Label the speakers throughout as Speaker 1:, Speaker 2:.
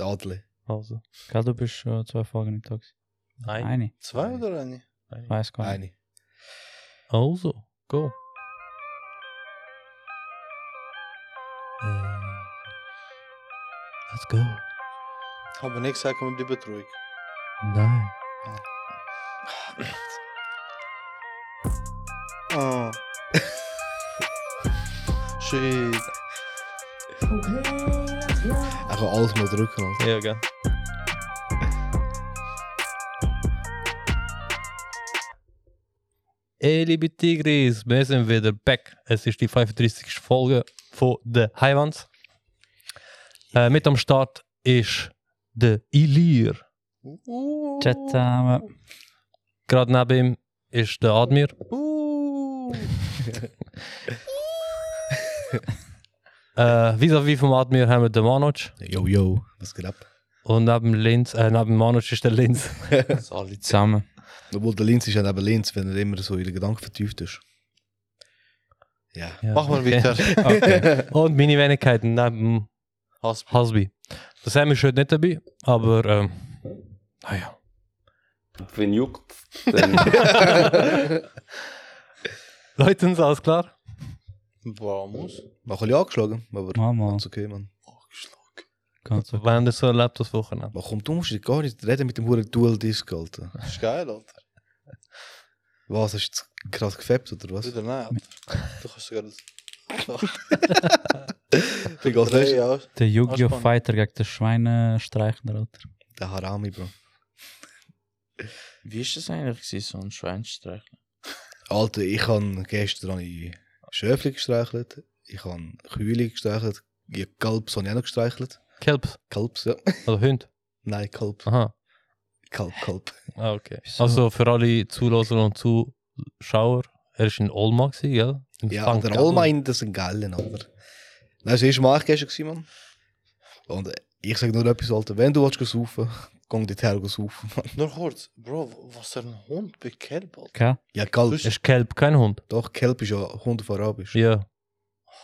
Speaker 1: Adli.
Speaker 2: Also, gell, du bist äh, zwei Folgen nicht da gewesen.
Speaker 3: Nein.
Speaker 2: Eine.
Speaker 1: Zwei oder eine?
Speaker 3: Nein.
Speaker 2: Weiß gar nicht.
Speaker 1: Eine.
Speaker 3: Also, go. Äh, let's go.
Speaker 1: Aber nicht gesagt, wir bleiben ruhig.
Speaker 3: Nein.
Speaker 1: Oh. Shit. Er kann alles mal drücken. Alter.
Speaker 3: Ja, gell. Hey, liebe Tigris, wir sind wieder back. Es ist die 35. Folge von The Highlands. Äh, mit am Start ist der Ilir.
Speaker 1: Uh,
Speaker 2: Chat zusammen.
Speaker 3: Gerade neben ihm ist der Admir.
Speaker 1: uh.
Speaker 3: Äh, vis-à-vis vom Admir haben wir den Manoj.
Speaker 1: Yo, yo, was geht ab?
Speaker 3: Und neben Linz, äh, neben Manoj ist der Linz.
Speaker 1: Solid.
Speaker 2: Zusammen.
Speaker 1: Obwohl der Linz ist ja neben Linz, wenn er immer so in den Gedanken vertieft ist. dus. Ja.
Speaker 3: Ja,
Speaker 1: Mach mal
Speaker 3: okay.
Speaker 1: weiter.
Speaker 3: Okay. Und meine Wenigkeit neben
Speaker 1: Hasp.
Speaker 3: Hasbi. Das haben wir schon nicht dabei, aber ähm, naja.
Speaker 4: Wenn juckt, dann
Speaker 3: Leute, ist alles klar?
Speaker 1: Vamos. Noch ein bisschen angeschlagen, aber
Speaker 2: Mama,
Speaker 1: ist okay, Mann.
Speaker 2: ganz
Speaker 3: Wir haben das so erlebt das Wochenende.
Speaker 1: Aber komm, du musst dich gar nicht reden mit dem Huren Dual Disc, Alter.
Speaker 5: ist geil, Alter.
Speaker 1: Was, hast du jetzt krass gefappt oder was?
Speaker 5: Wieder nein, Alter. Du kannst sogar das.
Speaker 1: Digga, als letztes-
Speaker 5: ja.
Speaker 2: Der Yu-Gi-Oh!
Speaker 5: Anspannend.
Speaker 2: Fighter gegen den Schweinestreichner, Alter.
Speaker 1: Der Harami, Bro.
Speaker 6: Wie ist das eigentlich gewesen, so ein Schweinstreich?
Speaker 1: Alter, ich habe gestern habe ich Schöfli gestreichelt, ich habe Kühle gestreichelt, ich habe Kalbs habe ich auch noch gestreichelt.
Speaker 3: Kelps,
Speaker 1: Kalbs, ja.
Speaker 3: also Hund.
Speaker 1: Nein, Kalb.
Speaker 3: Aha.
Speaker 1: Kalb, Kalb.
Speaker 3: Ah, okay.
Speaker 2: Wieso?
Speaker 3: Also für alle Zuhörer und Zuschauer, er war in Olma, gewesen, gell? In
Speaker 1: Ja,
Speaker 3: St.
Speaker 1: der
Speaker 3: Gallen.
Speaker 1: Allmein, das sind Geilen, aber. Nein, das erste Mal ich gestern gewesen, Mann. Und äh, ich sage nur etwas, Alter, wenn du willst saufen, geh dorthin saufen, Mann.
Speaker 5: Nur kurz, Bro, w- was für ein Hund bei Kelb, Alter.
Speaker 2: Gell?
Speaker 1: Ja, Kalb.
Speaker 5: Das
Speaker 3: Ist Kelp kein Hund?
Speaker 1: Doch, Kelp ist ja Hund auf Arabisch.
Speaker 3: Ja.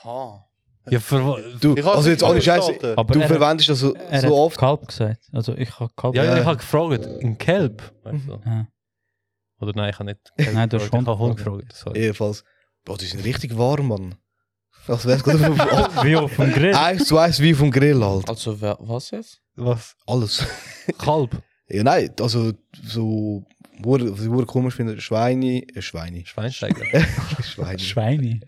Speaker 5: Ha.
Speaker 3: Ja, für,
Speaker 1: Du,
Speaker 5: Ich hab's
Speaker 1: also
Speaker 5: nicht
Speaker 1: jetzt ohne
Speaker 5: gewusst,
Speaker 1: Scheiße,
Speaker 5: Alter.
Speaker 2: Aber
Speaker 1: du
Speaker 2: er-
Speaker 1: verwendest das so,
Speaker 2: Er
Speaker 1: so
Speaker 2: hat
Speaker 1: oft.
Speaker 2: Kalb gesagt. Also ich habe Kalb
Speaker 3: ja, ja,
Speaker 1: Ja.
Speaker 3: ich habe gefragt, ein Kelp. Weißt du?
Speaker 2: Ja.
Speaker 3: Oder nein, ich habe nicht.
Speaker 2: Nein, du hast
Speaker 3: gefragt, ich habe
Speaker 2: Hund.
Speaker 3: Hund gefragt. Sorry.
Speaker 1: Jedenfalls, Bro, die sind richtig warm, Mann. Als wär's gerade auf dem
Speaker 2: Wie auf dem Grill.
Speaker 1: Eins zu eins wie vom Grill, Alter.
Speaker 6: Also, wer, was jetzt?
Speaker 3: Was?
Speaker 1: Alles.
Speaker 3: Kalb.
Speaker 1: Ja, nein, also so, wo, was ich hure komisch finde, Schweine, äh, Schweine,
Speaker 3: Schweinsteiger.
Speaker 1: Schweine.
Speaker 2: Schweine.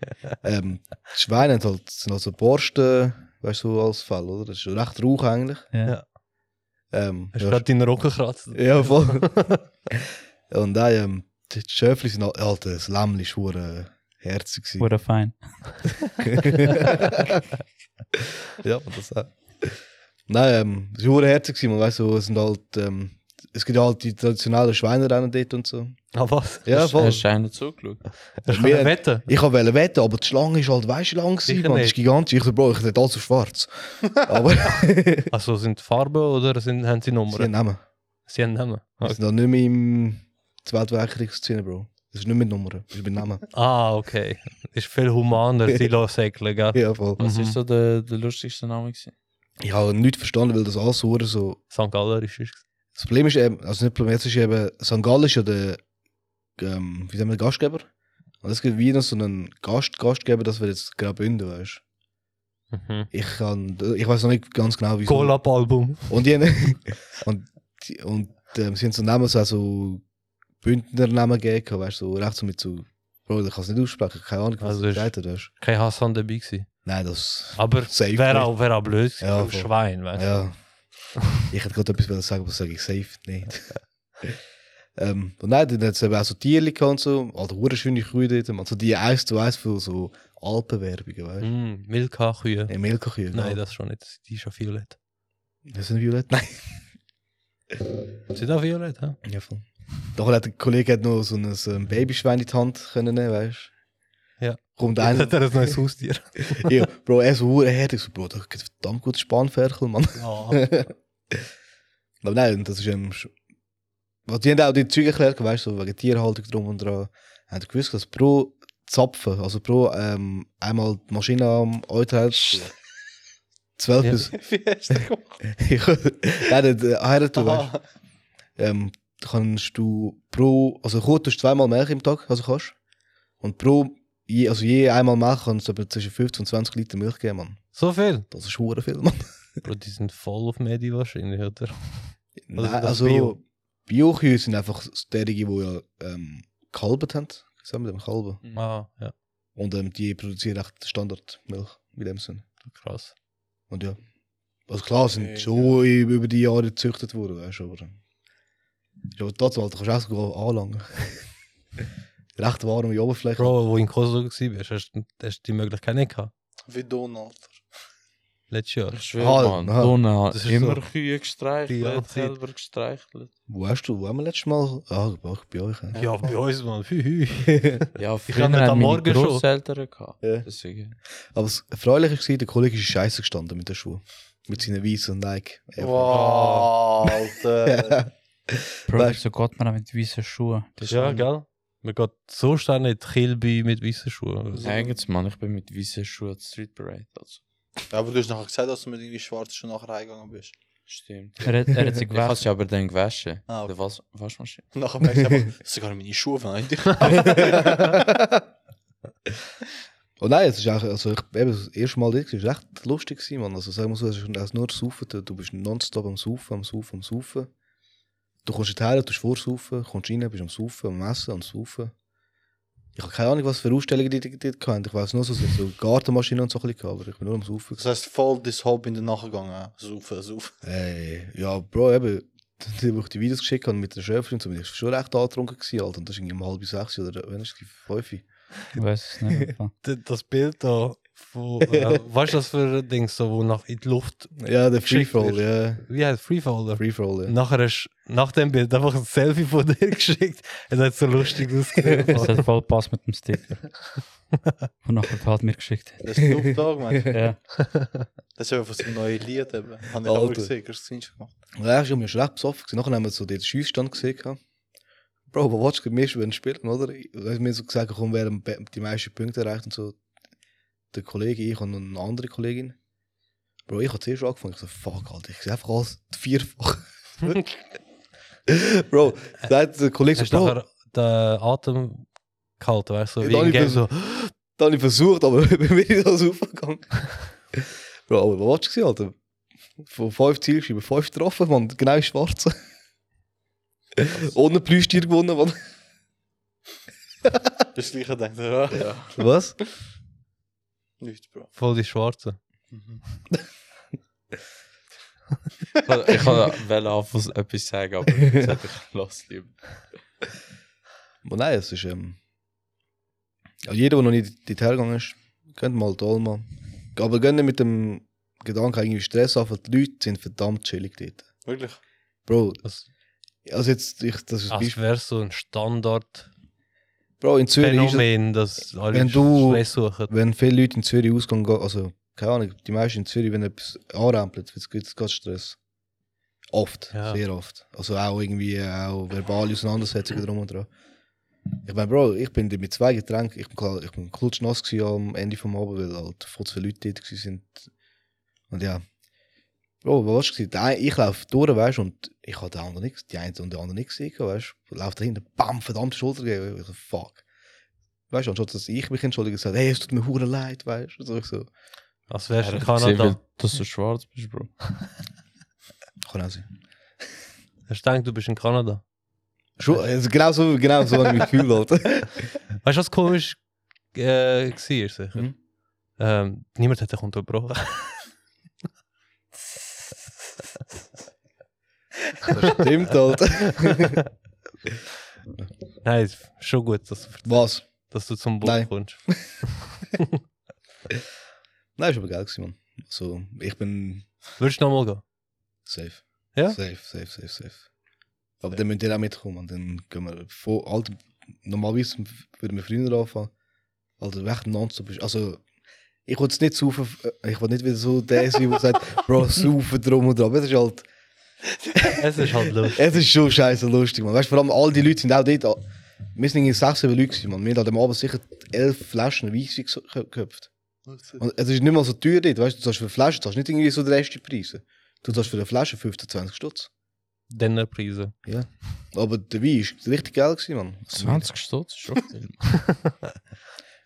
Speaker 1: ähm, Schweine haben halt, sind halt so Borsten, weißt du, so als Fell, oder? Das ist schon recht rauch eigentlich.
Speaker 2: Ja.
Speaker 1: Ähm,
Speaker 3: Hast du
Speaker 1: ja,
Speaker 3: gerade deinen Rücken gekratzt?
Speaker 1: ja, voll. Und dann, ähm, die Schöfli sind, halt- Alter, das Lämmli ist hure herzig gewesen.
Speaker 2: Wurde fein.
Speaker 1: ja, das auch. Nein, ähm, es war hure herzig, gewesen, man weißt du, es sind halt, ähm, es gibt ja halt die traditionellen Schweinerennen dort und so.
Speaker 3: Ah, was?
Speaker 1: Ja,
Speaker 6: hast,
Speaker 1: voll.
Speaker 6: hast du einen zugeschaut?
Speaker 3: Hast du
Speaker 1: Wir-
Speaker 3: können wetten?
Speaker 1: Ich wollte wetten, aber die Schlange ist halt, weißt du, lang gewesen,
Speaker 3: Sicher
Speaker 1: man. Die
Speaker 3: nicht.
Speaker 1: ist gigantisch. Ich so, Bro, ich hätte alles auf schwarz. aber
Speaker 3: Also sind die Farben oder sind, haben sie
Speaker 1: sie haben
Speaker 3: Nummern?
Speaker 1: Namen.
Speaker 3: Sie haben Namen. Also,
Speaker 1: Wir
Speaker 3: Okay.
Speaker 1: sind noch nicht mehr im Zweiten Weltkriegsszene, Bro. Das ist nicht mit Nummern, das ist mit Namen.
Speaker 3: Ah, okay. Ist viel humaner, sie lassen säckeln, gell?
Speaker 1: ja, voll.
Speaker 6: Was
Speaker 3: Mhm.
Speaker 6: ist so der, der lustigste Name gewesen?
Speaker 1: Ich habe nichts verstanden, weil das alles so, so...
Speaker 3: St. Galler ist es.
Speaker 1: Das Problem ist eben, also nicht Problem, jetzt ist eben, St. Gallen ist ja der, ähm, wie sagen wir, der Gastgeber. Und es gibt wieder so einen Gast, Gastgeber, das wir jetzt Graubünden, weißt du.
Speaker 3: Mhm.
Speaker 1: Ich kann, ich weiß noch nicht ganz genau, wie
Speaker 3: Collab-Album.
Speaker 1: Und die haben, und, die- und ähm, sie haben so Namen, so, auch so Bündnernamen gegeben, weißt du, so recht so mit so, Bro, ich kann es nicht aussprechen, keine Ahnung, was
Speaker 3: Also
Speaker 1: du
Speaker 3: ist-
Speaker 1: gesagt hast.
Speaker 3: Kein Hassan dabei gewesen.
Speaker 1: Nein, das.
Speaker 3: Aber
Speaker 1: Safe
Speaker 3: wäre
Speaker 1: nicht.
Speaker 3: auch, wär auch blöd gewesen.
Speaker 1: Ja,
Speaker 3: beim
Speaker 1: voll.
Speaker 3: Schwein, weißt du?
Speaker 1: Ja. Ich hätte gerade etwas wollen sagen, aber das sage ich safe nicht. ähm, und nein, dann hat es eben auch so Tierli gehabt und so, also wunderschöne Kühe dort, man, so die 1 zu 1 für so Alpenwerbungen, weißt du.
Speaker 3: Mm, Milka-Kühe.
Speaker 1: Mhm. Milchkühe.
Speaker 3: Nein, das schon nicht. Die ist schon violett.
Speaker 1: Das sind Violett? Nein.
Speaker 3: Sind auch violett, hä?
Speaker 1: Ja, voll. Doch hat der Kollege hat noch so ein, so ein Babyschwein eh, in die Hand können nehmen, weißt du?
Speaker 3: Ja.
Speaker 1: Kommt einer,
Speaker 3: er ein neues Haustier.
Speaker 1: ja, Bro, er ist so verdammt hart. Ich so, Bro, da gibt verdammt gute Spanferkel, Mann.
Speaker 3: Ja.
Speaker 1: Aber nein, das ist eben. sch- Was die haben auch die Züge erklärt, weißt du, so wegen Tierhaltung drum und dran. Haben die gewusst, dass pro ehm, Zapfen, also pro ähm, einmal die Maschine am Euter 12
Speaker 3: Ja.
Speaker 1: plus.
Speaker 5: Wie hast du das gemacht?
Speaker 1: Ich- Nein, der heiratet, weißt
Speaker 5: Aha.
Speaker 1: du. Ähm, kannst du pro. Also, gut, du hast zweimal Milch im Tag, also kannst. Und pro. Je, also, je einmal Milch kannst du aber zwischen 15 und 20 Liter Milch geben, Mann.
Speaker 3: So viel?
Speaker 1: Das ist hure viel, Mann.
Speaker 3: Bro, die sind voll auf Medi wahrscheinlich, oder?
Speaker 1: Nein,
Speaker 3: das
Speaker 1: also,
Speaker 3: Bio?
Speaker 1: Biokühe sind einfach derige, die ja ähm, gekalbt haben. Zusammen mit dem Kalben.
Speaker 3: Ah, ja.
Speaker 1: Und ähm, die produzieren echt Standardmilch in dem Sinn.
Speaker 3: Krass.
Speaker 1: Und ja. Also klar, sind
Speaker 5: Okay,
Speaker 1: schon ü- über die Jahre gezüchtet worden, weißt du, aber. ähm, Ist aber trotzdem, Alter, kannst du auch sogar anlangen. Recht warme Oberfläche.
Speaker 3: Bro, wo in Kosovo warst, hast du hast du die Möglichkeit nicht gehabt.
Speaker 5: Wie Donald.
Speaker 3: Letztes Jahr.
Speaker 6: Ich schwöre,
Speaker 1: Ah,
Speaker 6: Mann.
Speaker 1: aha.
Speaker 6: Donner hat
Speaker 3: Das ist
Speaker 6: immer
Speaker 3: so.
Speaker 6: Kühe
Speaker 3: Die
Speaker 6: gestreichelt,
Speaker 3: ganze Zeit.
Speaker 6: selber gestreichelt.
Speaker 1: Wo hast du, wo haben wir letztes Mal? Ah, ich war bei euch. hä?
Speaker 3: Ja, bei uns, Mann. Hü, hü.
Speaker 6: Ja, früher
Speaker 3: hab nicht am
Speaker 6: haben meine
Speaker 3: Morgen schon-
Speaker 6: Grosseltern gehabt.
Speaker 1: Ja.
Speaker 6: Deswegen.
Speaker 1: Aber das Erfreuliche war, der Kollege ist scheiße gestanden mit den Schuhen. Mit seinen weißen Nike. Air Force.
Speaker 5: Wow, Alter.
Speaker 2: Bro,
Speaker 1: Weißt-
Speaker 2: wieso geht man auch mit weißen Schuhen? Das
Speaker 3: ja,
Speaker 2: ist-
Speaker 3: gell? Man geht so stark nicht Kilby mit weißen Schuhen. oder so.
Speaker 6: Sagen Sie, Mann, ich bin mit weißen Schuhen zur Street Parade. Also,
Speaker 5: Ja, dus aber du hast nachher gesagt, dass du mit irgendwie schwarzen schon nachher reingegangen bist.
Speaker 6: stimmt.
Speaker 2: Er hat, er hat sich
Speaker 6: Ich habe
Speaker 2: gewechselt.
Speaker 6: sie aber dann gewaschen.
Speaker 5: Ah, okay.
Speaker 6: Der Was Waschmaschine.
Speaker 5: Nachher merkst du einfach, das sind gar nicht meine Schuhe, wenn ich dich
Speaker 1: Und nein, es ist auch, also ich, eben, das erste Mal dort war es echt lustig, gewesen, Mann. Also sagen wir so, es ist es ist nur Saufen, du- du bist nonstop am Saufen, am Saufen, am Saufen. Du kommst hierher, du vorsaufen, kommst rein, bist am Saufen, am Essen, am Saufen. Ich habe keine Ahnung, was für Ausstellungen die dort dort hatten. Ich weiß nur, so, es hat so Gartenmaschinen und so ein bisschen, gehabt, aber ich bin nur am Saufen.
Speaker 5: Das heisst, voll das Hobby in der Nachgegangen. Saufen, saufen.
Speaker 1: Ey, ja, Bro, eben, die, wo ich die Videos geschickt habe mit der Schöpfung, so bin ich schon recht angetrunken gewesen, Alter. Und das war irgendwie um halb sechs oder wenn ist die fünf.
Speaker 2: Ich weiß es nicht. Mann.
Speaker 3: D- Das Bild da, von, äh, weißt du das für ein Ding, so, wo nach in die Luft.
Speaker 1: Ja, der
Speaker 3: geschickt
Speaker 1: Freefall,
Speaker 3: wird?
Speaker 1: ja.
Speaker 3: Wie heißt Freefall? Free
Speaker 1: Freefall, ja.
Speaker 3: Nachher hast du nach dem Bild einfach ein Selfie von dir geschickt. Es hat so lustig
Speaker 2: Es
Speaker 3: ausgesehen.
Speaker 2: hat voll gepasst mit dem Sticker. Und nachher hat mir geschickt. hat.
Speaker 5: Das ist Snoop Dogg, meinst du?
Speaker 2: Ja.
Speaker 5: Das ist eben von seinem neuen Lied eben. Habe ich
Speaker 1: Alter.
Speaker 5: auch gesehen, hast du das Screenshot gemacht?
Speaker 1: Und er war mir schon recht besoffen. gewesen. Nachher haben wir so den Schiessstand gesehen. gehabt. Bro, was willst du gegen mich wenn spielen, oder? Ich habe mir so gesagt, komm, wer am be- die meisten Punkte erreicht und so. Der Kollege, ich und eine andere Kollegin. Bro, ich habe zuerst angefangen. Ich so, fuck, Alter, ich sehe einfach alles vierfach. Bro, da hat der Kollege
Speaker 3: Hast
Speaker 1: so,
Speaker 3: du
Speaker 1: Bro,
Speaker 3: nachher den Atem gehalten, weißt du? So,
Speaker 1: Ja,
Speaker 3: wie
Speaker 1: dann
Speaker 3: im
Speaker 1: ich
Speaker 3: Game,
Speaker 1: bin-
Speaker 3: so.
Speaker 1: da habe ich versucht, aber bei mir ist alles aufgegangen. Bro, aber was willst du gewesen, Alter? Von fünf Zielscheiben, fünf getroffen, man, genau schwarze. Ohne Plüschtier gewonnen, man.
Speaker 5: Das gleiche denkt er, ja. ja.
Speaker 1: Was?
Speaker 5: Nichts, Bro.
Speaker 3: Voll die Schwarzen.
Speaker 6: Ich wollte ich wollte anfangs etwas sagen, aber das hätte ich gelassen. lieber.
Speaker 1: Aber nein, es ist. Ähm, ja, jeder, der noch nicht dorthin gegangen ist, könnt mal die Olma. Aber gönnt mit dem Gedanken irgendwie Stress auf, weil die Leute sind verdammt chillig dort.
Speaker 5: Wirklich?
Speaker 1: Bro,
Speaker 3: Das,
Speaker 1: also jetzt, ich, das ist ein
Speaker 3: als
Speaker 1: Beispiel.
Speaker 3: wäre so ein Standardphänomen,
Speaker 1: Bro, in Zürich ist es,
Speaker 3: dass alle
Speaker 1: Wenn du-
Speaker 3: Stress suchen.
Speaker 1: wenn viele Leute in Zürich ausgehen, gehen- also keine Ahnung, die meisten in Zürich, wenn etwas anrempelt, es gibt gerade Stress. Oft,
Speaker 3: Ja.
Speaker 1: sehr oft. Also auch irgendwie äh, auch verbale Auseinandersetzungen drum und dran. Ich meine, Bro, ich bin mit zwei Getränken, ich bin, klar- ich bin klutschnass gewesen am Ende vom Abend, weil halt voll zu viele Leute dort gewesen sind. Und ja. Bro, was warst du? gewesen? Der eine- Ich laufe durch, weißt du, und ich habe den anderen nichts, die eine und der andere nichts gesehen, weißt du. Lauft dahinter, bam, verdammt Schulter geben. Ich so, fuck. Weißt du, anstatt dass ich mich entschuldige, gesagt, hey, es tut mir hure leid, weißt du. So, ich so,
Speaker 3: Als wärst du in
Speaker 6: Ich habe gesehen,
Speaker 3: Kanada.
Speaker 6: weil du so schwarz bist, Bro.
Speaker 1: kann auch sein.
Speaker 3: Hast du gedacht, du bist in Kanada?
Speaker 1: Schon, also genau so, genau so habe ich mich gefühlt, Alter.
Speaker 3: Weißt du, was komisch äh, war? Sicher?
Speaker 1: Mhm.
Speaker 3: Ähm, niemand hat dich unterbrochen.
Speaker 1: Das stimmt, Alter.
Speaker 3: Nein, ist schon gut, dass, du-
Speaker 1: Was?
Speaker 3: dass du zum Boot
Speaker 1: Nein.
Speaker 3: kommst.
Speaker 1: Nein, ist aber geil gewesen, Mann. Also, ich bin
Speaker 3: Würdest du nochmal gehen?
Speaker 1: safe.
Speaker 3: Ja?
Speaker 1: Safe, safe, safe, safe. Aber dann müsst ihr auch mitkommen. Und dann gehen wir vor. Alter, normalerweise würden wir früher anfangen. Alter, weg nonstop ist. Also, ich will es nicht saufen. äh, Ich will nicht wieder so der sein, der sagt, Bro, saufen drum und dran. Aber Es ist halt.
Speaker 3: Es ist halt lustig.
Speaker 1: Es ist schon scheiße lustig, man. Weißt du, vor allem all die Leute sind auch dort. all- Wir sind irgendwie sechs, sieben Leute, gewesen, man. Wir haben an dem Abend sicher elf Flaschen Weisswein geso- ge- geköpft. Und es ist nicht mal so teuer dort, weißt du, du zahlst für eine Flasche, zahlst nicht irgendwie so die Reste Preise. Du zahlst für eine Flasche 15, 20 Stutz.
Speaker 3: Dennerpreise.
Speaker 1: Aber der Wein war richtig geil, gewesen, Mann. Also,
Speaker 6: 20 Stutz ist schon viel.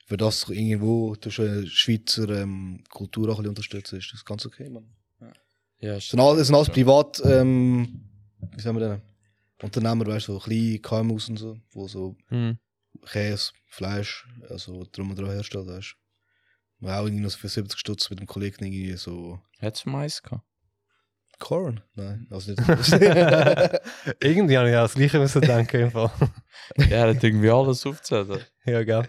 Speaker 1: Für das du irgendwo durch eine Schweizer ähm, Kultur auch ein bisschen unterstützt, ist das ganz okay, Mann.
Speaker 6: ja,
Speaker 1: Es sind
Speaker 5: Genau.
Speaker 1: alles, es sind alles privat, ähm, wie sagen wir denn? Unternehmer, weißt du, so kleine KMUs und so, wo so
Speaker 3: Hm.
Speaker 1: Käse, Fleisch, also drum und dran herstellen, weißt du. Wir haben auch irgendwie noch so für 70 Stutz mit dem Kollegen irgendwie so.
Speaker 6: Hättest du Mais gehabt?
Speaker 1: Corn? Nein, also nicht.
Speaker 3: Irgendwie habe ich auch das Gleiche müssen denken. im Fall.
Speaker 6: Ja, er hat irgendwie alles aufgezählt.
Speaker 3: ja, gell.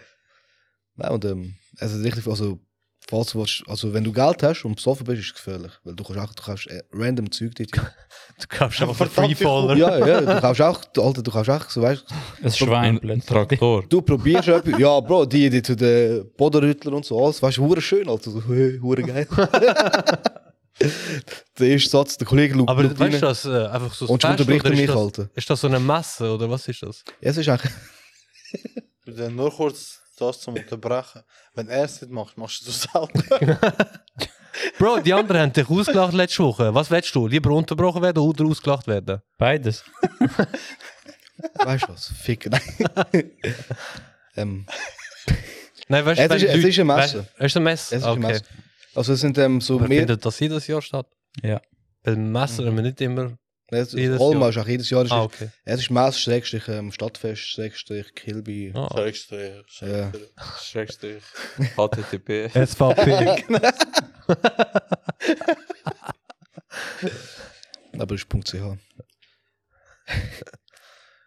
Speaker 1: Nein, und ähm, also richtig, also, falls du willst, also wenn du Geld hast und besoffen bist, ist es gefährlich. Weil du kannst auch, du kannst äh, random Zeug dort.
Speaker 3: Du kaufst einfach den
Speaker 5: verdammt viel
Speaker 3: Freefaller.
Speaker 1: ja, ja, du kannst auch, du, Alter, du kannst auch, so weißt
Speaker 2: Ein Schwein plötzlich.
Speaker 6: Traktor.
Speaker 1: du, probierst etwas. Ja, Bro, die, die zu den Bodenrüttlern und so alles, weißt du, hure schön, Alter, so, hey, hure geil. der erste Satz, der Kollege schaut
Speaker 3: Aber
Speaker 1: schaut
Speaker 3: weißt
Speaker 1: rein
Speaker 3: du, das äh, einfach so ein
Speaker 1: und
Speaker 3: Fest,
Speaker 1: unterbricht
Speaker 3: oder
Speaker 1: er
Speaker 3: ist
Speaker 1: mich,
Speaker 3: das,
Speaker 1: Alter.
Speaker 3: Ist das so eine Messe oder was ist das?
Speaker 1: Ja, es ist eigentlich,
Speaker 5: Dann nur kurz das zum Unterbrechen. Wenn er es nicht macht, machst du es selber.
Speaker 3: Bro, die anderen haben dich ausgelacht letzte Woche. Was willst du? Lieber unterbrochen werden oder ausgelacht werden?
Speaker 2: Beides.
Speaker 1: weißt du was, fick, nein. ähm,
Speaker 3: Nein, weißt,
Speaker 1: Es ist- es ist eine Messe.
Speaker 3: Weißt, es ist eine Messe.
Speaker 1: es ist
Speaker 3: okay.
Speaker 1: okay. Also es sind ähm, so
Speaker 3: Aber
Speaker 1: mehr...
Speaker 3: findet das jedes Jahr statt?
Speaker 2: Ja.
Speaker 3: Bei den Messen haben wir nicht immer. jedes
Speaker 1: Holma ist auch jedes Jahr. es
Speaker 3: Ah,
Speaker 1: ist-
Speaker 3: okay.
Speaker 1: Es ist Mess, Schrägstrich, ähm, Stadtfest, Schrägstrich, Kilby.
Speaker 3: Ah.
Speaker 5: Sagst du ja.
Speaker 1: Ja.
Speaker 6: Schrägstrich. HTTP.
Speaker 3: SVP.
Speaker 1: Aber es ist Punkt .ch.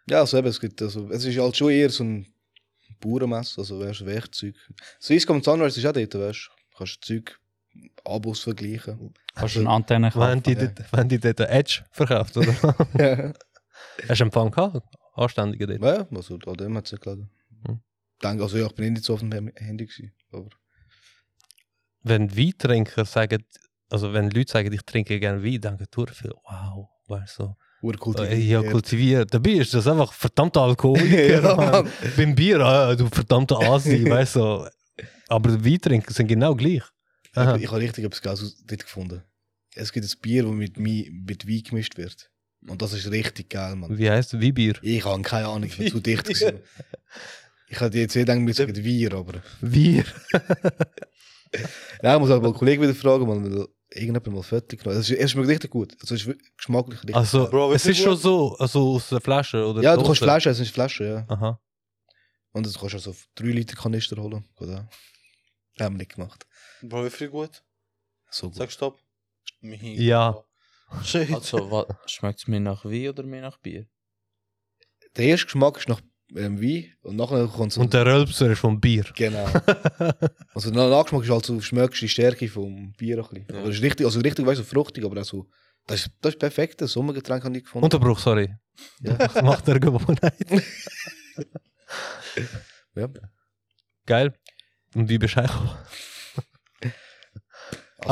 Speaker 1: ja, also eben, es gibt, also, es ist halt schon eher so ein Bauernmess, also wärst du Werkzeug. Swisscom Sunrise ist auch dort, weißt du. Kannst Zeug, Abos
Speaker 3: Oh.
Speaker 1: vergleichen.
Speaker 2: Kannst du eine Antenne kaufen?
Speaker 3: wenn, die dort, wenn die dort Edge verkauft, oder?
Speaker 1: ja,
Speaker 3: Hast du Empfang gehabt? Anständige dort.
Speaker 1: also an dem hat es gelegen.
Speaker 3: Mhm.
Speaker 1: Denke, also ja, ich bin nicht so auf dem Hem- Handy gewesen, aber
Speaker 3: Wenn Weintrinker sagen, also wenn Leute sagen, ich trinke gerne Wein, denken du viel, wow, weißt du.
Speaker 1: urkult.
Speaker 3: Äh, ja, kultiviert. Dabei ist das einfach verdammter Alkoholiker.
Speaker 1: Ja,
Speaker 3: Mann.
Speaker 1: Mann.
Speaker 3: Beim Bier, ah, du verdammter Asi, weißt du. Aber die Weintrinker sind genau gleich. Aha.
Speaker 1: Ich, ich habe richtig etwas Geiles aus- dort gefunden. Es gibt ein Bier, das mit, Mi- mit Wein gemischt wird. Und das ist richtig geil, Mann.
Speaker 3: Wie heißt Weinbier?
Speaker 1: Ich habe keine Ahnung, ich bin zu dicht. gewesen. Ich hätte jetzt eh gedacht, wir sagen Bier, aber...
Speaker 3: Bier.
Speaker 1: Nein, ich muss auch mal einen Kollegen wieder fragen, man, weil irgendjemand mal fertig genommen. Es ist, es schmeckt richtig gut. Also es ist wirklich geschmacklich richtig
Speaker 3: Also,
Speaker 5: Bro,
Speaker 3: es
Speaker 5: weißt du,
Speaker 3: ist
Speaker 5: wo-
Speaker 3: schon so, also aus der Flasche oder
Speaker 1: Ja, du
Speaker 3: Dose.
Speaker 1: kannst Flaschen, es ist Flaschen, ja.
Speaker 3: Aha.
Speaker 1: Und du kannst also 3 Liter Kanister holen. Gut, ja. Haben wir nicht gemacht.
Speaker 5: Bro, wie viel gut?
Speaker 1: So gut.
Speaker 5: Sag stopp. Mein
Speaker 3: Ja.
Speaker 5: Gott. Shit.
Speaker 6: Also, schmeckt es mir nach Wein oder mir nach Bier?
Speaker 1: Der erste Geschmack ist nach ähm, Wein und nachher kommt so...
Speaker 3: Und der Rölpser ist vom Bier.
Speaker 1: Genau. also der Nachgeschmack ist halt so, schmeckst die Stärke vom Bier ein bisschen.
Speaker 6: Ja.
Speaker 1: Aber es ist richtig, also richtig, weißt du, fruchtig, aber auch so, das ist, das ist perfekt, das Sommergetränk habe ich gefunden.
Speaker 3: Unterbruch, sorry.
Speaker 1: Ja.
Speaker 3: Das macht er Gewohnheit.
Speaker 1: Ja.
Speaker 3: Geil. Und wie bescheid.
Speaker 1: also,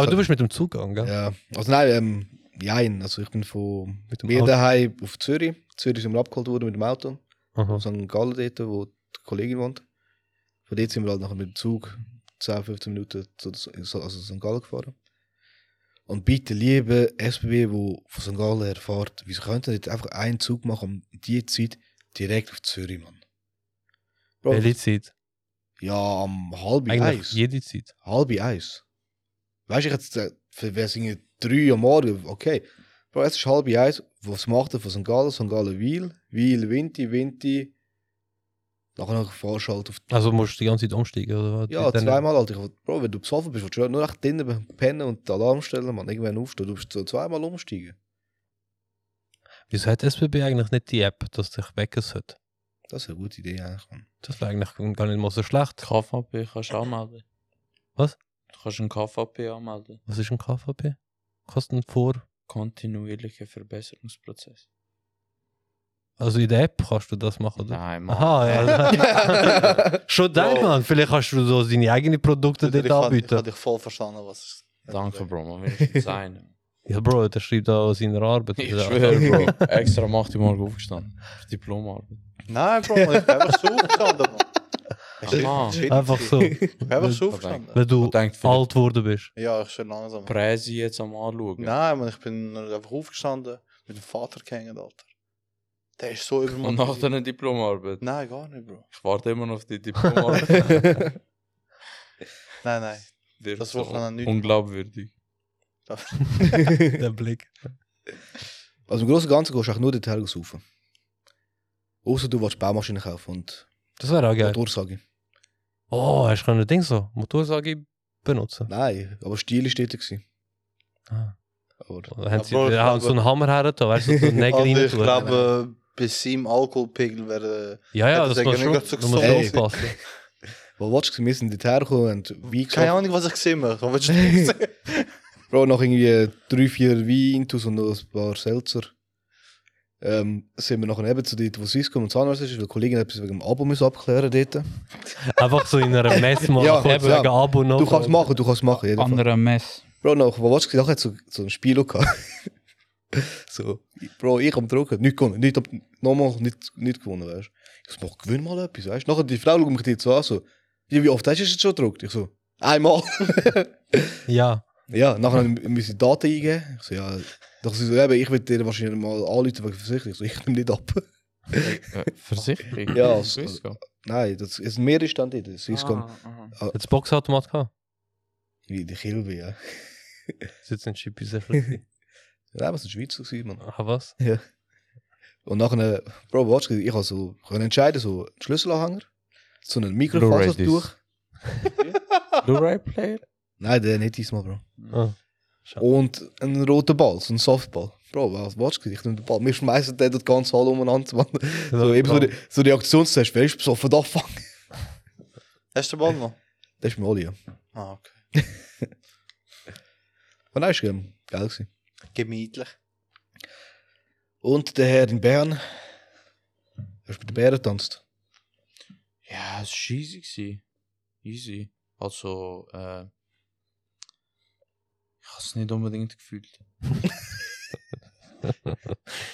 Speaker 3: Aber du bist mit dem Zug gegangen, gell?
Speaker 1: Ja, also nein, ähm, jein, also ich bin von
Speaker 3: Mit dem
Speaker 1: mir
Speaker 3: Auto.
Speaker 1: daheim auf Zürich. Zürich sind wir abgeholt worden mit dem Auto.
Speaker 3: Aha.
Speaker 1: Auf St. Gallen dort, wo die Kollegin wohnt. Von dort sind wir halt nachher mit dem Zug 10, 15 Minuten zu zu- also zu St. Gallen gefahren. Und bitte, liebe SBB, wo von St. Gallen her fährt, wieso könnt ihr nicht einfach einen Zug machen um die Zeit direkt auf Zürich, Mann? Bro,
Speaker 3: Welche Zeit?
Speaker 1: ja, am halb
Speaker 3: Eigentlich
Speaker 1: eins.
Speaker 3: jede Zeit.
Speaker 1: Halb eins. Weißt du, ich hätte es irgendwie drei am Morgen, okay. Bro, es ist halb eins. Was macht er von St. Gallen? St. Gallen Wiel, Wiel, Winti, Winti. Nachher noch fahrst du halt auf.
Speaker 3: Also musst du die ganze Zeit umsteigen, oder was?
Speaker 1: Ja,
Speaker 3: Mit denen-
Speaker 1: zweimal halt. Ich, will- Bro, wenn du besoffen bist, willst du ja nur echt drinnen pennen und den Alarm stellen, man. Irgendwann aufstehen. Du musst so zweimal umsteigen.
Speaker 3: Wieso hat SBB eigentlich nicht die App, dass dich wecken sollte?
Speaker 1: Das ist eine gute Idee eigentlich. Mann.
Speaker 3: Das wäre eigentlich gar nicht mal so schlecht.
Speaker 6: KVP kannst du anmelden.
Speaker 3: Was?
Speaker 6: Du kannst ein KVP anmelden.
Speaker 3: Was ist ein KVP? Kosten vor.
Speaker 6: Kontinuierlicher Verbesserungsprozess.
Speaker 3: Also in der App kannst du das machen, oder?
Speaker 6: Nein, Mann.
Speaker 3: Aha, ja. Schon dein
Speaker 5: Bro.
Speaker 3: Mann, vielleicht kannst du so deine eigenen Produkte
Speaker 5: Bruder,
Speaker 3: dort
Speaker 5: ich habe ich
Speaker 3: anbieten.
Speaker 5: hab dich voll verstanden, was ist.
Speaker 6: Danke, Bro. Man will nicht sein.
Speaker 3: Ja, Bro, der schreibt da aus seiner Arbeit.
Speaker 6: Ich
Speaker 3: Ja.
Speaker 6: schwöre, Bro. Extra am 8 Uhr morgen aufgestanden. Für Diplomarbeit.
Speaker 5: Nein, Bro, man, ich bin einfach so aufgestanden, Mann.
Speaker 6: Aha.
Speaker 5: Ich
Speaker 3: Einfach so.
Speaker 5: Ich hab einfach so verstanden.
Speaker 3: Wenn du
Speaker 6: denkt
Speaker 3: alt geworden bist.
Speaker 5: Ja, ich schon langsam.
Speaker 6: Präsi jetzt am Anschauen.
Speaker 5: Nein, man, ich bin einfach aufgestanden, mit dem Vater gehängt, Alter. Der ist so
Speaker 6: Und
Speaker 5: übermannt.
Speaker 6: nach deiner Diplomarbeit.
Speaker 5: Nein, gar nicht, Bro.
Speaker 6: Ich warte immer noch auf die Diplomarbeit.
Speaker 5: Nein, nein.
Speaker 6: Wird
Speaker 5: Das
Speaker 6: so
Speaker 5: Wochenende nicht.
Speaker 6: Unglaubwürdig.
Speaker 3: Der Blick.
Speaker 1: Also im Großen und Ganzen gehst du auch nur den Teil saufen. Außer du willst Baumaschinen kaufen und
Speaker 3: Das wäre auch
Speaker 1: ja.
Speaker 3: geil.
Speaker 1: Motorsage.
Speaker 3: Oh, hast du können Ding so, Motorsage benutzen.
Speaker 1: Nein, aber Stil ist dort. gewesen.
Speaker 3: Ah.
Speaker 1: Aber
Speaker 3: Oder haben sie
Speaker 5: Bro, ich
Speaker 3: ja,
Speaker 5: glaube-
Speaker 3: so einen Hammer her, da weißt du, so einen Nägel
Speaker 5: Also,
Speaker 3: rein
Speaker 5: ich
Speaker 3: tun.
Speaker 5: glaube, bis seinem Alkoholpegel wäre.
Speaker 3: Ja, ja,
Speaker 5: hätte
Speaker 3: das
Speaker 5: ich
Speaker 3: muss
Speaker 5: sagen,
Speaker 3: schon,
Speaker 5: ich hab so
Speaker 3: da musst du
Speaker 1: gesagt.
Speaker 3: aufpassen.
Speaker 1: wo willst du? Wir sind dort hergekommen und Wein
Speaker 5: Keine
Speaker 1: gesoffen.
Speaker 5: Ahnung, was ich gesehen habe. Was willst du sagen?
Speaker 1: Bro, noch irgendwie drei, vier Weintus und noch ein paar Seltzer. Ähm, sind wir nachher eben zu dort, wo Swisscom und Zahnarzt ist, weil die Kollegin etwas wegen dem Abo muss abklären dort.
Speaker 3: Einfach so in einer Messe mal
Speaker 1: Ja,
Speaker 3: kurz
Speaker 1: eben,
Speaker 3: wegen
Speaker 1: ja.
Speaker 3: Abo noch.
Speaker 1: Du kannst es machen, du kannst es machen. jeden Fall.
Speaker 2: Andere Mess.
Speaker 1: Bro, noch, wo willst du? Nachher hat so, so ein Spiel auch gehabt. so, Bro, ich am Drucken, nicht gewonnen, nicht, ab- nochmal nicht, nicht gewonnen, weißt du. Ich so, mach, gewinn mal etwas, weißt du. Nachher die Frau schaut mich dort so an, so, ja, wie oft hast du es jetzt schon gedruckt? Ich so, einmal.
Speaker 3: Ja,
Speaker 1: Ja, nachher müssen die Daten eingeben. Ich so, ja, doch sie so, eben, ich würde dir wahrscheinlich mal anrufen wegen Versicherung. Ich so, ich nehme nicht ab.
Speaker 6: Äh, Versichtlich.
Speaker 1: Ja, also- Nein, das ist mehr ist dann nicht.
Speaker 6: Ah.
Speaker 1: Swisscom,
Speaker 3: jetzt Boxautomat gehabt.
Speaker 1: wie die Kilbe, ja.
Speaker 3: Sitzt in Chippy sehr viel.
Speaker 1: Nein, was ein Schweizer gewesen, man.
Speaker 3: Ah, was?
Speaker 1: Und nachher, Bro, watch, ich habe so, können entscheiden, so einen Schlüsselanhänger, so einen
Speaker 6: Blu-ray-Disc.
Speaker 1: Mikrofasertuch.
Speaker 6: Blu-ray Player?
Speaker 1: Nein, der nicht diesmal, Bro.
Speaker 3: Ah. Schade.
Speaker 1: Und einen roten Ball, so einen Softball. Bro, was watch, ich nehme den Ball. Mir schmeißen der das ganze Hall umeinander, man. So, eben so, die, so Reaktionstest, weißt du, so von da fangen.
Speaker 5: Hast du den Ball noch?
Speaker 1: Das ist mir alle, ja.
Speaker 5: Ah, okay.
Speaker 1: Aber nein, ist ähm, geil gewesen.
Speaker 5: Gemütlich.
Speaker 1: Und der Herr in Bern. Hast du mit den Bären getanzt?
Speaker 6: Ja, es war easy. Gewesen. Easy. Also, äh, ich habe es nicht unbedingt gefühlt.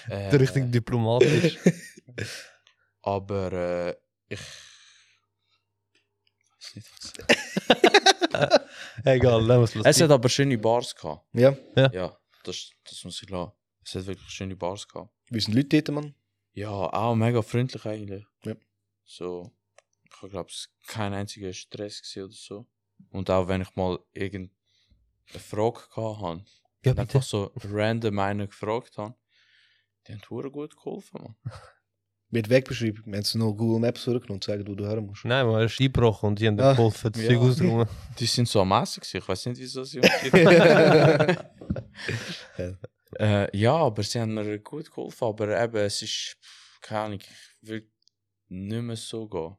Speaker 6: äh,
Speaker 3: Der richtig diplomatisch.
Speaker 6: Aber äh, ich. Weiß nicht, was
Speaker 3: Egal, lass uns los.
Speaker 6: es hat aber schöne Bars gehabt.
Speaker 1: Ja.
Speaker 3: Ja.
Speaker 6: Ja, das, das muss ich lassen. Es hat wirklich schöne Bars gehabt.
Speaker 1: Wie sind die Leute dort, Mann?
Speaker 6: Ja, auch mega freundlich eigentlich.
Speaker 1: Ja.
Speaker 6: So, ich glaube, es war kein einziger Stress gewesen oder so. Und auch wenn ich mal irgendeine Frage gehabt habe,
Speaker 3: ja,
Speaker 6: Und
Speaker 3: bitte.
Speaker 6: einfach so random einen gefragt haben. Die haben hure gut geholfen, man.
Speaker 1: Mit Wegbeschreibung. Wir haben sie noch Google Maps zurückgenommen und zeigen, wo du her musst.
Speaker 3: Nein, man, er ist eingebrochen und die haben
Speaker 1: Ah.
Speaker 3: den geholfen, das
Speaker 6: Ja.
Speaker 3: Zeug ausräumen.
Speaker 6: Die sind so mäßig, ich weiß nicht, wieso sie uns die- äh, Ja, aber sie haben mir gut geholfen, aber eben, es ist, pff, keine Ahnung, ich will nicht mehr so gehen.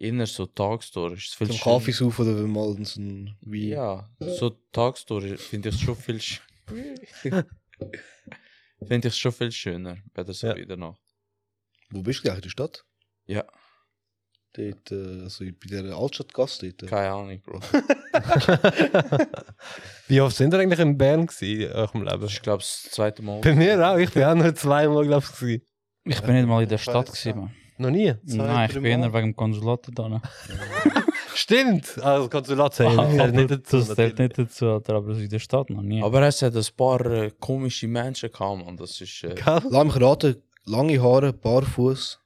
Speaker 6: Inner so tagsdurch ist es viel
Speaker 1: Zum
Speaker 6: schöner.
Speaker 1: Kaffee saufen oder wenn mal so ein Wein.
Speaker 6: Ja, so tagsdurch finde ich es schon viel sch Finde ich es schon viel schöner, wenn so
Speaker 3: Ja.
Speaker 6: wieder noch.
Speaker 1: Wo bist du eigentlich? In der Stadt?
Speaker 6: Ja.
Speaker 1: Dort, äh, also bei der Altstadtgasse dort.
Speaker 6: Keine Ahnung, Bro.
Speaker 3: Wie oft sind ihr eigentlich in Bern gewesen, in eurem Leben?
Speaker 6: Das ist, glaube ich, das zweite Mal.
Speaker 3: Bei mir auch, ich bin auch nur zweimal, glaube ich, gewesen.
Speaker 2: Ich bin nicht mal in der Stadt
Speaker 5: Scheiße.
Speaker 2: gewesen. man.
Speaker 3: Noch nie.
Speaker 5: Zwei,
Speaker 2: Nein, ich
Speaker 5: drei
Speaker 2: bin eher
Speaker 5: Mal.
Speaker 2: wegen dem Konsulat da.
Speaker 3: Stimmt! Also, Konsulat zählt
Speaker 2: Ah,
Speaker 3: zählt nicht dazu.
Speaker 2: Das zählt nicht dazu, Alter, aber in der Stadt noch nie.
Speaker 6: Aber es hat ein paar äh, komische Menschen gehabt, und das ist. Äh,
Speaker 3: Gell?
Speaker 1: Lass mich raten, lange Haare, Barfuß.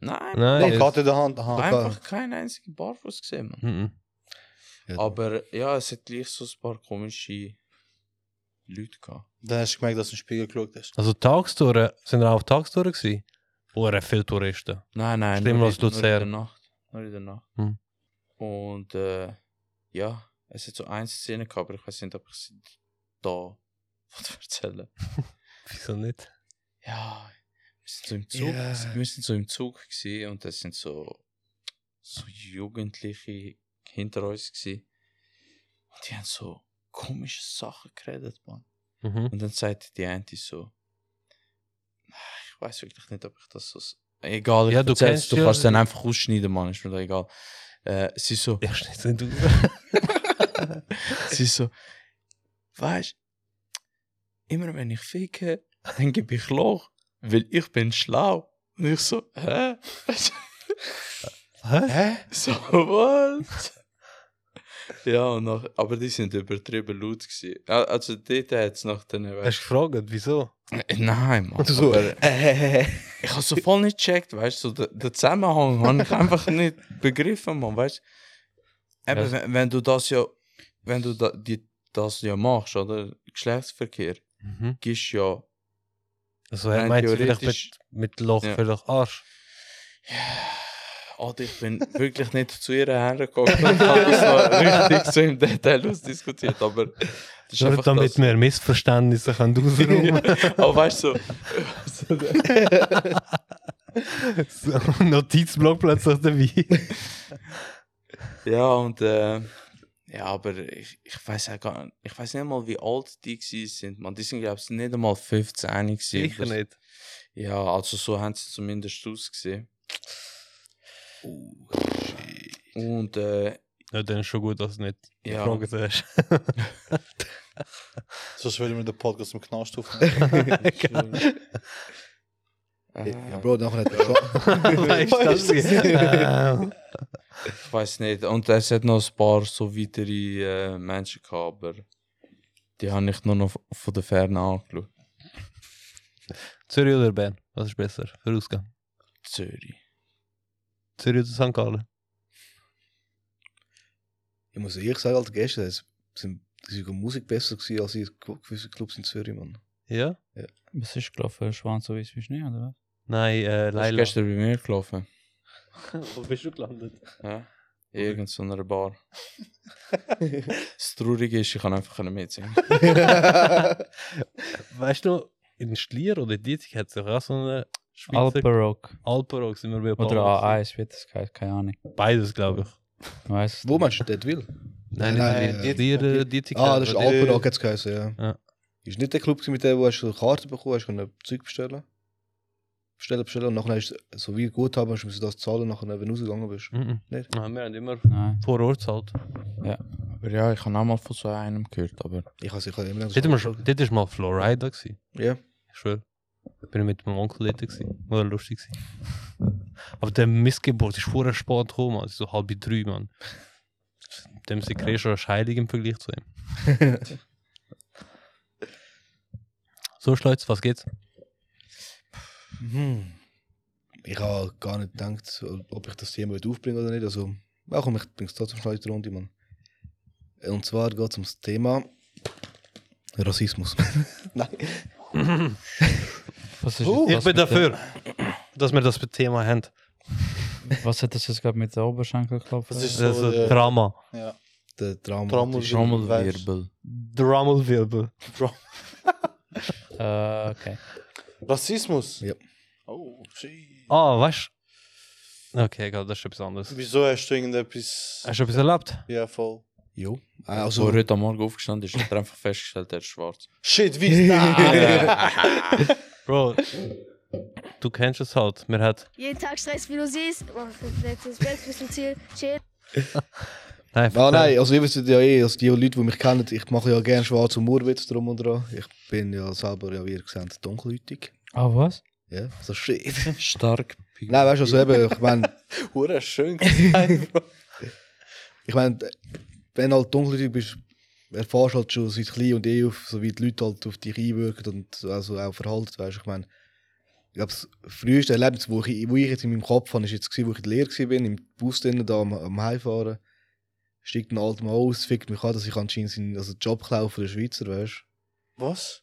Speaker 6: nein,
Speaker 5: Noch
Speaker 3: Nein.
Speaker 5: Karte in der Hand. Aha.
Speaker 6: einfach kein einziger Barfuß gesehen. Man.
Speaker 3: Mhm.
Speaker 1: Ja.
Speaker 6: Aber ja, es hat gleich so ein paar komische Leute gehabt.
Speaker 5: Dann hast du gemerkt, dass du in den Spiegel geschaut hast.
Speaker 3: Also, Tagstouren, sind wir auch auf Tagstouren gewesen? Oder viele Touristen?
Speaker 6: Nein, nein,
Speaker 3: Schlimmer
Speaker 6: nur,
Speaker 3: als
Speaker 6: in- nur in der
Speaker 3: Luzern.
Speaker 6: Nacht. Nur in der Nacht.
Speaker 3: Hm.
Speaker 6: Und äh, ja, es hat so eine Szene gehabt, aber ich weiß nicht, ob ich sie da was erzählen.
Speaker 3: Wieso nicht?
Speaker 6: ja, wir sind so im Zug,
Speaker 1: Ja.
Speaker 6: wir sind so im Zug gewesen und das sind so, so Jugendliche hinter uns gewesen. Und die haben so komische Sachen geredet, Mann.
Speaker 3: Mhm.
Speaker 6: Und dann sagte die eine so, "Ah, ich weiß wirklich nicht, ob ich das so, s- egal, ich
Speaker 3: Ja, du
Speaker 6: erzähl's,
Speaker 3: kennst
Speaker 6: du
Speaker 3: ja-
Speaker 6: kannst dann einfach ausschneiden, Mann, ist mir da egal. Äh, sie so,
Speaker 3: Ja, schnitt sind du.
Speaker 6: sie so, weißt immer wenn ich ficke, dann gebe ich Loch, weil ich bin schlau. Und ich so, hä? Hä? So, was? ja, und noch, aber die sind übertrieben laut gewesen. Al- Also, dort hat es noch den
Speaker 3: Hast du gefragt, wieso?
Speaker 6: Nein, Mann.
Speaker 1: Und du so,
Speaker 6: aber
Speaker 1: äh, äh, äh,
Speaker 6: ich habe so voll nicht gecheckt, weißt du, so, den, den Zusammenhang habe ich einfach nicht begriffen, Mann, weißt du. Eben,
Speaker 3: Ja.
Speaker 6: wenn, wenn du das ja, wenn du da, die, das ja machst, oder? Geschlechtsverkehr,
Speaker 3: Mhm.
Speaker 6: gibst ja,
Speaker 3: Also er
Speaker 6: Nein,
Speaker 3: meint sie vielleicht
Speaker 6: theoretisch-
Speaker 3: mit, mit Loch
Speaker 6: Ja.
Speaker 3: vielleicht Arsch.
Speaker 6: Alter, oh, ich bin wirklich nicht zu ihr hergekommen und habe das noch richtig so im Detail ausdiskutiert, aber das ist
Speaker 3: Nur
Speaker 6: einfach
Speaker 3: damit
Speaker 6: das.
Speaker 3: wir Missverständnisse können ausräumen
Speaker 6: Aber weißt du, so,
Speaker 3: So, Notizblock plötzlich dabei.
Speaker 6: Ja, und äh, ja, aber ich, ich weiß ja gar nicht, ich weiß nicht mal, wie alt die gewesen sind. Man, die sind, glaube ich, nicht einmal 15 gewesen.
Speaker 3: Sicher
Speaker 6: Oder-
Speaker 3: nicht.
Speaker 6: Ja, also so haben sie zumindest ausgesehen. Oh, Und äh,
Speaker 3: Ja, dann ist schon gut, dass du nicht
Speaker 6: Ja.
Speaker 3: gefragt hast.
Speaker 5: Sonst würde ich mir den Podcast im Knast aufnehmen.
Speaker 1: Ja,
Speaker 6: äh,
Speaker 1: Bro, nachher hat er
Speaker 3: Weißt du das? Ähm,
Speaker 6: ich weiß nicht. Und es hat noch ein paar so weitere äh, Menschen gehabt, aber die habe ich nur noch v- von der Ferne angeschaut.
Speaker 3: Zürich oder Bern? Was ist besser für Ausgang?
Speaker 6: Zürich.
Speaker 3: Zürich oder St. Gallen?
Speaker 1: Ich muss ehrlich sagen, Alter, gestern es sind die Musik besser gewesen, als ich gewisse Clubs in Zürich, Mann.
Speaker 3: Ja?
Speaker 2: Was ist gelaufen? Schwan so weiß wie Schnee, oder
Speaker 3: Nein, äh,
Speaker 6: Das ist
Speaker 3: Leila.
Speaker 6: gestern bei mir gelaufen.
Speaker 3: Wo bist du gelandet?
Speaker 6: Ja. Irgend so einer Bar. das Traurige ist, ich kann einfach nicht mitsingen.
Speaker 3: Weißt du, in Schlier oder Dietig hat sich auch so eine
Speaker 2: was? Alperock.
Speaker 3: Alperock sind wir bei
Speaker 2: Oder
Speaker 3: Palmas.
Speaker 2: A1 wird das geheißen, keine Ahnung.
Speaker 3: Beides, glaube ich.
Speaker 2: Ich weiss es
Speaker 1: Wo
Speaker 2: nicht.
Speaker 1: meinst du, Deadville?
Speaker 3: Nein,
Speaker 1: Nein,
Speaker 3: nicht
Speaker 1: äh,
Speaker 3: in Schlier, äh, Dietig.
Speaker 1: Ah, das ist
Speaker 3: aber
Speaker 1: Alpenrock, hat es geheißen, ja.
Speaker 3: Ja.
Speaker 1: Ist nicht der Club gewesen, mit dem wo hast du eine Karte bekommen hast, können Zeug bestellen. Bestellen, bestellen und nachher ist es so wie gut haben, hast du das zahlen, nachher, wenn du rausgegangen bist.
Speaker 3: die- Mhm.
Speaker 1: Nicht?
Speaker 3: Ah, Wir haben immer
Speaker 2: Nein.
Speaker 3: vor Ort halt. zahlt.
Speaker 6: Aber ja, ich habe auch mal von so einem gehört, aber
Speaker 1: Ich habe sicher immer
Speaker 3: Dort war schon- dort war mal Florida. Gewesen.
Speaker 1: Ja.
Speaker 3: Ich schwöre. Ich bin mit meinem Onkel dort. Gewesen. War lustig. gewesen. Aber der Missgeburt ist vorher spät gekommen. Also so halb drei, Mann. Dem sind Kreis schon als heilig im Vergleich zu ihm. so, Schleutz, was geht's?
Speaker 1: Hm. Ich habe gar nicht gedacht, ob ich das Thema heute aufbringe oder nicht. Also, ja, komm, ich bringe es trotzdem schnell in die Runde, Mann. Und zwar geht es ums Thema Rassismus. Nein.
Speaker 2: Was ist
Speaker 3: Oh,
Speaker 2: jetzt das
Speaker 3: ich
Speaker 2: mit
Speaker 3: bin
Speaker 2: der-
Speaker 3: dafür, dass wir das Thema haben.
Speaker 2: Was hat das jetzt gerade mit der Oberschenkelklappe?
Speaker 5: Das ist
Speaker 3: Das ist
Speaker 5: so
Speaker 3: ein
Speaker 5: der
Speaker 3: Also Drama.
Speaker 5: ja.
Speaker 1: Der Traum.
Speaker 5: Trommelwirbel.
Speaker 6: Trommelwirbel.
Speaker 3: Drummelwirbel.
Speaker 2: Äh, okay.
Speaker 5: Rassismus.
Speaker 1: Ja.
Speaker 5: Oh, shit.
Speaker 3: Ah, weißt du? Okay, egal, das ist etwas anderes.
Speaker 5: Wieso hast du irgendetwas...
Speaker 3: Hast du etwas erlebt?
Speaker 5: Ja, voll.
Speaker 1: Jo.
Speaker 6: Also,
Speaker 1: Also,
Speaker 6: Wo er heute am Morgen aufgestanden ist, hat er einfach festgestellt, er ist schwarz.
Speaker 5: Shit, wie ist das?
Speaker 3: Bro, du kennst es halt. Mir hat
Speaker 7: Jeden Tag Stress, wie du siehst. Oh, letztes Bett bis zum Ziel. Chill.
Speaker 3: Nein,
Speaker 1: nein, nein, also ihr wisst ja eh, also die Leute, die mich kennen, ich mache ja gerne schwarze Humorwitz drum und dran. Ich bin ja selber, ja, wie ihr seht, dunkelhäutig.
Speaker 2: Ah, was?
Speaker 1: Ja, so shit.
Speaker 6: Stark.
Speaker 1: nein, weißt du, also eben, ich meine,
Speaker 5: Hure schön gesagt, Bro.
Speaker 1: Ich meine, wenn du halt dunkelhäutig bist, erfährst du halt schon seit klein und eh auf, so wie die Leute halt auf dich einwirken und also auch verhalten. Weißt. Ich meine, ich glaube, das früheste Erlebnis, wo ich, wo ich jetzt in meinem Kopf habe, ist jetzt, gewesen, wo ich in der Lehre war, im Bus drinnen, da am, am Heimfahren. Steigt ein alter Mann aus, fickt mich an, dass ich anscheinend seinen also Job klaue von den Schweizer, weißt
Speaker 5: Was?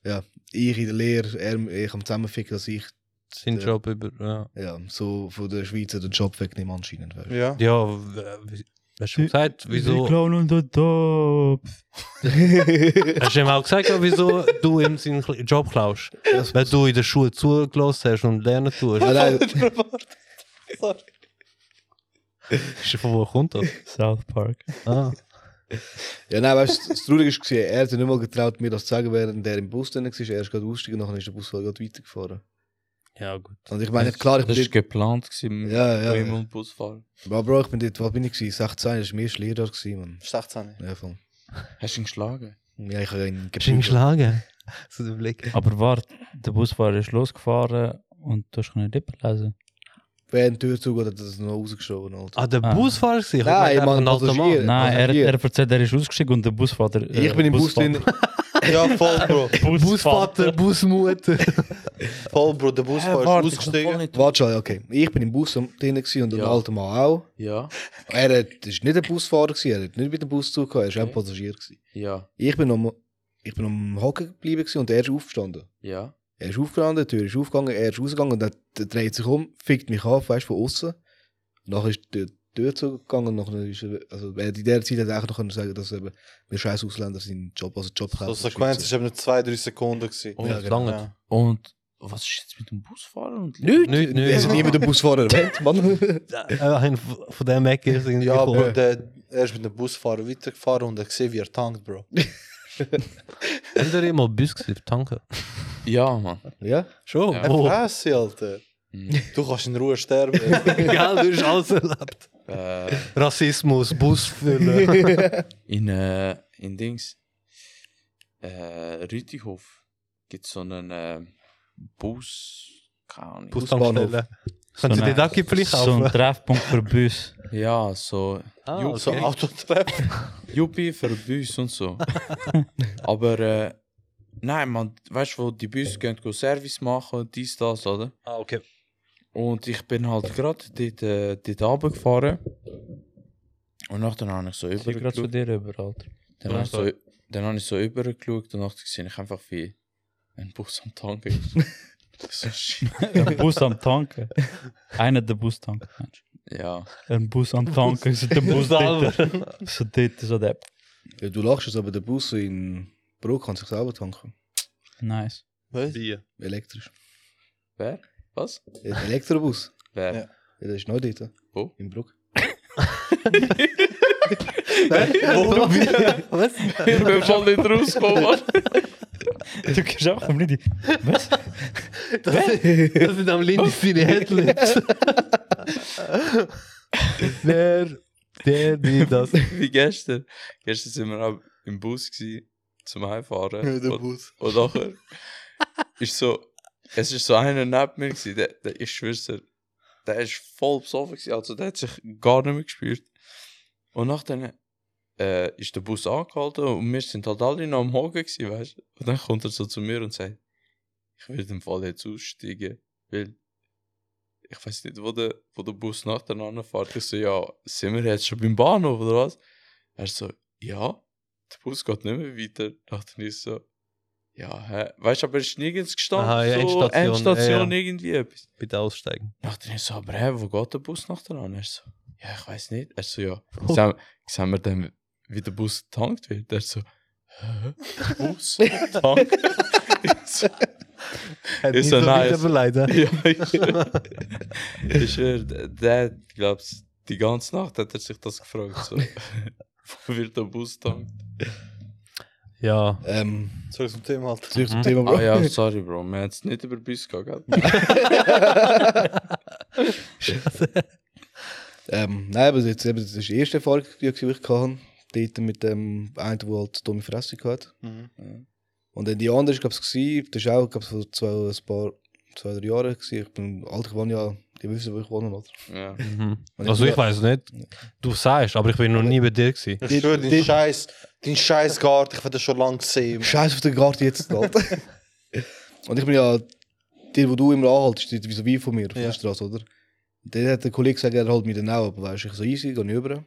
Speaker 1: Ich in der Lehre, er, ich am zusammenficken, dass ich
Speaker 3: Sein Job über. Ja,
Speaker 1: ja, so von den Schweizer den Job wegnehme anscheinend, weißt
Speaker 5: Ja.
Speaker 3: ja w- w- hast du ihm gesagt,
Speaker 2: Die
Speaker 3: wieso.
Speaker 2: klauen unter Topf.
Speaker 3: Hast du ihm auch gesagt, wieso du ihm seinen Kle- Job klaust? Weil du in der Schule zugelassen hast und lernen tust.
Speaker 1: Ja, nein,
Speaker 3: Ist- Von wo kommt das?
Speaker 2: South Park.
Speaker 3: Ah.
Speaker 1: Ja, nein, weißt du, das Traurige war, er hat ja nicht mal getraut, mir das zu sagen, während er im Bus drin war. Er ist gerade ausgestiegen, nachher ist der Bus gerade weitergefahren.
Speaker 3: Ja, gut.
Speaker 1: Und ich meine, klar, ich
Speaker 6: Das
Speaker 1: bin
Speaker 6: ist
Speaker 1: dort,
Speaker 6: geplant gewesen, mit
Speaker 1: Ja, ja,
Speaker 6: ja,
Speaker 1: ja.
Speaker 6: und Busfahren.
Speaker 1: Bro, Bro, ich bin dort, was bin ich gewesen? 16, das war mehr Lehrer gewesen, Mann.
Speaker 5: Ist 18.
Speaker 1: Ja, voll.
Speaker 6: Hast du ihn geschlagen?
Speaker 1: Ja, ich habe ihn
Speaker 3: Hast du ihn
Speaker 1: geprügelt.
Speaker 3: geschlagen? Zu dem Blick.
Speaker 2: Aber warte, der Busfahrer ist losgefahren und du hast keine Lippen lesen.
Speaker 1: während der Tür zu hat er das noch rausgeschoben. Alter.
Speaker 3: Ah, der
Speaker 2: Ah.
Speaker 3: Busfahrer war sicher.
Speaker 1: Nein,
Speaker 3: ich meine,
Speaker 1: Mann,
Speaker 3: ein alter
Speaker 1: Passagier.
Speaker 3: Mann.
Speaker 2: Nein, er,
Speaker 1: Passagier.
Speaker 2: er erzählt, er ist ausgestiegen und der Busfahrer. äh,
Speaker 1: ich bin im Bus drin.
Speaker 5: Ja, voll, Bro.
Speaker 2: Busfahrer.
Speaker 1: Busmutter.
Speaker 5: Voll, Bro. Der Busfahrer ist
Speaker 6: warte, ich komm voll
Speaker 5: ausgestiegen.
Speaker 6: nicht-
Speaker 1: Warte schon, okay. Ich bin im Bus drin gewesen und
Speaker 6: Ja.
Speaker 1: ein alter Mann auch.
Speaker 6: Ja,
Speaker 1: Er hat, das war nicht ein Busfahrer, gewesen, er hat nicht mit dem Bus zugehört, er war ein
Speaker 6: Okay.
Speaker 1: Passagier. Gewesen.
Speaker 6: ja,
Speaker 1: Ich bin am, ich bin am Hocken geblieben gewesen und er ist aufgestanden.
Speaker 6: ja.
Speaker 1: Er ist aufgestanden, die Tür ist aufgegangen, er ist rausgegangen und dann dreht sich um, fickt mich auf, weißt du, von außen. Nachher ist die Tür zugegangen und nachher ist er, also er hat in der Zeit hat er auch noch können sagen, dass eben, wir scheiß Ausländer seinen Job, also Job
Speaker 5: So Sequenz war eben nur zwei, drei Sekunden. Gewesen.
Speaker 3: Oh Ja, das lange.
Speaker 5: Ja.
Speaker 6: Und was ist jetzt mit dem Busfahrer? Und
Speaker 1: Nicht,
Speaker 3: Nicht,
Speaker 1: nicht,
Speaker 3: nicht.
Speaker 1: Er ist niemand den Busfahrer erwähnt, Mann.
Speaker 3: Ja, Ein von dem Eck ist irgendwie
Speaker 5: Ja,
Speaker 3: gekommen.
Speaker 5: Bro, der, er ist mit dem Busfahrer weitergefahren und er gesehen, wie er tankt, Bro.
Speaker 3: Habt ihr mal Bus gesehen, tanken?
Speaker 6: Ja, man.
Speaker 1: ja?
Speaker 3: Schon?
Speaker 5: Er
Speaker 3: Oh, Hmm.
Speaker 5: fresse, Alter.
Speaker 6: Mhm.
Speaker 5: Du kannst in Ruhe sterben.
Speaker 3: ja, du hast alles erlebt.
Speaker 6: Äh,
Speaker 3: Rassismus, Busfüllen.
Speaker 6: in, äh, in Dings. Äh, Rütighof gibt es so einen äh, Bus. Keine Ahnung.
Speaker 3: Bustankstellen.
Speaker 2: So
Speaker 3: Kannst du
Speaker 2: ein-
Speaker 3: dir das Gipfel
Speaker 2: So ein
Speaker 3: kaufen?
Speaker 2: Treffpunkt für Bus.
Speaker 6: Ja, so.
Speaker 3: Ah,
Speaker 5: So
Speaker 3: okay.
Speaker 5: Autotreffen.
Speaker 6: Juppie für Bus und so. Aber äh, nein, man, weißt du, wo die Bus gehen go Service machen, dies, das, oder?
Speaker 3: Ah, okay.
Speaker 6: Und ich bin halt gerade dort, äh, dort runtergefahren. Und nachher habe ich so
Speaker 2: Ich bin gerade zu
Speaker 6: übergeschaut.
Speaker 2: dir über, Alter.
Speaker 6: Dann habe ich so, dann habe ich so übergeschaut und nachher gesehen, ich einfach wie ein Bus am Tanken ist. so shit.
Speaker 2: Ein Bus am Tanken. Einer der Bus tanken. meinst
Speaker 6: Ja.
Speaker 2: du? Ein Bus am Tanken. So der Bus dort. So dort, so der.
Speaker 1: ja, du lachst es, aber der Bus in Bruck kann sich selber tanken.
Speaker 2: Nice.
Speaker 3: Die.
Speaker 1: Elektrisch.
Speaker 6: Wer? Was?
Speaker 1: Ja, der Elektrobus.
Speaker 6: Wer?
Speaker 5: Ja.
Speaker 1: Ja, der ist neu dort.
Speaker 6: Wo?
Speaker 1: In Bruck.
Speaker 3: Oh,
Speaker 6: Ich bin voll nicht rausgekommen.
Speaker 2: Du kannst auch nicht. die- Was?
Speaker 3: Das sind am Lindes seine Headlips. der, der, die, das.
Speaker 6: wie gestern. Gestern sind wir auch im Bus gewesen, zum Heimfahren.
Speaker 5: Mit dem
Speaker 6: und,
Speaker 5: Bus.
Speaker 6: und nachher ist so, es ist so einer neben mir gewesen, der, der ich schwör's dir, der ist voll besoffen gewesen, also der hat sich gar nicht mehr gespürt. Und nachher äh, ist der Bus angehalten und wir sind halt alle noch am Hocken gewesen, weißt du. Und dann kommt er so zu mir und sagt, ich will im Fall jetzt aussteigen, weil ich weiß nicht, wo der, wo der Bus nachher anfährt. Ich so, ja, sind wir jetzt schon beim Bahnhof oder was? Er so, ja, der Bus geht nicht mehr weiter. Dachte ich so, ja, hä? Weißt du, aber es ist nirgends gestanden.
Speaker 3: Aha, ja,
Speaker 6: so,
Speaker 3: Endstation,
Speaker 6: Endstation,
Speaker 3: ja,
Speaker 6: irgendwie etwas.
Speaker 3: Bitte aussteigen.
Speaker 6: Dachte ich so, aber hä, wo geht der Bus nachher an? Er so, ja, ich weiß nicht. Er so, ja, sehen, sehen wir dann, wie der Bus getankt wird? Er so, hä? Bus? Tank? Ich so,
Speaker 3: Hat
Speaker 6: Ist ja nice.
Speaker 3: Leiden.
Speaker 6: ja, ich- ich schwör, der- der, glaubst die ganze Nacht hat er sich das gefragt. So. Wo wird der Bus tankt?
Speaker 3: Ja.
Speaker 1: Ähm,
Speaker 5: Zurück zum Thema, Alter.
Speaker 1: zurück zum Thema Bruck.
Speaker 6: Ah ja, sorry, Bro, wir haben jetzt nicht über Bus gegangen.
Speaker 1: Ähm, nein, aber jetzt, eben, das ist die erste Erfahrung, die ich hatte. Dort mit dem einen, der halt dumme Fresse hatte.
Speaker 5: Mhm.
Speaker 1: Und dann die andere, glaube ich, das war auch glaub, ich, vor zwei, ein paar, zwei, drei Jahren. gewesen. Ich bin, Alter, ich wohne ja, die wissen, wo ich wohne, oder?
Speaker 6: Ja.
Speaker 3: mhm. Also ich weiß nicht. Du sagst, aber ich bin noch nie bei dir gewesen.
Speaker 5: Ich schwöre, dein Scheiß, dein Scheiß Garten, ich will das schon lange sehen.
Speaker 1: Scheiß auf den Garten jetzt, Alter. und ich bin ja, die, wo du immer anhaltest, die wie so wie von mir, auf
Speaker 5: Ja.
Speaker 1: der Straße, oder? Und dann hat der Kollege gesagt, er halt holt mich dann auch ab, weißt du, ich so easy, geh nicht rüber.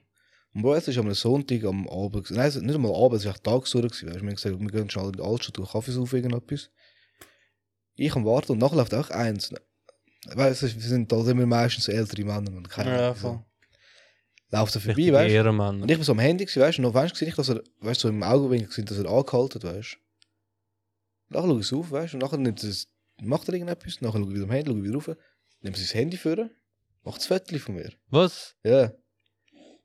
Speaker 1: Und boah, es ist am Sonntag, am Abend, gewesen. nein, es- nicht einmal Abend, es war echt tagsüber, gewesen, weißt du, wir haben gesagt, wir gehen schnell in die Altstadt, durch Kaffee auf irgendetwas. Ich am Warten und nachher läuft auch eins. Weißt du, wir sind halt immer meistens ältere Männer und keine
Speaker 5: Ja,
Speaker 1: Ahnung, so.
Speaker 5: voll.
Speaker 1: Läuft er vorbei,
Speaker 3: Richtige
Speaker 1: weißt du?
Speaker 3: Ehrenmann.
Speaker 1: Und ich war so am Handy, gewesen, weißt du, und dann gesehen ich, dass er, weißt du, so im Augenwinkel gesehen, dass er angehalten weißt du. Nachher schaue ich auf, weißt du, und nachher nimmt er das, macht er irgendetwas, nachher schaue ich wieder am Handy, schaue ich wieder rauf, nimmt sein Handy vor, macht das Fettchen von mir.
Speaker 3: Was?
Speaker 1: Ja.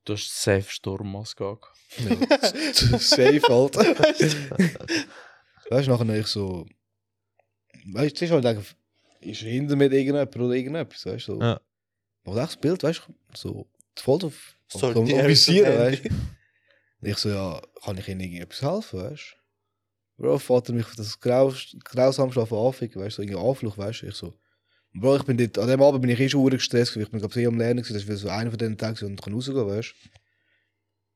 Speaker 6: Du hast safe Sturmmaske angehabt.
Speaker 1: Safe, Alter. weißt du, nachher ich so, weißt du, zuerst halt denken, ist er hinter mir irgendjemand oder irgendetwas, weißt du. So.
Speaker 3: Ja.
Speaker 1: Aber auch das Bild, weißt du, so, voll auf, auf,
Speaker 5: Sorry,
Speaker 1: auf, auf
Speaker 5: die Erste
Speaker 1: Visieren,
Speaker 5: Handy.
Speaker 1: weißt du. Und Ich so, ja, kann ich ihnen irgendetwas helfen, weißt du? Bro, fährt er mich auf das graus, grausamste auf anficken, weißt du, so irgendwie Anfluch, weißt du? Ich so, Bro, ich bin dort, an dem Abend bin ich eh schon verdammt gestresst, gewesen. ich bin glaube sehr am Lernen, gewesen. das war so einer von den Tagen, wo ich nicht rausgehen konnte, weißt du.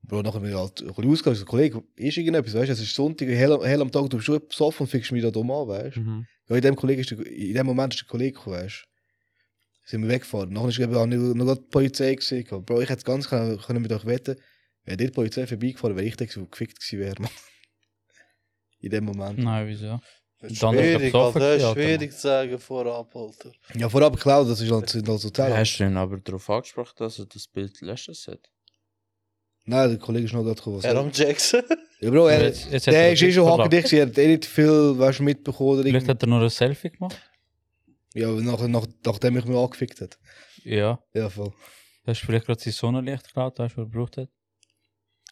Speaker 1: Bro, nachher bin ich halt ein bisschen ausgegangen, ich so, Kollege, ist irgendetwas, weißt du, es ist Sonntag, hell, hell am Tag, du bist schon besoffen und fickst mich da dumm an, weißt du.
Speaker 3: Mhm.
Speaker 1: Ja, in dem, Kollege ist der, in dem Moment ist der Kollege gekommen, weißt du. Sind wir weggefahren. Nachher ist eben auch nicht- noch gerade die Polizei gesehen. Bro, ich hätte es ganz gerne können mit euch wetten. Wäre dort die Polizei vorbeigefahren, wäre ich der gewesen, der gefickt gewesen wäre, Mann. In dem Moment.
Speaker 2: Nein, wieso? Dann ist er
Speaker 5: Schwierig,
Speaker 2: besoffen
Speaker 5: Alter.
Speaker 2: gewesen, Alter,
Speaker 5: Schwierig zu sagen vorab, Alter.
Speaker 1: Ja, vorab geklaut, das ist halt sind halt so Teller.
Speaker 6: Hast du ihn aber darauf angesprochen, dass er das Bild löschen sollte?
Speaker 1: Nein, der Kollege ist noch gerade gekommen. was
Speaker 5: Adam Jackson.
Speaker 1: soll- Ja, Bro, er,
Speaker 2: Jetzt- jetzt hat
Speaker 1: der
Speaker 2: er
Speaker 1: ist eh schon
Speaker 2: Verdacht.
Speaker 1: hacken dich, er hat eh nicht viel weißt, du, mitbekommen. Oder
Speaker 2: Vielleicht
Speaker 1: irgendwie.
Speaker 2: hat er nur ein Selfie gemacht.
Speaker 1: ja, nach, nach, nachdem ich mich angefickt hat.
Speaker 2: Ja.
Speaker 1: Ja, voll.
Speaker 2: Hast du vielleicht gerade sein Sonnenlicht geklaut, das, was er gebraucht hat?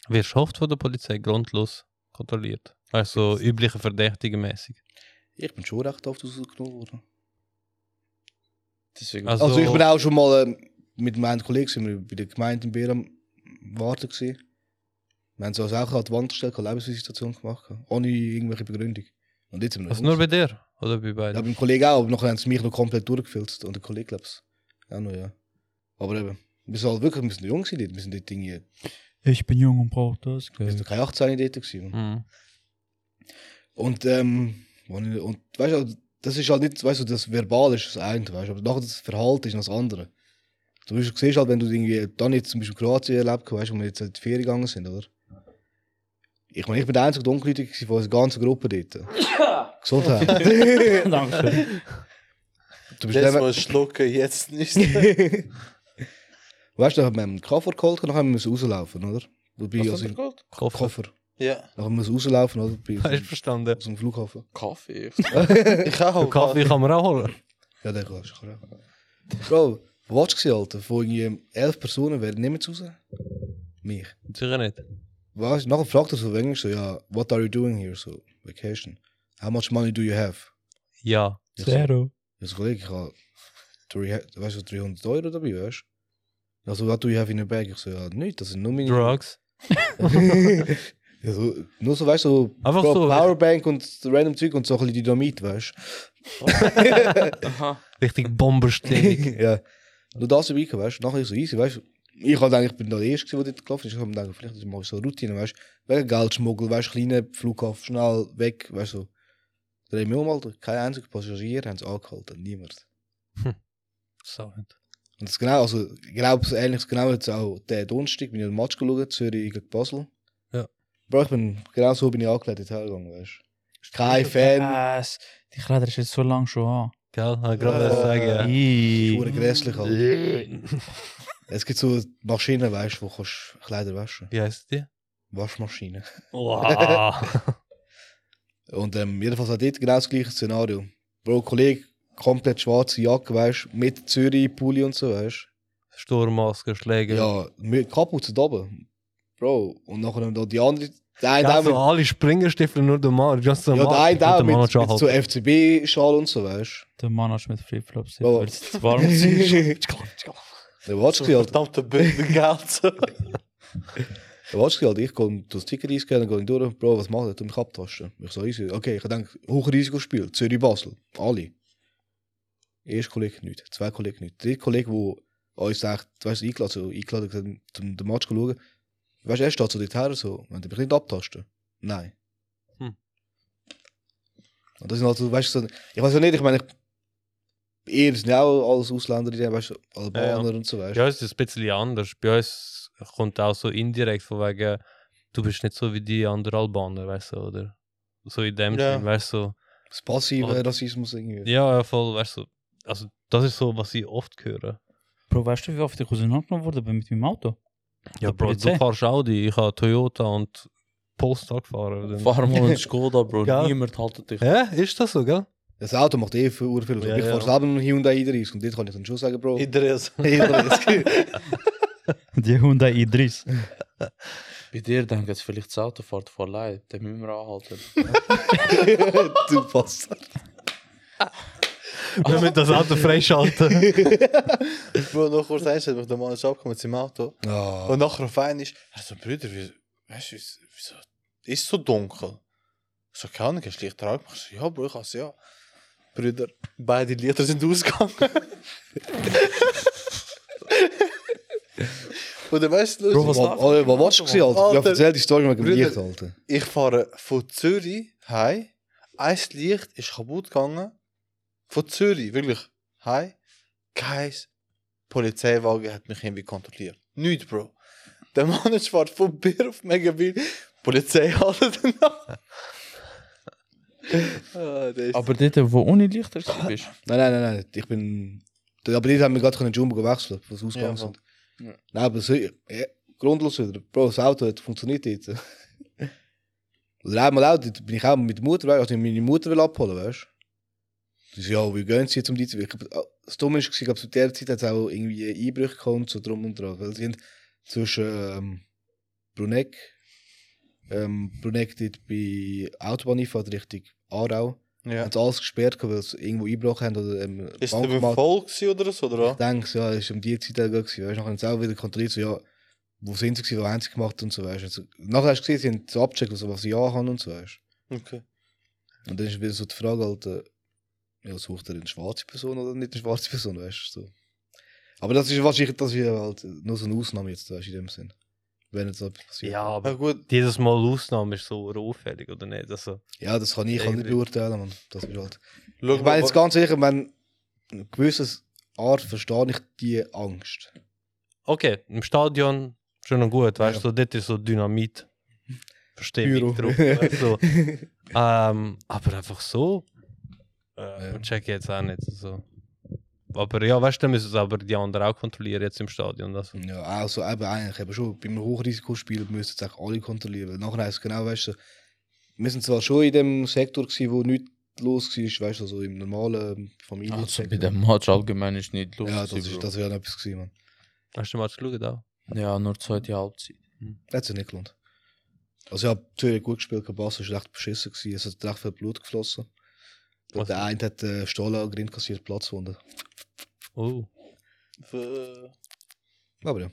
Speaker 3: Wirst oft von der Polizei grundlos kontrolliert. Also übliche Verdächtige mäßig.
Speaker 1: Ich bin schon recht oft rausgenommen worden.
Speaker 6: Deswegen.
Speaker 3: Also-
Speaker 1: Also,
Speaker 3: So-
Speaker 1: ich bin auch schon mal ähm, mit meinen Kollegen sind wir bei der Gemeinde in Bier am Warten. Gewesen. Wir haben uns also auch an die Wand gestellt, eine Lebensvisitation gemacht, ohne irgendwelche Begründung. Und jetzt sind wir
Speaker 3: Also
Speaker 1: raus.
Speaker 3: nur bei dir oder bei beiden?
Speaker 1: Ja, beim Kollegen auch, aber nachher haben sie mich noch komplett durchgefilzt. Und der Kollege, glaube ich, auch noch, ja. Aber eben, wir sind halt wirklich, wir sind jung gewesen, dort. wir sind dort Dinge,
Speaker 2: Ich bin jung und brauche das.
Speaker 1: wir sind
Speaker 2: Geld.
Speaker 1: noch keine 18 dort gewesen.
Speaker 3: Mhm.
Speaker 1: Und, ähm, und, und weißt du, das ist halt nicht, weißt du, das Verbal ist das eine, weißt du, aber nachher das Verhalten ist noch das andere. Du siehst- siehst halt, wenn du irgendwie dann jetzt zum Beispiel in Kroatien erlebt hast, weißt du, wo wir jetzt in die Ferien gegangen sind, oder? Ich meine, ich bin der einzige Dunkelhäutige gewesen von unserer ganzen Gruppe dort. Gesundheit. du
Speaker 2: Dankeschön.
Speaker 1: bist
Speaker 5: Das
Speaker 1: der,
Speaker 5: mal schlucken, jetzt nicht.
Speaker 1: weißt du, dann haben wir einen Koffer geholt und nachher müssen wir rauslaufen, oder? Wobei,
Speaker 6: Was
Speaker 1: also,
Speaker 6: hat er geholt?
Speaker 3: Koffer.
Speaker 1: Koffer.
Speaker 5: ja.
Speaker 1: Nachher müssen wir rauslaufen, oder? Bei,
Speaker 3: Hast du verstanden?
Speaker 1: aus dem Flughafen.
Speaker 6: Kaffee.
Speaker 5: Ich auch.
Speaker 1: Oh,
Speaker 3: Den Kaffee kann man auch holen.
Speaker 1: Ja, dat was gewoon. Bro, wat gezien Alter? Voor je elf personen werden niet meer zuzen? Meer.
Speaker 3: Sicher nicht.
Speaker 1: Was? Nog een vraag dat zo Engels. zo, Ja, what are you doing here? So, vacation. How much money do you have?
Speaker 3: Ja.
Speaker 1: Ja, zo-
Speaker 2: Zero.
Speaker 1: Ja, so, ik ga. Weißt du, 300 Euro dabei, weißt du? Also, what do you have in your bag? Ich so, ja, nichts, das sind nur meine.
Speaker 3: Drugs.
Speaker 1: Ja, so, nur so, weißt du,
Speaker 3: Einfach
Speaker 1: Bro,
Speaker 3: so.
Speaker 1: Powerbank und random Zeug und so ein bisschen Dynamit, weißt du?
Speaker 6: Aha.
Speaker 3: Richtig bomberständig.
Speaker 1: ja. Nur das im Weekend, weißt du, nachher so easy, weißt du. Ich hab eigentlich, ich bin da der Erste, gewesen, der dort gelaufen ist. Ich hab mir gedacht, vielleicht ist mal so eine Routine, weißt du. Wegen Geldschmuggel, weißt du, kleiner Flughafen, schnell weg, weißt du. So. Drei Millionen Alter, kein einziger Passagier haben sie angehalten, niemand.
Speaker 3: so.
Speaker 1: Und das genau, also, ich glaube, so ähnlich, genau jetzt auch der Donnerstag, bin ich den Match geschaut, Zürich gegen Basel.
Speaker 3: Ja.
Speaker 1: Bro, ich bin, genau so bin ich angeleitet hergegangen, weißt du. Kein Fan,
Speaker 2: Was? Die Kleider ist jetzt so lang schon an.
Speaker 3: Gell? Hab Ich gerade
Speaker 5: Äh,
Speaker 3: sagen. Ja.
Speaker 1: pure grässlich, Alter. Es gibt so Maschinen, weißt du, wo kannst Kleider waschen.
Speaker 3: Wie heisst die?
Speaker 1: Waschmaschine.
Speaker 3: Wow.
Speaker 1: Und ähm, jedenfalls hat dort genau das gleiche Szenario. Bro, Kollege, komplett schwarze Jacke, weißt du, mit Zürich, Pulli und so, weißt
Speaker 3: Sturmmaske,
Speaker 1: du.
Speaker 3: Schläger.
Speaker 1: Ja, mit Kapuze da oben. Bro, und nachher haben da die andere. Der eine
Speaker 3: Ja,
Speaker 1: auch
Speaker 3: so
Speaker 1: mit,
Speaker 3: alle Springerstiefel nur der Mann. Ganz
Speaker 1: ja, der
Speaker 3: normal.
Speaker 1: eine
Speaker 3: Und
Speaker 1: auch
Speaker 3: der Mann
Speaker 1: mit,
Speaker 3: hat schon
Speaker 1: mit so
Speaker 3: halt-
Speaker 1: FCB-Schal und so, weißt
Speaker 2: Der Mann ist mit Flipflops,
Speaker 1: Oh.
Speaker 2: weil es zu
Speaker 1: du.
Speaker 2: warm ist.
Speaker 1: Der Watsch halt,
Speaker 5: Verdammte Bündel Geld.
Speaker 3: Oh.
Speaker 1: der Watsch halt, ich komme das Ticket einscannen, gehe ich durch, Bro, was macht er? Du mich abtasten. Ich so, easy. Okay, ich denke, Hochrisikospiel, Zürich, Basel, alle. Erster Kollege nicht, zwei Kollegen nicht. Dritter Kollege, der uns sagt, weißt du, eingeladen, so, eingeladen hat, um den Match zu schauen. Weißt du, er steht so dort her, so, wenn du mich nicht abtasten. Nein.
Speaker 3: Hm.
Speaker 1: Und das sind halt so, weißt du, so, ich weiß ja nicht, ich meine, ich, ihr sind ja auch alles Ausländer, nou, die weißt du, Albaner und so, weißt du.
Speaker 3: Bei uns ist es ein bisschen anders. Bei uns kommt auch so indirekt von wegen, du bist nicht so wie die anderen Albaner, weißt du, oder? So in dem
Speaker 5: Ja.
Speaker 3: Sinn, weißt du.
Speaker 1: Das passive
Speaker 3: Oder-
Speaker 1: Rassismus irgendwie.
Speaker 3: Ja, ja, voll, weißt du. Also, das ist so, was ich oft höre.
Speaker 2: Bro, weißt du, wie oft ich auseinandergenommen wurde mit meinem Auto?
Speaker 3: Ja,
Speaker 2: Die
Speaker 3: Bro, du
Speaker 2: Polizei.
Speaker 3: fährst Audi, ich habe Toyota und Polestar gefahren. Dann-
Speaker 6: Fahr mal einen Skoda, Bro.
Speaker 3: Ja.
Speaker 6: Niemand haltet dich.
Speaker 3: Ja, ist das so, gell?
Speaker 1: Das Auto macht eh viel Urfilm.
Speaker 3: Ja,
Speaker 1: ich
Speaker 3: ja.
Speaker 1: fahre selber noch Hyundai i30 und dort kann ich dann schon sagen, Bro.
Speaker 5: Idris.
Speaker 2: Die Hyundai Idris.
Speaker 6: Bei dir denken jetzt vielleicht das Autofahrt vor Leid. Den müssen wir anhalten.
Speaker 1: du Bastard.
Speaker 3: Wir müssen das Auto freischalten.
Speaker 5: Ich will noch kurz einstellen, weil der Mann ist abgekommen mit seinem Auto.
Speaker 1: Ah,
Speaker 5: Und nachher auf einmal ist, er so, Brüder, wie, weißt du, wieso- wieso ist so dunkel? Ich so, keine Ahnung, hast du Licht drauf gemacht? Ich so, ja, Bro, ich hab's ja. Brüder, beide Lieder sind ausgegangen. Und dann weißt du,
Speaker 6: Bro, was
Speaker 1: Was,
Speaker 5: Oh,
Speaker 6: läuft?
Speaker 1: was, was warst du, gewesen, Alter? Ich
Speaker 5: Alter.
Speaker 1: habe erzählt, die Story mit dem
Speaker 5: Brüder.
Speaker 1: Licht, Alter.
Speaker 5: ich fahre von Zürich heim. Ein Licht ist kaputt gegangen. Von Zürich, wirklich heim. Kein Polizeiwagen hat mich irgendwie kontrolliert. Nicht, Bro. Der Mann ist fährt von Bier auf Megawil. Polizei haltet ihn an. ah, der ist
Speaker 6: Aber dort, wo ohne Lichter gewesen bist.
Speaker 1: Nein, nein, nein, nein. Ich bin. Aber die haben wir gerade können Jumbo wechseln, was ausgegangen
Speaker 5: Ja,
Speaker 1: sind.
Speaker 6: Ja.
Speaker 1: Nein, aber so, ja, grundlos wieder. Bro, das Auto hat funktioniert jetzt. Oder einmal auch, dort bin ich auch mit der Mutter weg, also ich meine Mutter will abholen, weißt du? Sie so, ja, wie gehen sie jetzt um die Zeit? Ich glaub, ah, Das Dumme ist, ich glaube, zu der Zeit hat es auch irgendwie Einbrüche gehabt und so drum und dran. Weil sie haben zwischen ähm, Bruneck, ähm, Bruneck dort bei Autobahneinfahrt Richtung Aarau,
Speaker 5: ja.
Speaker 1: haben sie alles gesperrt, gehabt, weil sie irgendwo eingebrochen haben oder ähm,
Speaker 5: ist der
Speaker 1: Bankomat-
Speaker 5: voll gewesen oder so, oder?
Speaker 1: ich denke, so, ja, es war um die Zeit auch gut. Weißt, nachher haben sie auch wieder kontrolliert, so, ja, wo sind sie, gewesen, wo haben sie gemacht und so. Weißt. Also, nachher hast du gesehen, sie haben so abgecheckt, also, was sie ja haben und so. Weißt.
Speaker 5: Okay.
Speaker 1: Und dann ist wieder so die Frage, halt, äh, ja, sucht er eine schwarze Person oder nicht eine schwarze Person, weißt du? So. Aber das ist wahrscheinlich das ist halt nur so eine Ausnahme jetzt, weißt, in dem Sinn. Wenn jetzt so etwas passiert.
Speaker 3: Ja,
Speaker 5: Aber
Speaker 3: aber
Speaker 5: gut,
Speaker 3: jedes Mal Ausnahme ist so auffällig, oder nicht? Also,
Speaker 1: ja, das kann ich halt nicht
Speaker 3: Irgendwie.
Speaker 1: beurteilen, Mann. Das ist halt.
Speaker 5: schau
Speaker 1: Ich meine jetzt
Speaker 5: wa-
Speaker 1: ganz sicher, wenn eine gewisse Art verstehe ich die Angst.
Speaker 3: okay, im Stadion schön und gut, weißt
Speaker 1: Ja.
Speaker 3: du, so, dort ist so Dynamit. Verstehe
Speaker 1: Pyro.
Speaker 3: mich drauf. weißt du. ähm, aber einfach so. Äh,
Speaker 1: Ja.
Speaker 3: Check ich jetzt auch nicht. Also. Aber ja, weißt du, dann müssen es aber die anderen auch kontrollieren jetzt im Stadion. Also.
Speaker 1: Ja, also eben eigentlich eben schon. Beim Hochrisikospiel müssen jetzt auch alle kontrollieren. Weil nachher heisst es genau, weißt du, wir sind zwar schon in dem Sektor, gewesen, wo nichts los war, weißt du, also im normalen
Speaker 6: Also
Speaker 1: Familiensektor.
Speaker 6: bei dem Match allgemein ist nicht los.
Speaker 1: ja, das,
Speaker 6: gewesen,
Speaker 1: ist,
Speaker 6: Bro.
Speaker 1: das wäre noch etwas gewesen, man.
Speaker 3: Hast du mal geschaut auch?
Speaker 6: Ja, nur zweite Halbzeit.
Speaker 1: Das hat sich nicht gelohnt. Also ich habe Zürich gut gespielt, der Bass war recht beschissen, gewesen, es hat recht viel Blut geflossen. Und
Speaker 3: Was?
Speaker 1: der eine hat äh, Stollen Grind kassiert, Platzwunde.
Speaker 3: Oh.
Speaker 5: Äh,
Speaker 1: Aber ja,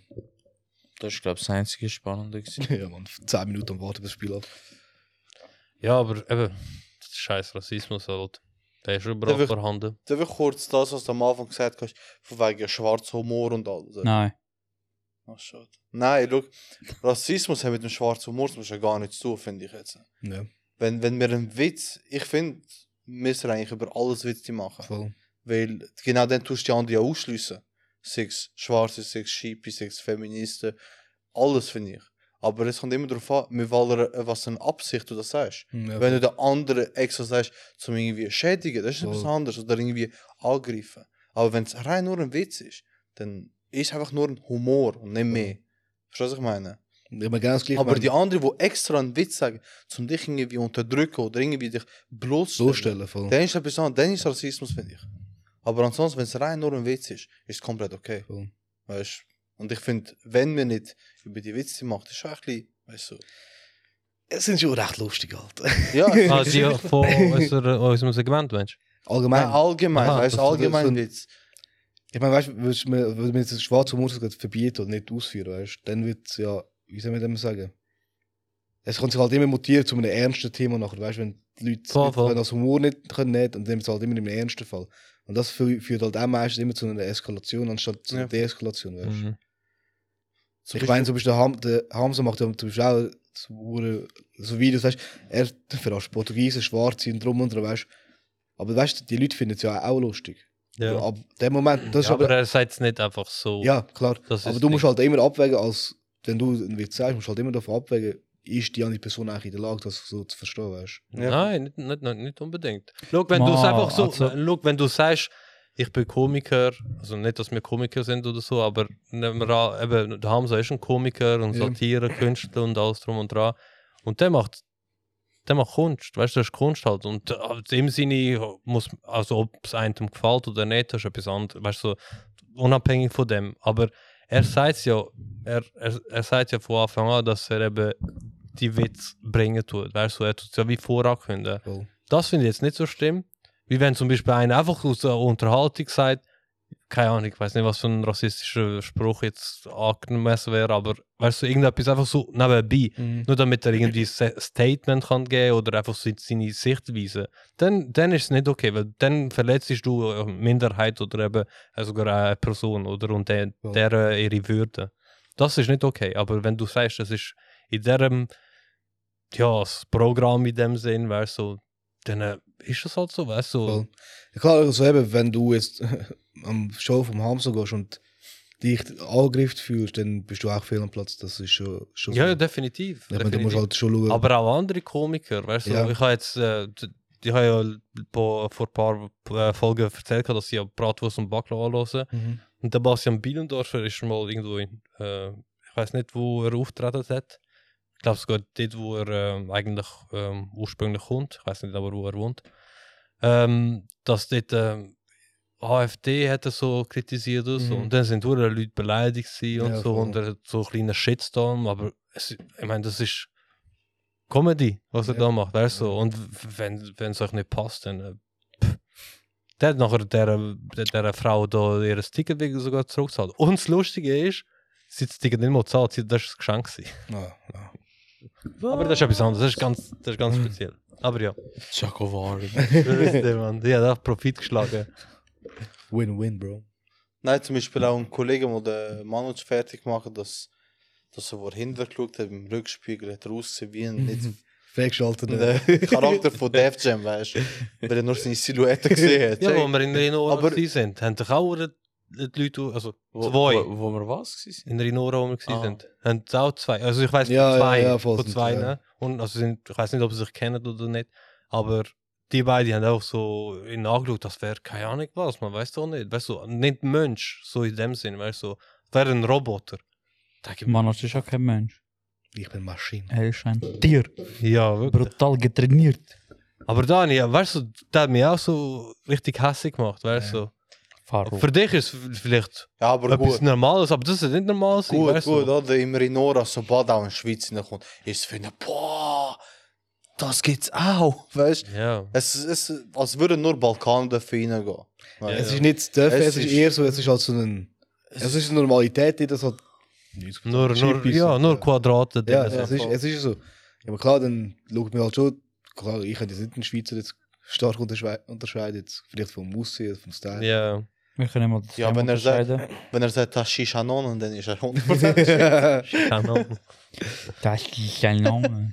Speaker 6: Das ist, glaube ich, das einzige Spannende. gewesen.
Speaker 1: ja man, 10 Minuten am Warten bis das Spiel ab.
Speaker 3: Ja, aber eben, das ist scheiß Rassismus halt. Der ist
Speaker 5: Der
Speaker 3: überall
Speaker 5: wird-
Speaker 3: vorhanden.
Speaker 5: Darf ich kurz das, was du am Anfang gesagt hast, von wegen schwarzer Humor und alles?
Speaker 2: Nein.
Speaker 5: Ach, schade. Nein, schau, Rassismus hat mit dem schwarzen Humor zum Beispiel gar nichts zu, finde ich jetzt.
Speaker 1: Ja,
Speaker 5: Wenn, wenn wir einen Witz, ich finde, müssen wir eigentlich über alles Witze machen.
Speaker 1: voll.
Speaker 5: Weil genau dann tust du die anderen ja ausschliessen. Sechs Schwarze, sechs Schiepe, sechs Feministen, alles finde ich. Aber es kommt immer darauf an, mit welcher- äh, was für eine Absicht du das sagst.
Speaker 1: Ja,
Speaker 5: Wenn du den anderen extra sagst, zum irgendwie schädigen, das ist etwas
Speaker 1: Voll.
Speaker 5: anderes oder irgendwie angreifen. Aber wenn es rein nur ein Witz ist, dann ist es einfach nur ein Humor und nicht mehr. Verstehst du, was ich meine?
Speaker 1: ich meine, genau das gleiche.
Speaker 5: Aber
Speaker 1: ich
Speaker 5: die
Speaker 1: meine,
Speaker 5: anderen, die extra einen Witz sagen, zum dich irgendwie unterdrücken oder irgendwie dich
Speaker 1: so
Speaker 5: bloßstellen,
Speaker 1: stellen, voll.
Speaker 5: dann ist das etwas anderes, dann ist Rassismus, finde ich. Aber ansonsten, wenn es rein nur ein Witz ist, ist es komplett okay.
Speaker 1: Voll.
Speaker 5: Weißt? Und ich finde, wenn man nicht über die Witze macht, ist es auch ein bisschen, weißt du.
Speaker 1: Es sind schon recht lustig, Alter.
Speaker 5: Ja,
Speaker 3: Ah,
Speaker 5: es
Speaker 3: die
Speaker 5: ist-
Speaker 3: von unserer, unserem Segment, Mensch.
Speaker 1: Allgemein.
Speaker 5: Nein, allgemein,
Speaker 3: Aha,
Speaker 5: weißt du,
Speaker 1: das- das-
Speaker 5: allgemein
Speaker 1: das-
Speaker 5: Witz.
Speaker 1: Ich meine, weißt du, würdest du mir- würde mir jetzt das schwarze Humor gerade verbieten oder nicht ausführen, weißt du, dann wird es ja, wie soll man dem sagen? Es kann sich halt immer mutieren zu einem ernsten Thema nachher, weißt du, wenn die Leute
Speaker 3: Voll,
Speaker 1: nicht
Speaker 3: voll.
Speaker 1: können das Humor nicht können, nicht, und dann wird es halt immer im ernsten Fall. Und das fü- führt halt auch meistens immer zu einer Eskalation anstatt zu einer
Speaker 5: Ja.
Speaker 1: Deeskalation, weißt du.
Speaker 3: Mhm.
Speaker 1: Ich meine, zum Beispiel der, Ham, der Hamza macht ja zum Beispiel auch so, hure- so Videos, weißt du, er verarscht Portugiesen, Schwarze und drum und dran, weißt du. Aber weißt du, die Leute finden es ja auch lustig.
Speaker 3: Ja.
Speaker 1: Ab dem Moment, das
Speaker 3: Ja,
Speaker 1: ist aber
Speaker 3: aber er sagt es nicht einfach so.
Speaker 1: Ja, klar.
Speaker 3: Das
Speaker 1: aber
Speaker 3: ist
Speaker 1: du musst
Speaker 3: nicht-
Speaker 1: halt immer abwägen, als wenn du einen Witz sagst, musst du halt immer davon abwägen, ist die andere Person eigentlich in der Lage, das so zu verstehen, weißt du?
Speaker 3: Nein, nicht, nicht, nicht, nicht unbedingt. Schau, wenn du es
Speaker 2: Ma,
Speaker 3: einfach so,
Speaker 2: also-
Speaker 3: schau, wenn du sagst, ich bin Komiker, also nicht, dass wir Komiker sind oder so, aber nehmen wir an, eben, der Hamza ist ein Komiker und
Speaker 1: Ja.
Speaker 3: Satire, Künstler und alles drum und dran. Und der macht, der macht Kunst, weißt du, das ist Kunst halt. Und äh, in dem Sinne muss, also ob es einem gefällt oder nicht, das ist etwas anderes, weißt du, so, unabhängig von dem. Aber er sagt es ja, er, er, er sagt ja von Anfang an, dass er eben die Witz bringen tut. Weißt du, er tut es ja wie vorankündigen.
Speaker 1: Voll.
Speaker 3: Das finde ich jetzt nicht so schlimm, wie wenn zum Beispiel einer einfach aus der Unterhaltung sagt, keine Ahnung, ich weiß nicht, was für ein rassistischer Spruch jetzt angemessen wäre, aber weißt du, irgendetwas einfach so nebenbei,
Speaker 1: Mhm.
Speaker 3: nur damit er irgendwie ein Se- Statement kann geben oder einfach se- seine Sichtweise, dann, dann ist es nicht okay, weil dann verletzt du eine Minderheit oder eben äh, sogar eine Person oder und der,
Speaker 1: Ja.
Speaker 3: deren ihre Würde. Das ist nicht okay, aber wenn du sagst, das ist in diesem ja, das Programm in dem Sinn, weißt du, dann äh, ist es halt so, weißt du.
Speaker 1: Voll. Ja, klar, also eben, wenn du jetzt am Show vom Hamster gehst und dich angegriffen fühlst, dann bist du auch fehl am Platz. Das ist schon, schon
Speaker 3: Ja,
Speaker 1: so.
Speaker 3: ja, definitiv.
Speaker 1: Ich meine, du musst
Speaker 3: definitiv.
Speaker 1: halt schon schauen.
Speaker 3: Aber auch andere Komiker, weißt du,
Speaker 1: Ja.
Speaker 3: ich habe jetzt, äh, d- ich habe ja po- vor ein paar äh, Folgen erzählt, gehabt, dass ich ja Bratwurst und Baklava höre.
Speaker 5: Mhm.
Speaker 3: Und der Bastian Bielendorfer ist mal irgendwo in, äh, ich weiß nicht, wo er auftreten hat. Ich glaube sogar dort, wo er ähm, eigentlich ähm, ursprünglich kommt. Ich weiß nicht aber, wo er wohnt. Ähm, dass dort ähm, AfD hat er so kritisiert und so.
Speaker 5: Mhm.
Speaker 3: Und dann sind die Leute beleidigt gewesen und
Speaker 1: Ja,
Speaker 3: so.
Speaker 1: voll.
Speaker 3: Und er hat so einen kleinen Shitstorm. Aber es, ich meine, das ist Comedy, was er
Speaker 1: Ja.
Speaker 3: da macht. Weißt du? Und w- wenn wenn es euch nicht passt, dann. Äh, pff. der hat nachher der, der, der Frau da ihr Ticket wegen sogar zurückgezahlt. Und das Lustige ist, sie hat das Ticket nicht mal gezahlt, sie- das war ein Geschenk. Gewesen.
Speaker 1: Ja, ja.
Speaker 3: Aber das ist etwas anderes, das ist ganz, das ist ganz
Speaker 1: Hm.
Speaker 3: speziell. Aber ja,
Speaker 6: Jaco Warren.
Speaker 3: das ist der Mann. Die hat auch Profit geschlagen.
Speaker 1: Win-win, Bro.
Speaker 5: Nein, zum Beispiel auch ein Kollege, der den Mann fertig gemacht dass, dass er, wo er hinter geschaut hat, im Rückspiegel hat er ausgesehen wie ein nicht
Speaker 1: Freigeschaltet.
Speaker 5: der Charakter von Def Jam, weißt du? Weil er nur seine Silhouette gesehen hat.
Speaker 3: Ja, wo wir in Renora
Speaker 5: Aber-
Speaker 3: gewesen sind, haben doch auch die die Leute, also
Speaker 6: Wo,
Speaker 3: Zwei.
Speaker 6: Wo, wo wir was gewesen sind?
Speaker 3: in Renora, wo wir gewesen
Speaker 6: Ah.
Speaker 3: sind, haben es auch zwei. Also ich weiß
Speaker 1: Ja,
Speaker 3: von zwei,
Speaker 1: ja, ja, voll,
Speaker 3: von
Speaker 1: sind
Speaker 3: zwei,
Speaker 1: zwei.
Speaker 3: ne? Und also sind, ich weiß nicht, ob sie sich kennen oder nicht, aber die beiden haben auch so in angeschaut, das wäre keine Ahnung was, man weiß doch nicht, weißt du, nicht Mensch, so in dem Sinn, weißt du, wäre ein Roboter. Denk ich mir,
Speaker 2: Manos ist auch kein Mensch.
Speaker 1: Ich bin Maschine.
Speaker 2: Er ist ein Tier.
Speaker 3: Ja, wirklich.
Speaker 2: Brutal getrainiert.
Speaker 3: Aber Daniel, weißt du, der hat mich auch so richtig hässlich gemacht, weißt du.
Speaker 2: Faro.
Speaker 3: Für dich ist es vielleicht
Speaker 5: Ja, aber
Speaker 3: etwas
Speaker 5: gut.
Speaker 3: Normales, aber das ist nicht normal sein,
Speaker 5: Gut,
Speaker 3: weißt
Speaker 5: gut,
Speaker 3: du.
Speaker 5: oder? Im Renora, sobald auch in die Schweiz hineinkommt, ist es für ihn, boah, das gibt's auch, weißt du?
Speaker 3: Ja.
Speaker 5: Es, es, als würden nur Balkan dafür hineingehen.
Speaker 3: Ja,
Speaker 1: Es
Speaker 5: Weißt du?
Speaker 1: ist nicht zu dürfen,
Speaker 5: Es
Speaker 1: es, ist
Speaker 5: ist-
Speaker 1: eher so, es ist halt so ein. Es ist eine Normalität, die das halt.
Speaker 3: Nur, nur,
Speaker 1: Cheapies.
Speaker 3: ja, nur Quadrate.
Speaker 1: Ja,
Speaker 3: Dinge
Speaker 1: es
Speaker 3: sind.
Speaker 1: ist, es ist so. Ja, aber klar, dann schaut man halt schon. Klar, ich könnte jetzt nicht den Schweizer jetzt stark unterschwe- unterscheiden, jetzt vielleicht vom Aussehen, vom Style.
Speaker 3: Ja.
Speaker 2: Wir können mal das
Speaker 5: Ja,
Speaker 2: Thema
Speaker 5: wenn er sagt-
Speaker 2: unterscheiden.
Speaker 5: Wenn er sagt, das ist Shishanon, und dann ist er 100%.
Speaker 3: Keine Ahnung.
Speaker 2: Das ist kein Name.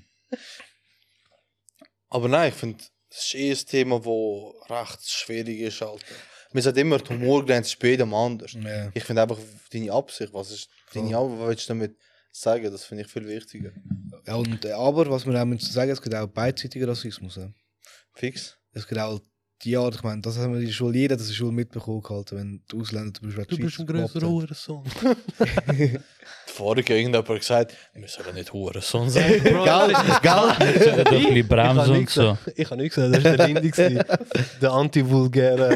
Speaker 5: Aber nein, ich finde, das ist eh ein Thema, wo recht schwierig ist. Alter. Man sagt immer, die Humorgrenze ist bei jedem anders.
Speaker 1: Ja.
Speaker 5: Ich finde einfach deine Absicht, was ist deine
Speaker 1: Ja.
Speaker 5: Absicht, was willst du damit sagen? Das finde ich viel wichtiger.
Speaker 1: Ja, und, äh, aber was wir auch müssen sagen, es gibt auch beidseitigen Rassismus. Ja.
Speaker 5: Fix.
Speaker 1: Es gibt auch die Art, ich meine, das haben wir in der Schule, jeder hat das in der Schule mitbekommen, gehalten, wenn die Ausländer zum Beispiel
Speaker 3: Du
Speaker 1: die
Speaker 3: bist ein
Speaker 1: Schweiz
Speaker 3: größer
Speaker 1: gemobbt haben.
Speaker 3: Hurensohn.
Speaker 5: Vorher hat irgendjemand gesagt, wir sollen nicht Hurensohn sein.
Speaker 3: Geil,
Speaker 2: Doch ein
Speaker 3: geil.
Speaker 2: bisschen bremsen und so.
Speaker 3: Ich habe nichts gesagt, das war der Lindy. gewesen. Der anti-vulgäre.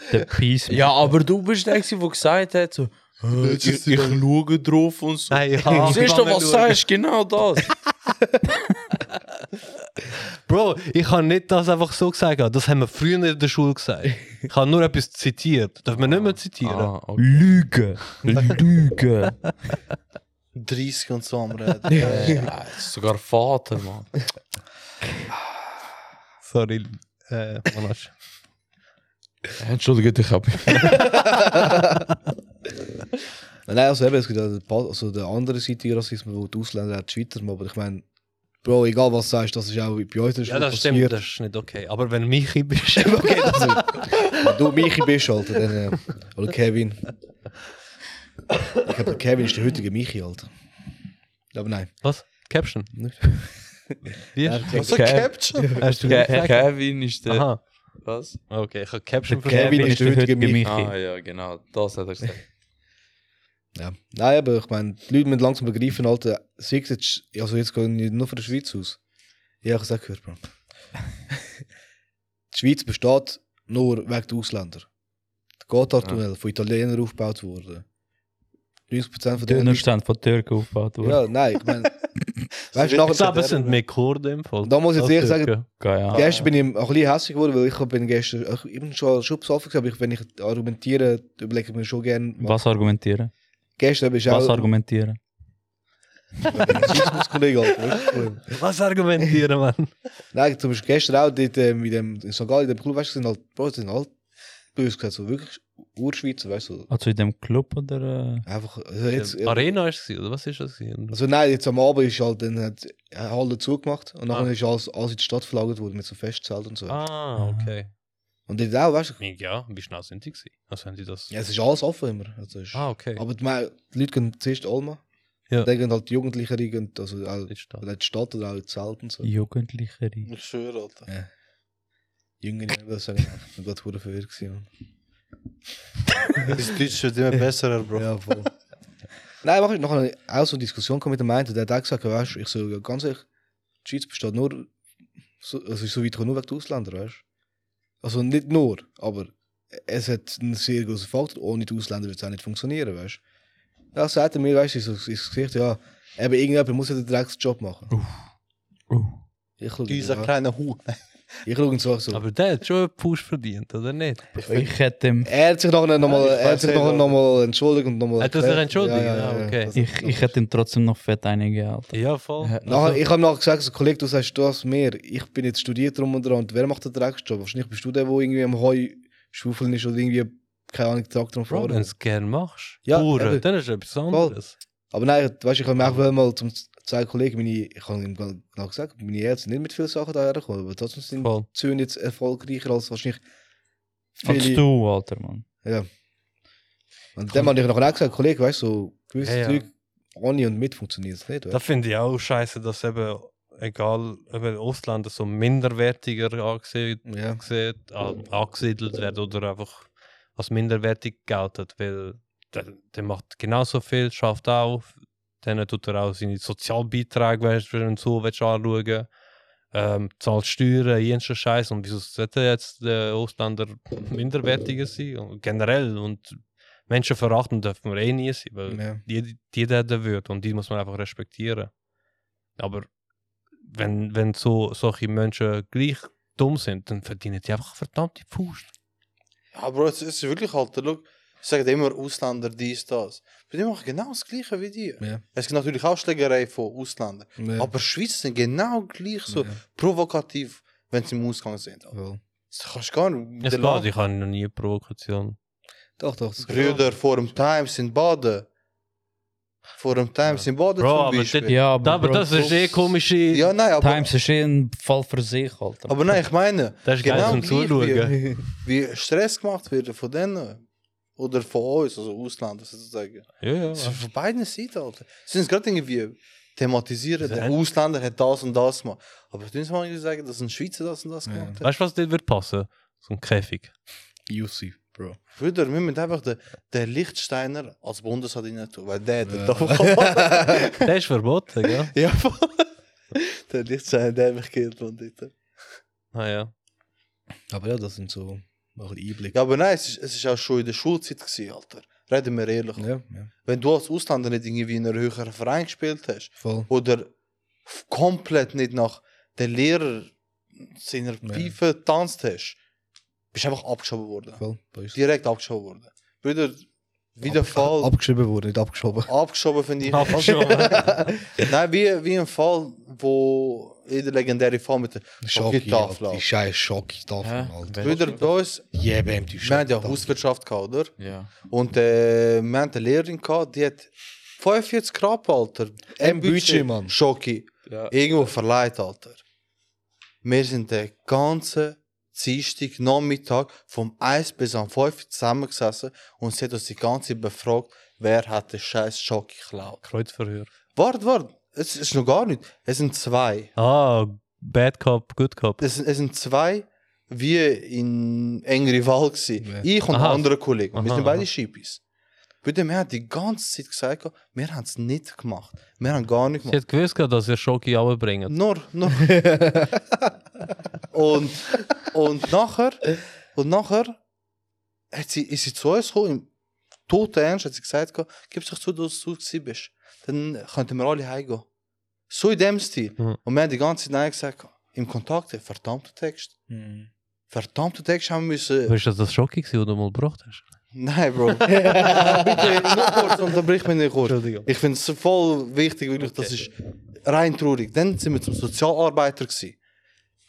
Speaker 2: Der Peace.
Speaker 6: Ja, aber du bist der, gewesen, der gesagt hat, so, äh, ich, ich schaue drauf und so.
Speaker 3: Nein,
Speaker 6: Du siehst doch, was du sagst, genau das.
Speaker 3: Bro, ich habe nicht das einfach so gesagt. Das haben wir früher in der Schule gesagt. Ich habe nur etwas zitiert. Darf man nicht mehr zitieren?
Speaker 6: Ah, okay.
Speaker 2: Lüge. Lüge.
Speaker 5: 30 und so am Reden.
Speaker 6: Ja, das ist sogar Vater, Mann.
Speaker 3: Sorry, äh, Monash.
Speaker 6: Entschuldige dich, hab
Speaker 1: Nein, also eben, es gibt auch den, Pa- also den anderen seitigen Rassismus, wo die Ausländer auch die Schweizer mobben. Ich meine, Bro, egal was du sagst, das ist auch bei uns in der
Speaker 3: Ja,
Speaker 1: Schule
Speaker 3: das
Speaker 1: passiert.
Speaker 3: stimmt, das ist nicht okay. Aber wenn Michi bist,
Speaker 1: okay, das ist, Also, wenn du Michi bist, Alter, dann, äh, oder Kevin. Ich glaube, der Kevin ist der heutige Michi, Alter. Aber nein.
Speaker 3: was? Caption?
Speaker 1: Nicht.
Speaker 3: Wie?
Speaker 1: Ja,
Speaker 5: Was für
Speaker 6: Okay.
Speaker 5: Caption?
Speaker 3: Hast du
Speaker 6: Ke
Speaker 3: gesagt?
Speaker 6: Kevin ist der.
Speaker 3: Aha,
Speaker 6: Was?
Speaker 3: okay, ich habe Caption
Speaker 1: Kevin ist der heutige Michi.
Speaker 6: Ah, ja, genau. Das hat er gesagt.
Speaker 1: Ja. Nein, aber ich meine, die Leute müssen langsam begreifen, Alter, sei es jetzt, also jetzt gehen nicht nur von der Schweiz aus. Ja, ich habe es auch gehört, Bro. die Schweiz besteht nur wegen der Ausländer. Der Gotthardtunnel von Italienern aufgebaut worden. 90% von
Speaker 2: Dönerstand von Türken aufgebaut worden.
Speaker 1: Ja, nein, ich meine. weißt du, nachher-
Speaker 3: Das eben sind mehr Kurden im Fall.
Speaker 1: Da muss ich jetzt ehrlich
Speaker 3: eh.
Speaker 1: sagen,
Speaker 2: Geil,
Speaker 3: Ah.
Speaker 2: ja.
Speaker 1: Gestern bin ich ein bisschen hässlich geworden, weil ich bin gestern ich bin schon, schon besoffen, gewesen, aber ich, wenn ich argumentiere, überlege ich mir schon gerne.
Speaker 2: Was argumentieren?
Speaker 1: Gestern bist du
Speaker 2: Was
Speaker 1: auch
Speaker 2: argumentieren?
Speaker 1: Kollege, Alter, das ist das Problem.
Speaker 3: Was argumentieren, Mann?
Speaker 1: Nein, zum Beispiel gestern auch dort, äh, mit dem, in St. Gallen, in dem Club, weißt du, sind halt, Bro, sind halt böse gesagt, so wirklich Urschweizer, weißt du, so
Speaker 2: Also in dem Club oder? Äh?
Speaker 1: einfach, also jetzt, ja.
Speaker 3: Arena war es, oder was ist das? gewesen?
Speaker 1: also nein, jetzt am Abend ist halt, dann hat eine Halle zugemacht und dann
Speaker 3: Ah.
Speaker 1: ist alles, alles in die Stadt verlagert worden mit so Festzelt und so.
Speaker 3: Ah, okay.
Speaker 1: Und dort auch, weißt du,
Speaker 3: Ja, wie schnell sind die gewesen? Also haben die das...
Speaker 1: ja, es ist alles offen immer. Also ist,
Speaker 3: Ah, okay.
Speaker 1: Aber die, me- die Leute gehen zuerst Alma.
Speaker 3: Ja.
Speaker 1: Ja. Dann gehen halt die Jugendlichen, die gehen, also auch in
Speaker 3: Ist da.
Speaker 1: die Stadt oder auch in die Zelt und so.
Speaker 2: Jugendlichere.
Speaker 5: Ich schwöre, Alter.
Speaker 1: Jüngere, ich würde sagen, "Ah, ich bin gerade verdammt verwirrt. gewesen.
Speaker 5: Das Deutsch wird immer besser, Bro.
Speaker 1: Ja, voll. Nein, mach ich noch eine, auch so eine Diskussion gehabt mit dem Meinten, der hat auch gesagt, weißt du, ich so, ja, ganz ehrlich, die Schweiz besteht nur, so, also so weit nur wegen den Ausländern, weißt du? Also nicht nur, aber es hat einen sehr großen Faktor, ohne die Ausländer wird es auch nicht funktionieren, weißt du? Da sagt er mir, weißt du, ich so, ich so gesagt, ja, eben irgendjemand muss ja den Drecksjob machen.
Speaker 2: Uh.
Speaker 1: Ich schaue ihn,
Speaker 5: Dieser
Speaker 1: so-
Speaker 5: kleine Hut.
Speaker 1: ich schaue ihn so, an, so.
Speaker 3: Aber der hat schon einen Push verdient, oder nicht?
Speaker 2: Ich hätte ihm,
Speaker 1: er hat sich nachher nochmal,
Speaker 5: Ja, ich
Speaker 1: er hat sich
Speaker 5: weiß
Speaker 1: nachher
Speaker 5: nicht,
Speaker 1: nochmal entschuldigt und nochmal.
Speaker 3: Hat er sich
Speaker 1: erklärt.
Speaker 3: entschuldigt?
Speaker 1: Ja, ja,
Speaker 3: Ah,
Speaker 1: ja,
Speaker 3: okay.
Speaker 1: das-
Speaker 2: ich, ich hätte ihm trotzdem noch fett einige Alter.
Speaker 3: Ja, voll. Also,
Speaker 6: Ja.
Speaker 1: Nachher, ich habe nachher gesagt, so, Kollege, du sagst das mehr. Ich bin jetzt studiert drum und dran. Und wer macht den Drecksjob? Wahrscheinlich bist du der, der irgendwie am Heu schaufeln ist oder irgendwie, keine Ahnung, Traktor und
Speaker 3: Bro,
Speaker 1: fahren.
Speaker 3: wenn du es gerne machst,
Speaker 1: Ja,
Speaker 3: pure,
Speaker 1: eben.
Speaker 3: dann ist es etwas anderes.
Speaker 1: Aber nein, weißt, ich habe mir auch wel mal zum zwei Kollegen, meine, ich habe ihm genau gesagt, meine Ärzte sind nicht mit vielen Sachen daher gekommen, aber trotzdem sind
Speaker 3: Voll.
Speaker 1: die Söhne jetzt erfolgreicher als wahrscheinlich
Speaker 2: Als
Speaker 1: viele.
Speaker 2: du, Alter, Mann.
Speaker 1: Und dem habe ich nachher auch gesagt, Kollege, weißt du, so gewisse
Speaker 3: Ja, ja.
Speaker 1: Zeug ohne und mit funktioniert es nicht.
Speaker 3: Da
Speaker 1: Weißt?
Speaker 3: finde ich auch scheiße, dass eben, egal, eben Ausländer so minderwertiger angesehen,
Speaker 1: du? Ja.
Speaker 3: angesehen, an- angesiedelt werden oder einfach als minderwertig gelten, weil der, der macht genauso viel, schafft auch, dann tut er auch seine Sozialbeiträge, weißt du, wenn du so willst, anschauen ähm, zahlt Steuern, jensten Scheiß und wieso sollte jetzt der Ausländer minderwertiger sein? Und generell und Menschen verachten dürfen wir eh nie sein, weil
Speaker 1: Ja.
Speaker 3: jeder, jeder hat eine Würde und die muss man einfach respektieren. Aber wenn, wenn so, solche Menschen gleich dumm sind, dann verdienen die einfach verdammte Faust.
Speaker 5: Ja, Bro, es ist wirklich halt, look, ich sage immer Ausländer, dies, das. Aber die machen genau das Gleiche wie die.
Speaker 1: Ja.
Speaker 5: Es gibt natürlich auch Schlägerei von Ausländern.
Speaker 1: Ja.
Speaker 5: Aber Schweizer sind genau gleich so
Speaker 1: Ja.
Speaker 5: provokativ, wenn sie im Ausgang sind. Also,
Speaker 1: Well.
Speaker 5: Das kannst du gar nicht.
Speaker 3: Es
Speaker 5: Der
Speaker 3: geht,
Speaker 5: La-
Speaker 3: ich habe noch nie eine Provokation.
Speaker 1: Doch, doch. das-
Speaker 5: Brüder vor dem Times in Baden. Vor dem Times in Baden
Speaker 3: Bro,
Speaker 5: zum
Speaker 3: aber
Speaker 5: Beispiel.
Speaker 3: dort-
Speaker 2: Ja, aber,
Speaker 3: Da, aber
Speaker 2: Bro,
Speaker 3: das ist
Speaker 2: so-
Speaker 3: eh komische.
Speaker 5: ja, nein, aber,
Speaker 2: Times ist eh ein Fall für sich, Alter.
Speaker 5: aber nein, ich meine,
Speaker 3: Das ist geil
Speaker 5: genau
Speaker 3: zum
Speaker 5: gleich
Speaker 3: Zuschauen.
Speaker 5: Wie, wie Stress gemacht wird von denen. Oder von uns, also Ausländern sozusagen.
Speaker 3: Ja, ja.
Speaker 5: Das ist Von beiden Seiten, Alter. Sie sind es gerade irgendwie thematisieren, der
Speaker 3: Sein-
Speaker 5: Ausländer hat das und das gemacht. Aber du musst mal irgendwie sagen, dass ein Schweizer das und das
Speaker 1: Ja.
Speaker 5: gemacht hat.
Speaker 3: Weißt du, was dort wird passen? So ein Käfig.
Speaker 1: UFC, Bro.
Speaker 5: Bruder, wir müssen einfach den, den Lichtsteiner als Bundesardiner tun, weil der hat den
Speaker 1: Ja.
Speaker 5: Topf.
Speaker 3: Der ist verboten, gell?
Speaker 5: ja, voll. Der Lichtsteiner, der hat mich gekillt, Mann, dort.
Speaker 3: Naja.
Speaker 1: Aber ja, das sind so noch ein Einblick.
Speaker 5: Ja, aber nein, es ist, es ist auch schon in der Schulzeit gewesen, Alter. Reden wir ehrlich.
Speaker 1: ja, ja.
Speaker 5: Wenn du als Ausländer nicht irgendwie in einem höheren Verein gespielt hast,
Speaker 1: Voll.
Speaker 5: oder f- komplett nicht nach der Lehrer seiner
Speaker 1: Ja.
Speaker 5: Pfeife getanzt hast, bist du einfach abgeschoben worden.
Speaker 1: Voll. bei uns.
Speaker 5: Direkt abgeschoben worden. Bruder, wie der Fall.
Speaker 1: Abgeschrieben wurde, nicht abgeschoben.
Speaker 5: abgeschoben finde ich.
Speaker 3: Abgeschoben.
Speaker 5: Nein, wie, wie ein Fall, wo jeder legendäre Fall mit der
Speaker 1: Schocki,
Speaker 5: Tafel
Speaker 1: Alter.
Speaker 5: ab.
Speaker 1: Die scheiß Schocki-Tafel,
Speaker 6: Hä?
Speaker 1: Alter.
Speaker 6: Wer-
Speaker 5: Brüder bei uns,
Speaker 1: Yeah, bam, die
Speaker 5: wir haben ja
Speaker 1: Schocki-Tafel.
Speaker 5: Hauswirtschaft gehabt, oder?
Speaker 6: Ja.
Speaker 5: Und äh, wir hatten eine Lehrerin gehabt, die hat 45 Krabben, Alter.
Speaker 1: Im Budget, Mann.
Speaker 5: Schocki.
Speaker 6: ja.
Speaker 5: Irgendwo verleiht, Alter. Wir sind den ganzen Dienstag, Nachmittag vom 1 bis am 5 zusammengesessen und sie hat uns die ganze Zeit befragt, wer hat den scheiß Schock geklaut.
Speaker 3: Kreuzverhör.
Speaker 5: Warte, warte, es ist noch gar nicht. Es sind zwei.
Speaker 3: Ah, Bad Cop, Good Cop.
Speaker 5: Es, sind- es sind zwei wie in engere Wahl gewesen.
Speaker 1: Ja.
Speaker 5: Ich und ein
Speaker 3: Aha.
Speaker 5: anderer Kollege. Und wir
Speaker 3: Aha,
Speaker 5: sind beide
Speaker 3: aha.
Speaker 5: Schippis. Bei dem hat die ganze Zeit gesagt, wir haben es nicht gemacht. Wir haben gar nicht
Speaker 3: Sie
Speaker 5: gemacht.
Speaker 3: hat gewusst, gehabt, dass ihr Schoki runterbringt.
Speaker 5: Nur, nur. und, und nachher, und nachher hat sie, ist sie zu uns gekommen, im- toten Ernst hat sie gesagt, gehabt, gib sich zu, dass du es bist. Dann könnten wir alle heimgehen. So in dem Stil.
Speaker 3: Mhm.
Speaker 5: Und wir haben die ganze Zeit Nein gesagt, im Kontakt, ey, verdammter Text.
Speaker 2: Mhm.
Speaker 5: Verdammter Text haben wir müssen.
Speaker 3: Weißt du, dass das Schocki war, den du mal gebracht hast?
Speaker 5: Nein, Bro. Bitte, nur kurz, unterbrich mich nicht kurz. Ich finde es voll wichtig, wirklich, das ist rein traurig. Dann sind wir zum Sozialarbeiter gewesen.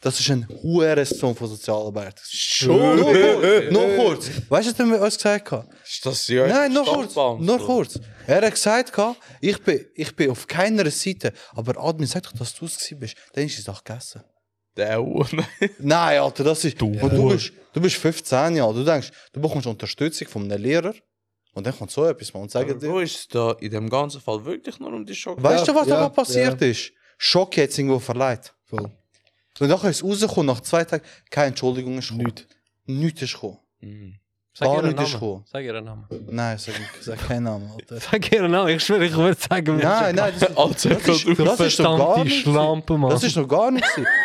Speaker 5: Das ist ein hohes Sohn von Sozialarbeiter.
Speaker 6: Äh,
Speaker 5: Schon? Nur kurz. Nur kurz. Weißt du, was haben wir uns gesagt haben?
Speaker 6: Ist das ja
Speaker 5: Nein, nur kurz. Nur kurz. Er hat gesagt, gehabt, ich bin, ich bin auf keiner Seite, aber Admin sagt doch, dass du es gewesen bist. Dann ist die Sache gegessen.
Speaker 6: Der Uhr.
Speaker 5: Nein, Alter, das ist. Du, und du, bist, du bist 15 Jahre. Du denkst, du bekommst Unterstützung von einem Lehrer und dann kommt so etwas mal und sagt
Speaker 6: Wo
Speaker 5: dir.
Speaker 6: ist da in dem ganzen Fall wirklich nur um die Schock?
Speaker 5: Weißt du, was
Speaker 1: Ja,
Speaker 5: da mal passiert ist? Schock hat es irgendwo verleiht.
Speaker 1: Voll.
Speaker 5: Und nachher ist rausgekommen, nach zwei Tagen, keine Entschuldigung ist gekommen. Nichts. Nichts ist gekommen.
Speaker 6: Mhm.
Speaker 3: Sag
Speaker 5: Gar
Speaker 3: ihren
Speaker 5: nicht ist
Speaker 3: Namen.
Speaker 5: gekommen.
Speaker 3: Sag ihren Namen.
Speaker 5: Nein, sag, sag keinen Namen, Alter.
Speaker 3: Sag ihren Namen, ich schwöre, ich würde sagen, wir
Speaker 5: Nein, nein, das,
Speaker 6: Also,
Speaker 5: das ist, das ist doch gar
Speaker 3: verdammte
Speaker 5: nicht.
Speaker 3: Schlampe, Mann.
Speaker 5: Das ist noch gar nicht. gewesen.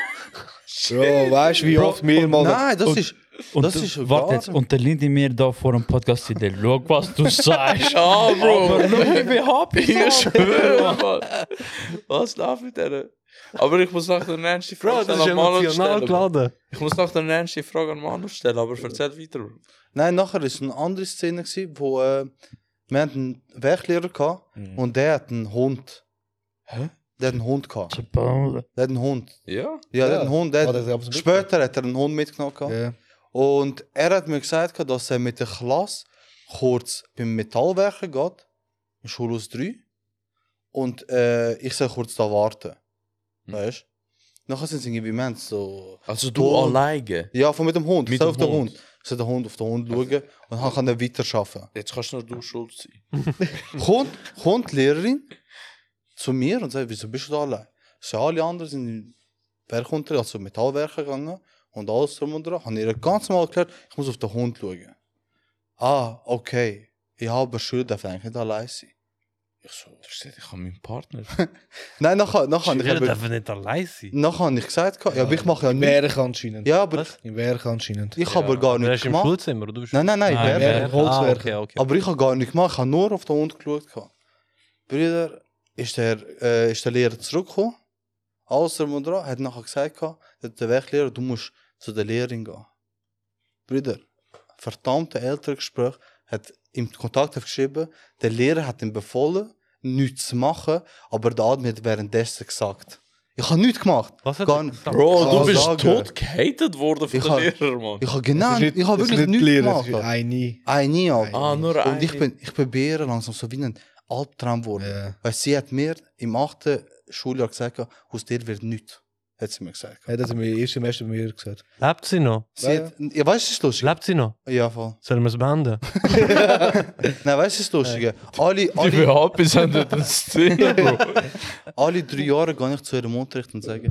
Speaker 1: Bro, weißt du, wie oft wir mal.
Speaker 5: Nein, das ist.
Speaker 2: Und
Speaker 5: Das ist ja
Speaker 2: warte
Speaker 5: gar
Speaker 2: jetzt,
Speaker 5: nicht.
Speaker 2: und der Lindy mir da vor dem Podcast in der Schau, was du sagst.
Speaker 6: Ja, Bro.
Speaker 2: Aber schau, wie hab ich
Speaker 6: Ich
Speaker 2: das?
Speaker 6: schwöre, Mann. Was läuft mit der? Aber ich muss nach der nächsten
Speaker 3: Bro,
Speaker 6: Frage
Speaker 3: das ist
Speaker 6: an Manu
Speaker 3: emotional
Speaker 6: stellen. Bro.
Speaker 3: geladen.
Speaker 6: Ich muss nach der nächsten Frage an Manu stellen,
Speaker 5: Äh.
Speaker 6: aber erzähl weiter. Bro.
Speaker 5: Nein, nachher war eine andere Szene, gewesen, wo äh, wir hatten einen Werklehrer gehabt
Speaker 3: Mhm.
Speaker 5: und der hat einen Hund.
Speaker 6: Hä?
Speaker 5: Der hat einen Hund gehabt.
Speaker 2: Paul.
Speaker 5: Der hat einen Hund.
Speaker 6: Ja?
Speaker 5: Ja, der
Speaker 1: Ja.
Speaker 5: hat einen Hund. Der
Speaker 1: Ah,
Speaker 5: hat,
Speaker 1: das haben sie mitgenommen.
Speaker 5: später hat er einen Hund mitgenommen. gehabt.
Speaker 1: Ja.
Speaker 5: Und er hat mir gesagt, gehabt, dass er mit der Klasse kurz beim Metallwerken geht, im Schulhaus 3. Und äh, ich soll kurz da warten.
Speaker 6: Hm.
Speaker 5: Weißt du? Nachher sind sie irgendwie Moment so.
Speaker 6: Also du
Speaker 5: Oh.
Speaker 6: alleine.
Speaker 5: Ja, von mit dem Hund.
Speaker 6: Mit
Speaker 5: ich soll
Speaker 6: dem
Speaker 5: auf den
Speaker 6: Hund.
Speaker 5: Hund. Ich soll den Hund auf den Hund schauen und dann kann er weiterarbeiten.
Speaker 6: Jetzt kannst nur du schuld sein.
Speaker 3: Mhm.
Speaker 5: kommt, kommt die Lehrerin zu mir und sagt, wieso bist du da allein? So, alle anderen sind im Werkunterricht, also Metallwerke gegangen und alles drum und dran. Habe ihr ganz normal erklärt, ich muss auf den Hund schauen. Ah, okay. Ich habe Schüler, darf eigentlich nicht allein sein.
Speaker 6: Ich so, du siehst, ich habe meinen Partner.
Speaker 5: Nein, nachher, nachher, habe ich,
Speaker 3: Schüler
Speaker 5: aber,
Speaker 3: dürfen nicht allein sein.
Speaker 5: nachher habe ich gesagt, ja, aber ich mache ja
Speaker 1: Im
Speaker 5: nichts.
Speaker 1: Werk anscheinend.
Speaker 5: Ja, aber
Speaker 3: Was?
Speaker 1: Im Werk anscheinend.
Speaker 5: ich habe gar
Speaker 3: Du
Speaker 5: nichts
Speaker 3: bist im
Speaker 5: gemacht.
Speaker 3: Schulzimmer, oder du bist...
Speaker 5: Nein, nein, nein,
Speaker 2: Nein,
Speaker 5: nein
Speaker 1: Werk.
Speaker 3: Ah,
Speaker 1: Holzwerk.
Speaker 3: okay, okay.
Speaker 5: Aber ich habe gar nichts gemacht, ich habe nur auf den Hund geschaut. gehabt. Brüder, ist der, äh, ist der Lehrer zurückgekommen? Alles drum und dran, hat nachher gesagt, gehabt, der- der Weglehrer, du musst zu der Lehrerin gehen. Brüder, verdammte Elterngespräch hat im Kontakt geschrieben, der Lehrer hat ihm befohlen, nichts zu machen, aber der Admin hat währenddessen gesagt. Ich habe nichts gemacht.
Speaker 3: Was hat
Speaker 5: Gar
Speaker 3: er
Speaker 5: nicht.
Speaker 3: gesagt?
Speaker 5: Ich
Speaker 6: Bro,
Speaker 5: kann
Speaker 6: du bist
Speaker 5: sagen-
Speaker 6: tot gehatet worden von
Speaker 5: Ich
Speaker 6: den
Speaker 5: hab-
Speaker 6: Lehrern, Mann.
Speaker 5: Ich habe genau,
Speaker 1: Das ist nicht-
Speaker 5: ich habe
Speaker 1: das ist
Speaker 5: wirklich
Speaker 1: nicht
Speaker 5: nichts
Speaker 1: Lehrer,
Speaker 5: gemacht.
Speaker 1: das ist
Speaker 5: Alter.
Speaker 1: Eine.
Speaker 5: Ein Jahr.
Speaker 6: Ah, nur ein.
Speaker 5: Und ich bin, ich bin bei ihr langsam so wie ein Albtraum geworden.
Speaker 1: Ja.
Speaker 5: Weil sie hat mir im achten Schuljahr gesagt, aus dir wird nichts. Hat sie mir gesagt.
Speaker 1: Ja, das haben wir im ersten Semester bei mir gesagt.
Speaker 3: Lebt sie noch?
Speaker 5: Sie hat, ja, weißt du, es ist lustig?
Speaker 3: Lebt sie noch?
Speaker 5: Ja, voll.
Speaker 3: Sollen wir es beenden?
Speaker 5: Nein, weißt du, es ist lustig? Alle,
Speaker 6: Die
Speaker 5: alle,
Speaker 6: BHP sendet eine Szene, Bro.
Speaker 5: alle drei Jahre gehe ich zu ihrem Unterricht und sage,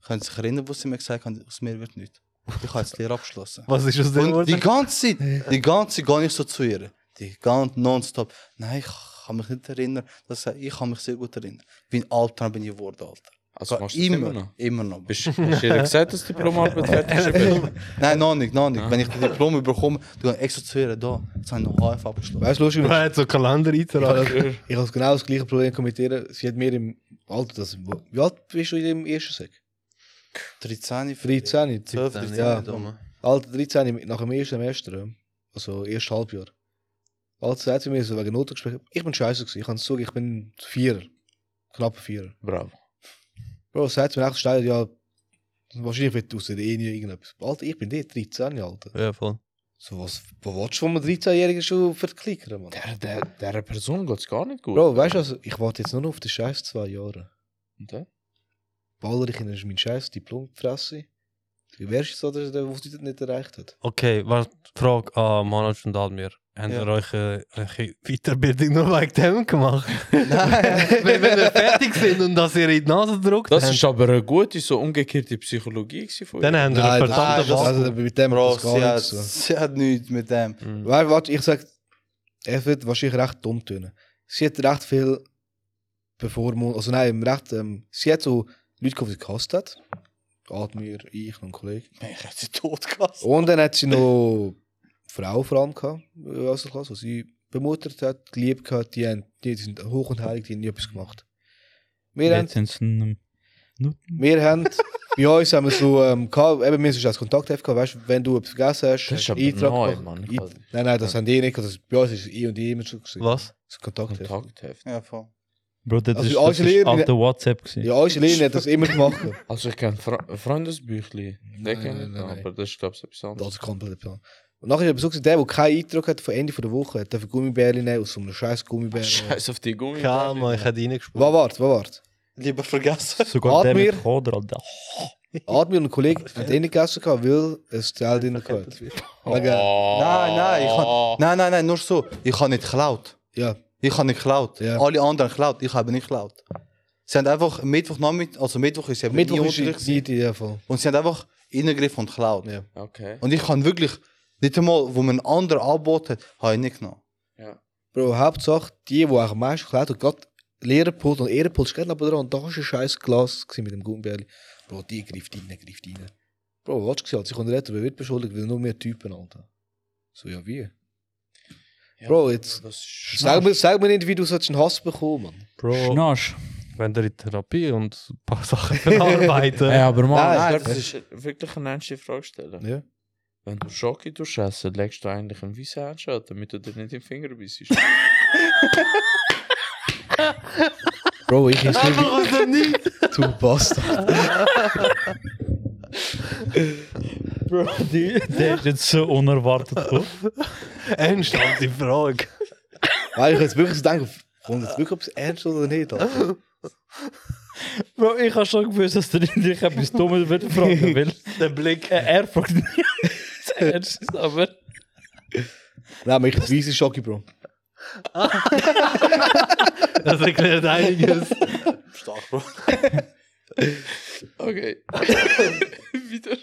Speaker 5: können Sie sich erinnern, was sie mir gesagt haben, aus mir wird nichts. Ich habe jetzt die Lehre abgeschlossen.
Speaker 3: Was ist aus dem
Speaker 5: Und die
Speaker 3: geworden?
Speaker 5: ganze Zeit, die ganze Zeit gehe ich so zu ihr. Die ganze nonstop. Nein, ich kann mich nicht erinnern. Das, heißt, ich kann mich sehr gut erinnern. Wie ein Albtraum bin ich geworden, Alter.
Speaker 6: Also machst du das
Speaker 5: immer,
Speaker 6: immer noch?
Speaker 5: Immer noch.
Speaker 6: Bist hast du dir gesagt, dass die Diplomarbeit fertig ist?
Speaker 5: Nein, noch nicht, noch nicht.
Speaker 6: Ah.
Speaker 5: Wenn ich das Diplom bekomme, du gehst extra zu ihr, da. Jetzt habe ich noch HF abgeschlossen.
Speaker 1: Weißt du, lustig,
Speaker 3: Er hat so einen Kalender einzutragen.
Speaker 1: ich ich habe genau das gleiche Problem mit ihr. Sie hat mir im Alter, das, wie alt bist du in dem ersten Sek?
Speaker 5: 13,
Speaker 1: 13,
Speaker 5: 12,
Speaker 1: 13,
Speaker 5: 13,
Speaker 1: ja.
Speaker 5: dumm.
Speaker 1: Alter 13 im- nach dem ersten Semester, ja. also erstes Halbjahr. Alter sagt sie mir so wegen Notengespräch, ich bin scheiße gewesen, ich kann es sagen, ich bin Vierer. Knappe Vierer.
Speaker 6: Bravo.
Speaker 1: Bro, sagt sie mir echt steil, ja, wahrscheinlich wird aus der Ehe nie irgendetwas. Alter, ich bin dort 13, Alter.
Speaker 3: Ja, voll.
Speaker 1: So was, was willst du von einem 13-Jährigen schon verklickern, Mann?
Speaker 6: Der, der, der Person geht es gar nicht gut.
Speaker 1: Bro, weißt du, also, ich warte jetzt nur noch auf den Scheiß zwei Jahre.
Speaker 6: Und dann?
Speaker 1: Baller ich in mein Scheiß Diplom gefressen. Wie wärst du so, dass der, was das nicht erreicht hat?
Speaker 3: Okay, was Frage an Manoj und Admir. Habt
Speaker 5: Ja.
Speaker 3: ihr euch äh, eure Weiterbildung nur wegen dem gemacht?
Speaker 5: Nein.
Speaker 3: Wenn wenn wir fertig sind und dass ihr in die Nase drückt,
Speaker 6: Das
Speaker 3: habt-
Speaker 6: ist aber eine gute, so umgekehrte Psychologie gewesen von
Speaker 3: dann
Speaker 6: ihr.
Speaker 3: habt ihr einen verdammten
Speaker 5: das-
Speaker 3: Wahl.
Speaker 1: also, mit dem
Speaker 5: Bro,
Speaker 1: hat das
Speaker 5: sie
Speaker 1: gar
Speaker 5: hat,
Speaker 1: nichts zu tun.
Speaker 5: sie hat nichts mit dem.
Speaker 3: Mhm.
Speaker 1: Weil, warte, ich sag, er wird wahrscheinlich recht dumm tönen. Sie hat recht viel bevormundet, also nein, recht, ähm, sie hat so Leute gehabt, die sie gehasst hat. Admir, ich und ein Kollege.
Speaker 5: Ich hätte sie totgelassen.
Speaker 1: Und dann hat sie noch Frau vor allem gehabt, äh, aus der Klasse, die sie vermutet hat, geliebt gehabt, die, haben, die sind hoch und heilig, die haben nie etwas gemacht. Wir haben
Speaker 2: Jetzt sind es ein-
Speaker 1: Wir haben, bei uns haben wir so, ähm, gehabt, eben, wir sind als Kontaktheft gehabt, weißt du, wenn du etwas vergessen hast,
Speaker 6: Das ist
Speaker 1: hast du
Speaker 6: aber
Speaker 1: einen
Speaker 6: neu,
Speaker 1: gemacht.
Speaker 6: Mann.
Speaker 1: Ein- Nein, nein, das haben die nicht, gehabt, das, bei uns ist I und I immer so gewesen.
Speaker 3: Was?
Speaker 1: Das Kontaktheft.
Speaker 6: Kontaktheft.
Speaker 5: Ja, voll.
Speaker 2: Bro, das
Speaker 1: Also
Speaker 2: ist,
Speaker 1: unsere
Speaker 2: das ist
Speaker 1: Lehrerin-
Speaker 2: alter WhatsApp. Gewesen.
Speaker 1: Ja, unsere Lehrerin hat das immer gemacht.
Speaker 6: Also ich kenne Fra Freundesbüchli. Den
Speaker 1: Nein,
Speaker 6: kenne ich
Speaker 1: nein,
Speaker 6: noch,
Speaker 1: nein.
Speaker 6: aber das ist glaube ich etwas anderes.
Speaker 1: Das ist komplett plan. Und nachher ist es so, gewesen, der, der keinen Eintrag hat von Ende der Woche, hat dafür Gummibärli nehmen aus so einem scheiß Gummibärli.
Speaker 6: Scheiß auf die Gummi.
Speaker 3: Kalma, ich hätte reingespielt.
Speaker 1: Was wart, was wart?
Speaker 5: Lieber vergessen.
Speaker 2: Sogar der
Speaker 1: Admir.
Speaker 2: mit Koder, Alter.
Speaker 1: Admir und ein Kollege hat eh nicht gegessen, gehabt, weil es Teil drin gehört. Mega.
Speaker 5: Nein, nein, ich hab, nein, nein, nein, nur so. Ich habe nicht geklaut.
Speaker 1: Ja,
Speaker 5: Ich habe nicht geklaut.
Speaker 1: Ja.
Speaker 5: Alle anderen geklaut. Ich habe nicht geklaut. Sie haben einfach Mittwoch Nachmittag, also Mittwoch ist ja
Speaker 1: Mittwoch
Speaker 5: nie
Speaker 1: ist die
Speaker 5: Unterricht
Speaker 1: Zeit in dem Fall.
Speaker 5: und sie haben einfach reingegriffen und geklaut.
Speaker 1: Ja.
Speaker 6: Okay.
Speaker 5: Und ich kann wirklich, nicht einmal, wo mir ein anderer Angebot hat, habe ich nicht genommen.
Speaker 1: Bro, Hauptsache, die, die auch am meisten geklaut haben, gerade Lehrerpult und Ehrenpult, ist gerade neben dran. Und da war ein scheiß Glas gewesen mit dem Gummibärli. Bro, die greift rein, greift rein. Bro, was hast du gesagt? Sie kommt retten, wer wird beschuldigt? Weil nur mehr Typen, Alter. So, ja, wie?
Speaker 6: Ja,
Speaker 1: Bro, jetzt-
Speaker 6: Das ist
Speaker 1: Sag mir, sag mir nicht, wie du sollst einen Hass bekommen, Mann.
Speaker 3: Bro,
Speaker 2: Schnasch.
Speaker 3: wenn der in Therapie und ein paar Sachen verarbeiten.
Speaker 2: Ja, aber Mann.
Speaker 1: Nein,
Speaker 6: Nein, ich
Speaker 1: das
Speaker 6: glaube, das ist wirklich eine ernste Frage stellen.
Speaker 1: Ja.
Speaker 6: Wenn du Schoki durchessen, legst du eigentlich einen weißen Handschuh, damit du dir nicht in den Finger beißt.
Speaker 1: Bro, ich esse nicht. Warum nicht? Du Bastard.
Speaker 2: Bro, die, der ist jetzt so unerwartet gekommen.
Speaker 3: Ernsthafte Frage.
Speaker 1: Weil ich jetzt wirklich so denke, kommt jetzt wirklich ob es ernst oder nicht, Alter.
Speaker 2: Bro, ich habe schon gewusst, dass der dich etwas Dummes wird fragen will.
Speaker 3: Der Blick.
Speaker 2: Äh, er fragt nicht. Das Ernst ist aber.
Speaker 1: Nein, aber ich weise Schocki, Bro.
Speaker 3: Das erklärt einiges.
Speaker 5: Stark, Bro.
Speaker 6: Okay. Wieder.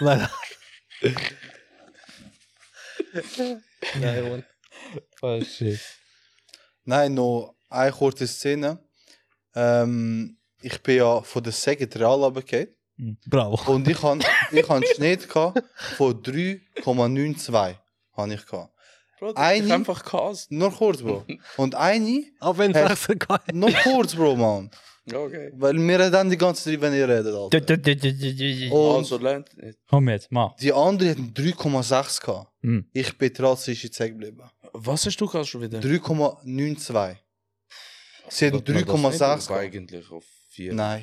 Speaker 3: Nein. Nein, Mann.
Speaker 2: Oh shit.
Speaker 5: Nein, noch eine kurze Szene. Ähm, ich bin ja von der Seged Real runtergefallen.
Speaker 3: Bravo.
Speaker 5: Und ich han ich han Schnitt gehabt von 3,92. han ich gehabt.
Speaker 6: Bro, das
Speaker 5: Eine-
Speaker 6: ist einfach Chaos.
Speaker 5: Nur kurz, Bro. Und eine,
Speaker 3: Auch wenn
Speaker 5: Hey.
Speaker 3: es geil
Speaker 5: nur kurz, Bro, Mann.
Speaker 6: Okay.
Speaker 5: Weil wir dann die ganze Zeit, wenn ihr redet, Alter. Und
Speaker 6: Also lernt nicht.
Speaker 2: Komm jetzt, mach.
Speaker 5: die andere hat 3,6 gehabt.
Speaker 2: Mhm.
Speaker 5: Ich bin trotzdem ist jetzt hängen geblieben.
Speaker 6: Was hast du gerade schon wieder?
Speaker 5: 3,92. Sie hat
Speaker 6: Sollte man das nicht
Speaker 5: 3,6
Speaker 6: auf
Speaker 5: gehabt.
Speaker 6: Eigentlich auf 4.
Speaker 5: Nein.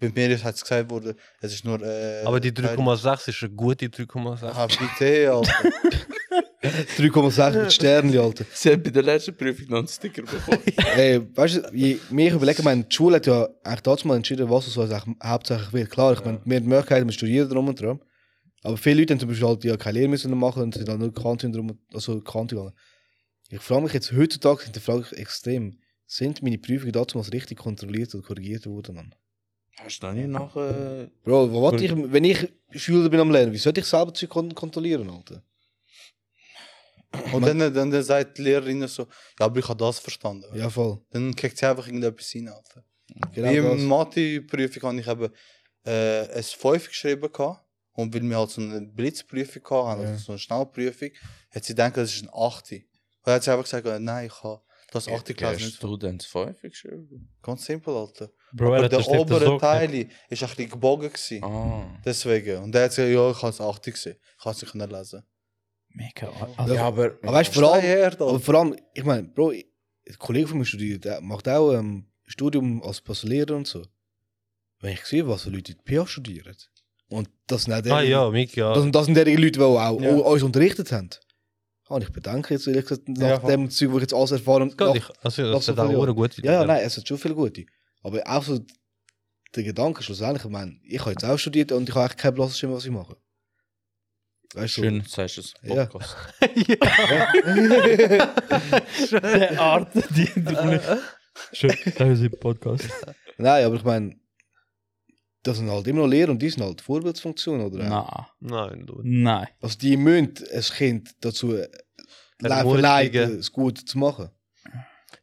Speaker 5: Bei mir hat es gesagt worden, es ist nur.
Speaker 1: Ah,
Speaker 5: Äh,
Speaker 3: Aber die 3,6 ist eine gute 3,6.
Speaker 5: Ah, bitte, Alter.
Speaker 1: 3,6 mit Sternli, Alter.
Speaker 6: Sie hat bei der letzten Prüfung noch einen Sticker bekommen.
Speaker 1: Ey, weißt du, je mehr ich überlege, meine, die Schule hat ja eigentlich damals mal entschieden, was es eigentlich hauptsächlich wird. Klar, ich meine, wir haben die Möglichkeit, wir studieren drum und dran. Aber viele Leute haben zum Beispiel halt ja keine Lehre müssen machen und sind dann nur Kante drum, und- also Kante gegangen. Ich frage mich jetzt heutzutage, hinterfrage ich extrem, sind meine Prüfungen damals richtig kontrolliert und korrigiert worden, Mann?
Speaker 6: Hast du noch nie nach. Äh,
Speaker 1: Bro, was
Speaker 6: Cool.
Speaker 1: wollte ich, wenn ich Schüler bin am Lernen, wie sollte ich selber Zeug kon kontrollieren, Alter?
Speaker 5: Und dann, dann, dann sagt die Lehrerin so: Ja, aber ich habe das verstanden.
Speaker 1: Ja, voll.
Speaker 5: Dann kriegt sie einfach irgendetwas hin, Alter.
Speaker 1: Genau
Speaker 5: Wie
Speaker 1: das.
Speaker 5: in Mathe-Prüfung habe ich eben äh, ein 5 geschrieben. Gehabt. Und weil wir halt so eine Blitzprüfung hatten, also
Speaker 1: Ja.
Speaker 5: so eine Schnellprüfung, hat sie gedacht, das ist ein 8. Und dann hat sie einfach gesagt, äh, nein, ich habe das 8. Klasse
Speaker 6: hast
Speaker 5: nicht.
Speaker 6: du denn das 5 geschrieben?
Speaker 5: Ganz simpel, Alter.
Speaker 2: Bro,
Speaker 5: Aber
Speaker 2: er hat
Speaker 5: der
Speaker 2: das nicht
Speaker 5: obere
Speaker 2: so
Speaker 5: Teil
Speaker 2: gesagt.
Speaker 5: war ein bisschen gebogen. Gewesen.
Speaker 6: Ah.
Speaker 5: Deswegen. Und dann hat sie gesagt, ja, ich habe das 8. gesehen. Ich kann es nicht können lesen.
Speaker 2: Mega.
Speaker 1: Ja,
Speaker 6: aber.
Speaker 1: Aber weißt du, vor
Speaker 5: Vor
Speaker 1: allem, Aber
Speaker 5: allem...
Speaker 1: vor allem, ich meine, Bro, ich- ein Kollege von mir studiert, der macht auch ähm, Studium als Passalehrer und so. Wenn ich sehe, was für Leute in die PH studieren. Und das sind auch
Speaker 3: Ah
Speaker 1: derige-
Speaker 3: ja, Miki, ja.
Speaker 1: das, sind- das sind derige Leute, die auch
Speaker 5: Ja.
Speaker 1: u- uns unterrichtet haben. Ah, Und ich bedanke jetzt ehrlich gesagt, nach
Speaker 5: Ja, voll.
Speaker 1: dem Zeug, wo ich jetzt alles erfahren
Speaker 3: Das geht
Speaker 1: habe.
Speaker 3: nicht. Also,
Speaker 1: Doch,
Speaker 3: das ist
Speaker 1: so
Speaker 3: auch
Speaker 1: viel, ja.
Speaker 3: eine gute
Speaker 1: Ja, ja, nein, es hat schon viele gute. Aber auch so der Gedanke schlussendlich, ich meine, ich habe jetzt auch studiert und ich habe eigentlich keinen blassen Schimmer, was ich mache. Weißt du?
Speaker 6: Schön, sagst du es.
Speaker 1: Ja.
Speaker 6: Podcast.
Speaker 2: Der Art, die du Schön, das ist ein Podcast.
Speaker 1: Nein, aber ich meine, das sind halt immer noch Lehrer und die sind halt Vorbildsfunktion, oder? auch?
Speaker 2: Nein.
Speaker 3: Nein, du.
Speaker 2: Nein.
Speaker 1: Also die müssen ein Kind dazu äh, le-
Speaker 3: Ermutigen.
Speaker 1: verleiten, es gut zu machen.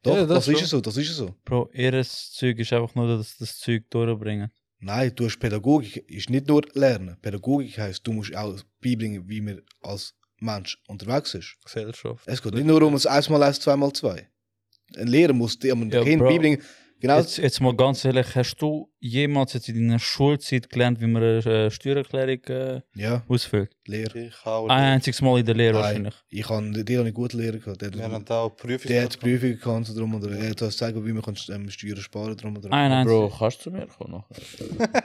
Speaker 1: Doch,
Speaker 3: Ja,
Speaker 1: das,
Speaker 3: das
Speaker 1: ist
Speaker 3: schon.
Speaker 1: es so, das ist es so.
Speaker 2: Bro, ihr Zeug ist einfach nur, dass das Zeug durchbringen.
Speaker 1: Nein, du hast Pädagogik, ist nicht nur Lernen. Pädagogik heisst, du musst auch beibringen, wie man als Mensch unterwegs ist.
Speaker 3: Gesellschaft.
Speaker 1: Es geht nicht nur um das 1x1, 2x2. Ein Lehrer muss dem
Speaker 2: Ja,
Speaker 1: Kind
Speaker 2: Bro.
Speaker 1: beibringen. Genau,
Speaker 2: Jetzt, jetzt mal ganz ehrlich, hast du jemals jetzt in deiner Schulzeit gelernt, wie man eine äh, Steuererklärung äh,
Speaker 1: ja,
Speaker 2: ausfüllt?
Speaker 1: Lehrer.
Speaker 5: Ich auch.
Speaker 2: Ein einziges Mal in der Lehre
Speaker 1: Nein.
Speaker 2: wahrscheinlich.
Speaker 1: Ich habe dir einen guten Lehrer gehabt. Der,
Speaker 5: Wir
Speaker 1: Ah, der,
Speaker 5: haben da auch Prüfung.
Speaker 1: hat Prüfungen gekannt und drum und dran. Er hat uns gezeigt, wie man kann, ähm, Steuern sparen drum und dran.
Speaker 2: Ein, einz-
Speaker 6: Bro, kannst du zu mir kommen? nachher?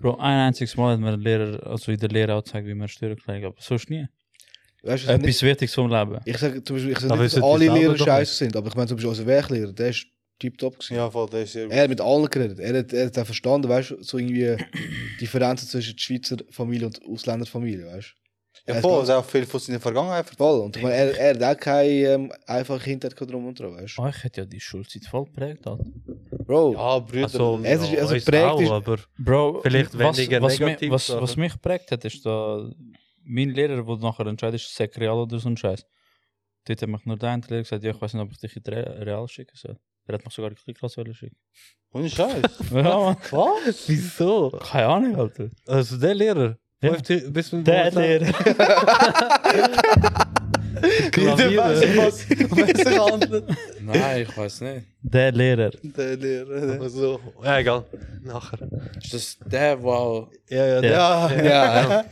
Speaker 2: Bro, ein einziges Mal hat mir der Lehrer, also in der Lehre auch gezeigt, wie man eine Steuererklärung aber sonst nie.
Speaker 1: Weißt du, was
Speaker 2: Etwas Wichtiges vom Leben.
Speaker 1: Ich sage zum Beispiel, ich sag
Speaker 3: Da
Speaker 1: nicht, dass
Speaker 3: wissen die
Speaker 1: alle
Speaker 3: selber
Speaker 1: Lehrer
Speaker 3: doch
Speaker 1: scheiße sind, aber ich meine zum Beispiel unser Werklehrer, der ist tiptop gewesen.
Speaker 5: Ja, voll, der ist sehr
Speaker 1: Er hat mit allen geredet. Er hat, er hat auch verstanden, weißt du, so irgendwie Differenzen zwischen der Schweizer Familie und der Ausländerfamilie, weißt du?
Speaker 5: Ja, voll, er hat auch viel von seiner Vergangenheit erzählt.
Speaker 1: Voll. Und ich meine, er, er hat auch keine ähm, einfache Kindheit gehabt drum und dran, weißt du?
Speaker 2: Ah, ich hätte ja die Schulzeit voll geprägt, Alter.
Speaker 1: Bro,
Speaker 5: Ja, Ah, Brüder.
Speaker 3: Also,
Speaker 1: Es ist- also
Speaker 3: uns
Speaker 1: prägt
Speaker 3: auch,
Speaker 1: ist-
Speaker 3: aber
Speaker 2: Bro,
Speaker 3: Vielleicht
Speaker 2: was,
Speaker 3: weniger
Speaker 2: was, mich,
Speaker 3: negativ
Speaker 2: was,
Speaker 3: Sachen.
Speaker 2: was mich geprägt hat, ist da mein Lehrer, der nachher entscheidet, ist es real oder so ein Scheiß. Dort hat mich nur der eine Lehrer gesagt, ja, ich weiß nicht, ob ich dich in die Re- Real schicken soll. Er hat mich sogar in die Klasse wollen schicken.
Speaker 5: Ohne Scheiß.
Speaker 2: Ja, Mann.
Speaker 5: Was?
Speaker 3: wieso?
Speaker 2: Keine Ahnung, Alter.
Speaker 3: Also der Lehrer.
Speaker 2: Ja.
Speaker 3: Läuft hier- bist du
Speaker 2: Der
Speaker 3: momentan-
Speaker 2: Lehrer.
Speaker 3: Klavier.
Speaker 5: was? Weiss ich andere.
Speaker 6: Nein, ich weiß nicht.
Speaker 2: Der Lehrer.
Speaker 5: Der Lehrer. der-
Speaker 3: Also, ja, egal. Nachher.
Speaker 6: Ist das der, der auch
Speaker 3: Ja, ja,
Speaker 5: Ja, ja.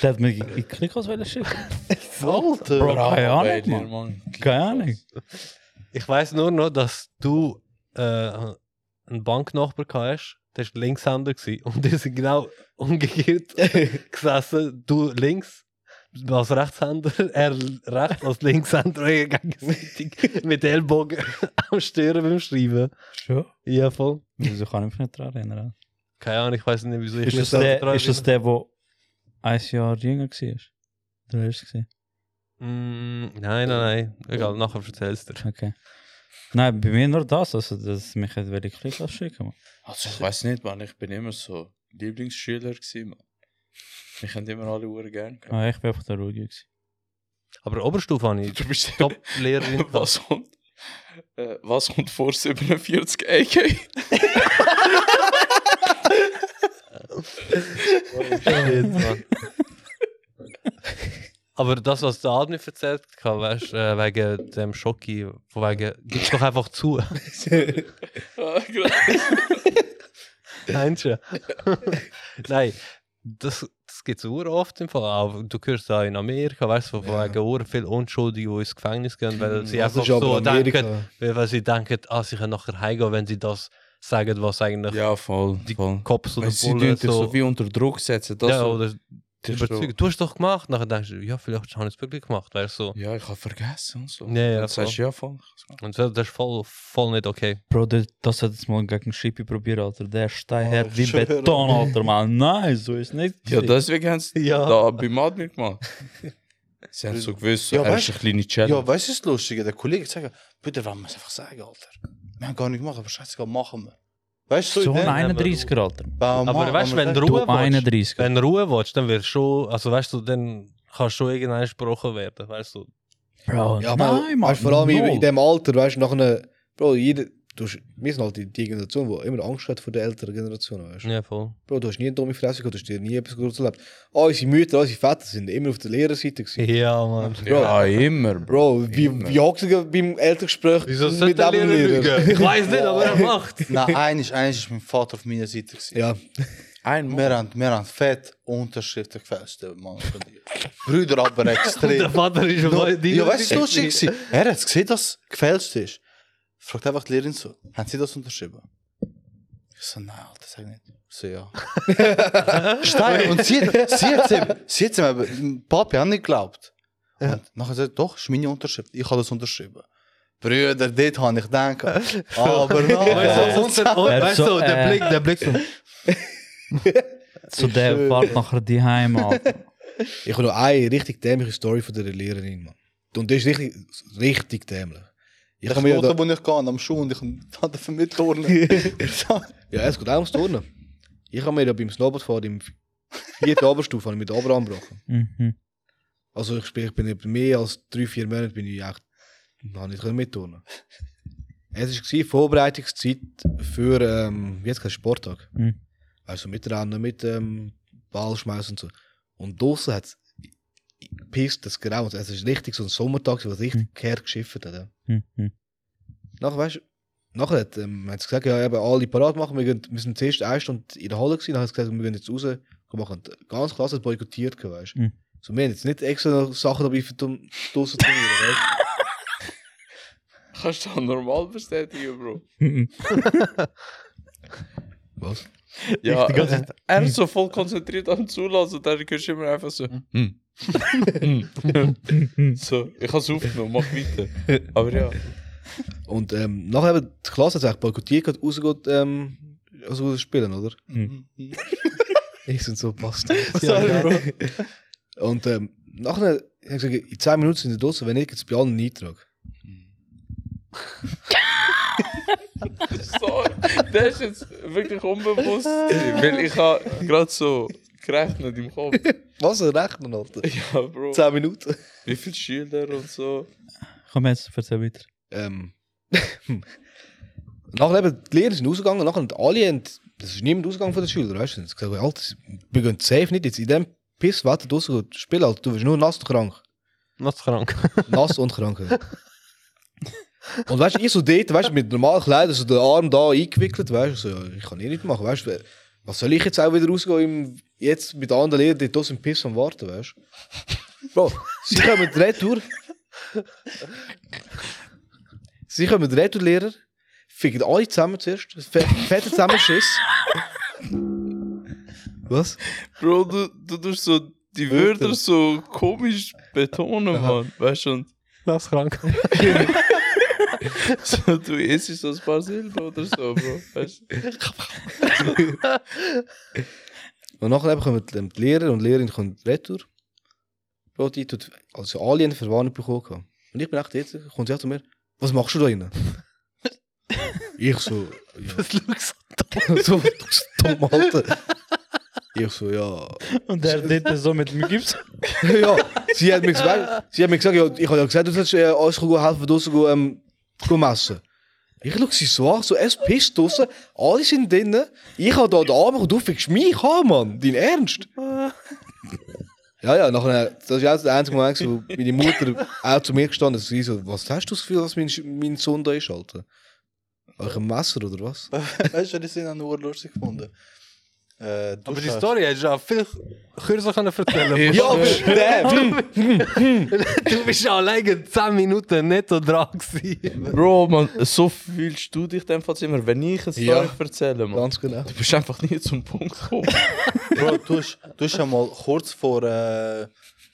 Speaker 2: Der hat mich in die Klickhaus wollen schicken.
Speaker 5: Alter.
Speaker 2: Bro, keine
Speaker 6: bei
Speaker 2: Ahnung,
Speaker 6: dir,
Speaker 2: Mann.
Speaker 6: Mann?
Speaker 2: Keine Ahnung.
Speaker 3: Ich weiß nur noch, dass du äh, einen Banknachbar gehabt hast, der war Linkshänder gewesen. und die sind genau umgekehrt gesessen. Du links als Rechtshänder, er rechts als Linkshänder euch gegenseitig mit Ellbogen am Stören beim Schreiben.
Speaker 2: Schon?
Speaker 3: Ja, voll.
Speaker 2: Wieso kann ich mich nicht daran erinnern?
Speaker 3: Keine Ahnung, ich weiß nicht, wieso ich
Speaker 2: Ist das,
Speaker 3: da
Speaker 2: der,
Speaker 3: dran
Speaker 2: ist das der, der ein Jahr jünger war? Du hast gesehen.
Speaker 3: Mm, nein, nein, nein.
Speaker 2: Oh.
Speaker 3: Egal, nachher erzählst du.
Speaker 2: Okay. Nein, bei mir nur das, also dass mich hat welche Klickhaus schicken. Mann.
Speaker 6: Also, ich weiß nicht, Mann. Ich bin immer so Lieblingsschüler gewesen, Mann. Mich haben immer alle Uhren gern gehabt.
Speaker 2: Ah, ich bin einfach der Ruhe. gewesen.
Speaker 3: Aber Oberstufe habe ich
Speaker 6: Du bist der
Speaker 3: Top-Lehrerin. gehabt.
Speaker 6: was kommt? Äh, was kommt vor 47 AK?
Speaker 3: Shit, Mann. Aber das, was der Admin erzählt hat, weißt du, äh, wegen dem Schocki, von wegen, gib doch einfach zu.
Speaker 6: Ah, genau.
Speaker 3: Meinst du? Nein, das, das gibt es oft im Fall. Auch, du hörst da in Amerika, weißt du, von
Speaker 1: Ja.
Speaker 3: wegen Uhren viele Unschuldige, die ins Gefängnis gehen, weil sie
Speaker 1: Das
Speaker 3: einfach
Speaker 1: ist aber
Speaker 3: so denken,
Speaker 1: Amerika.
Speaker 3: weil weil sie denken, ah, sie können nachher heimgehen, wenn sie das sagen, was eigentlich
Speaker 6: ja, voll.
Speaker 3: die
Speaker 6: voll.
Speaker 3: Cops oder
Speaker 6: Weil sie
Speaker 3: Bullen
Speaker 6: tun dich so wie unter Druck setzen. Das
Speaker 3: ja,
Speaker 6: so-
Speaker 3: oder
Speaker 6: dich
Speaker 3: überzeugen. Du hast doch gemacht. Nachher denkst du, ja, vielleicht habe ich es wirklich gemacht, weißt du. So.
Speaker 6: So, ja, ich habe vergessen und so.
Speaker 3: Ja, ja,
Speaker 6: Dann sagst du, ja, voll.
Speaker 3: Und das das ist voll, voll nicht okay.
Speaker 2: Bro, der- das hat jetzt mal gegen Schippi probiert, Alter. Der steht
Speaker 5: Oh,
Speaker 2: her
Speaker 5: ich
Speaker 2: wie
Speaker 5: schwöre.
Speaker 2: Beton, Alter, Mann. Nein, so ist nicht.
Speaker 6: Ja,
Speaker 2: gewesen.
Speaker 6: deswegen haben sie
Speaker 3: Ja.
Speaker 6: da beim Admin gemacht. Sie haben so gewusst, so,
Speaker 5: Ja,
Speaker 6: er
Speaker 5: weißt-
Speaker 6: ist eine kleine Challenge.
Speaker 5: Ja, weißt du, das Lustige? Der Kollege sagt, bitte, wollen wir es einfach sagen, Alter. Wir haben gar nicht gemacht, aber scheißegal, machen wir. Weißt du,
Speaker 2: So ein
Speaker 5: in dem-
Speaker 2: 31er, Alter.
Speaker 5: Warum
Speaker 3: Aber
Speaker 5: machen
Speaker 3: weißt du,
Speaker 5: wir
Speaker 3: wenn
Speaker 5: das?
Speaker 3: du
Speaker 2: Du
Speaker 3: Ruhe willst,
Speaker 2: 31er.
Speaker 3: wenn du Ruhe willst, dann wirst du schon, also weißt du, dann kannst du schon irgendwann gesprochen werden, weißt du.
Speaker 2: Bro,
Speaker 1: Ja, aber
Speaker 2: nein, Mann.
Speaker 1: weißt, vor allem in-
Speaker 2: null.
Speaker 1: in dem Alter, weißt du, nach einer. Bro, jeder. Du hast, wir sind halt die, die Generation, die immer Angst hat vor der älteren Generation, weißt du?
Speaker 3: Ja, voll.
Speaker 1: Bro, du hast nie eine dumme Fresse gehabt, du hast dir nie etwas Gutes erlebt. Oh, unsere Mütter, unsere Väter sind immer auf der Lehrerseite gewesen.
Speaker 3: Ja, Mann.
Speaker 1: Bro.
Speaker 6: Ja, ah, immer, Bro.
Speaker 1: Bro, wie, wie hockst du beim Elterngespräch
Speaker 3: Wieso sollte der Lehrer lügen? Ich weiß nicht, aber er macht.
Speaker 5: Nein, eines, eines war mein Vater auf meiner Seite. gewesen.
Speaker 1: Ja,
Speaker 6: Einmal.
Speaker 5: Wir haben, wir haben fett Unterschriften gefälscht, der Mann von dir. Brüder aber
Speaker 3: Der
Speaker 5: extrem.
Speaker 3: Vater ist
Speaker 5: No,
Speaker 3: auf
Speaker 5: ja, weißt du, was lustig war? Er hat gesehen, dass es gefälscht ist. Fragt einfach die Lehrerin so, haben sie das unterschrieben? Ich so, nein, Alter, sag nicht. Ich so, ja. Stein, und sie, sie hat ihm, sie hat's ihm eben, Papi hat nicht geglaubt. Und nachher sagt doch, ist meine Unterschrift, ich habe das unterschrieben. Brüder, dort habe ich gedacht, aber
Speaker 3: Weißt du,
Speaker 5: nein.
Speaker 3: und der- und-
Speaker 2: Er
Speaker 3: weißt
Speaker 2: so,
Speaker 3: du, der
Speaker 2: äh,
Speaker 3: Blick, der Blick so.
Speaker 2: So der fährt nachher die Heim, Alter.
Speaker 1: ich habe noch eine richtig dämliche Story von der Lehrerin, Mann. Und die ist richtig, richtig dämlich. Ich
Speaker 5: Ich
Speaker 1: kann mir ja,
Speaker 5: habe
Speaker 1: da,
Speaker 5: wo ich gehe, am Schuh und ich habe dafür mitturnen.
Speaker 1: ja, es geht auch ums Turnen. Ich habe mir ja beim Snowboardfahren im vierten Oberstufe habe ich mir den Oberarm gebrochen.
Speaker 2: Mhm.
Speaker 1: Also ich, spiel- ich bin etwa mehr als drei, vier Monate bin ich echt noch nicht können mitturnen. Es war gewesen, Vorbereitungszeit für ähm, wie jetzt Sporttag.
Speaker 2: Mhm.
Speaker 1: Also mit Rennen, mit ähm, Ballschmeißen und so. Und draußen hat es pisst das Grau. Es ist richtig so ein Sommertag, was richtig
Speaker 2: Hm.
Speaker 1: hergeschifft hat. Ja.
Speaker 2: Hm, hm.
Speaker 1: Nachher, weißt du, nachher hat, ähm, hat sie gesagt, ja, eben alle parat machen, wir, gehen, wir sind zuerst eine Stunde in der Halle gewesen, dann hat sie gesagt, wir gehen jetzt raus, wir machen ganz klasse boykottiert, gewesen, weißt du.
Speaker 2: Mhm.
Speaker 1: So, wir haben jetzt nicht extra noch Sachen dabei für dumm- draussen zu tun, weißt
Speaker 6: Kannst du das normal bestätigen, Bro?
Speaker 1: du. Was?
Speaker 6: Ja,
Speaker 3: die ganze Zeit.
Speaker 6: er ist so voll konzentriert am Zulassen, dann kannst du immer einfach so. Hm. Mm. so, ich habe es aufgenommen, mach weiter. Aber ja,
Speaker 1: Und ähm, nachher eben die Klasse hat sich eigentlich boykottiert, gerade rausgeht, ähm, also raus spielen, oder?
Speaker 2: Mhm.
Speaker 1: Ich sind so Bastards.
Speaker 2: Sorry, Bro.
Speaker 1: Und ähm, nachher, ich hab gesagt, in 10 Minuten sind wir draußen, wenn nicht, gibt es bei allen einen Eintrag.
Speaker 6: so, der ist jetzt wirklich unbewusst, gewesen, weil ich habe gerade so gerechnet im Kopf.
Speaker 1: Was, ein Rechner, Alter?
Speaker 6: Ja, Bro.
Speaker 1: 10 Minuten.
Speaker 6: Wie viele Schüler und so.
Speaker 2: Komm jetzt, erzähl weiter.
Speaker 1: Ähm. nachher eben, die Lehrer sind rausgegangen, nachher und alle haben, das ist niemand ausgegangen von den Schülern, weißt du? Sie haben gesagt, Alter, wir gehen safe nicht jetzt in dem Pisswetter draußen spielen, Alter, du wirst nur nass und krank.
Speaker 3: Nass krank.
Speaker 1: Nass und krank. ja. Und weißt du, ich so dort, weißt du, mit normalen Kleidern, so den Arm da eingewickelt, weißt du, so, ja, ich kann eh nicht machen, weißt du, was soll ich jetzt auch wieder rausgehen, im, jetzt mit anderen Lehrern, die draußen im Piss am Warten, weißt du? Bro, sie kommen retour. sie kommen retour-Lehrer, ficken alle zusammen zuerst, fe- fetten Zusammenschiss. Was?
Speaker 6: Bro, du, du tust so die Wörter so komisch betonen, Mann. Weißt du, und
Speaker 3: Nass krank.
Speaker 6: so, du isst so ein paar Silben oder so, Bro. Weißt du?
Speaker 1: Und nachher eben kommen die, ähm, die Lehrer und die Lehrerin kommt retour. Bro, die tut, also alle haben eine Verwarnung bekommen. gehabt. Und ich bin echt jetzt, kommt sie auch zu mir, was machst du da drinnen? ich so, ja.
Speaker 3: Das looks.
Speaker 1: so, du bist dumm, Alter. Ich so, ja.
Speaker 2: Und er dort so mit dem Gips.
Speaker 1: ja, sie hat mir gesagt, sie hat mir gesagt ja, ich habe ja gesagt, du sollst äh, uns gut helfen, draussen gut, ähm, gut messen. Ich schaue sie so an, so, es pisst draussen, alle sind drinnen, ich habe da den Arm und du fickst mich an, Mann, dein Ernst? Ja, ja, nachher, das ist auch der einzige Moment, gewesen, wo meine Mutter auch zu mir gestanden ist, sie so, was hast du das Gefühl, was mein, Sch- mein Sohn da ist, Alter? Habe ich ein Messer oder was?
Speaker 5: Weißt du, die sind auch nur lustig gefunden. Äh, du
Speaker 3: Aber die
Speaker 5: hast-
Speaker 3: Story hättest du auch viel kürzer können erzählen
Speaker 1: Ja, aber damn!
Speaker 3: Du bist alleine 10 Minuten netto dran gewesen.
Speaker 6: Bro, man, so fühlst du dich in dem Fall immer, wenn ich es
Speaker 1: Ja.
Speaker 6: ja. erzähle, Mann.
Speaker 1: Ganz genau.
Speaker 6: Du bist einfach nie zum Punkt gekommen.
Speaker 5: Bro, du hast, du hast ja mal kurz vor äh,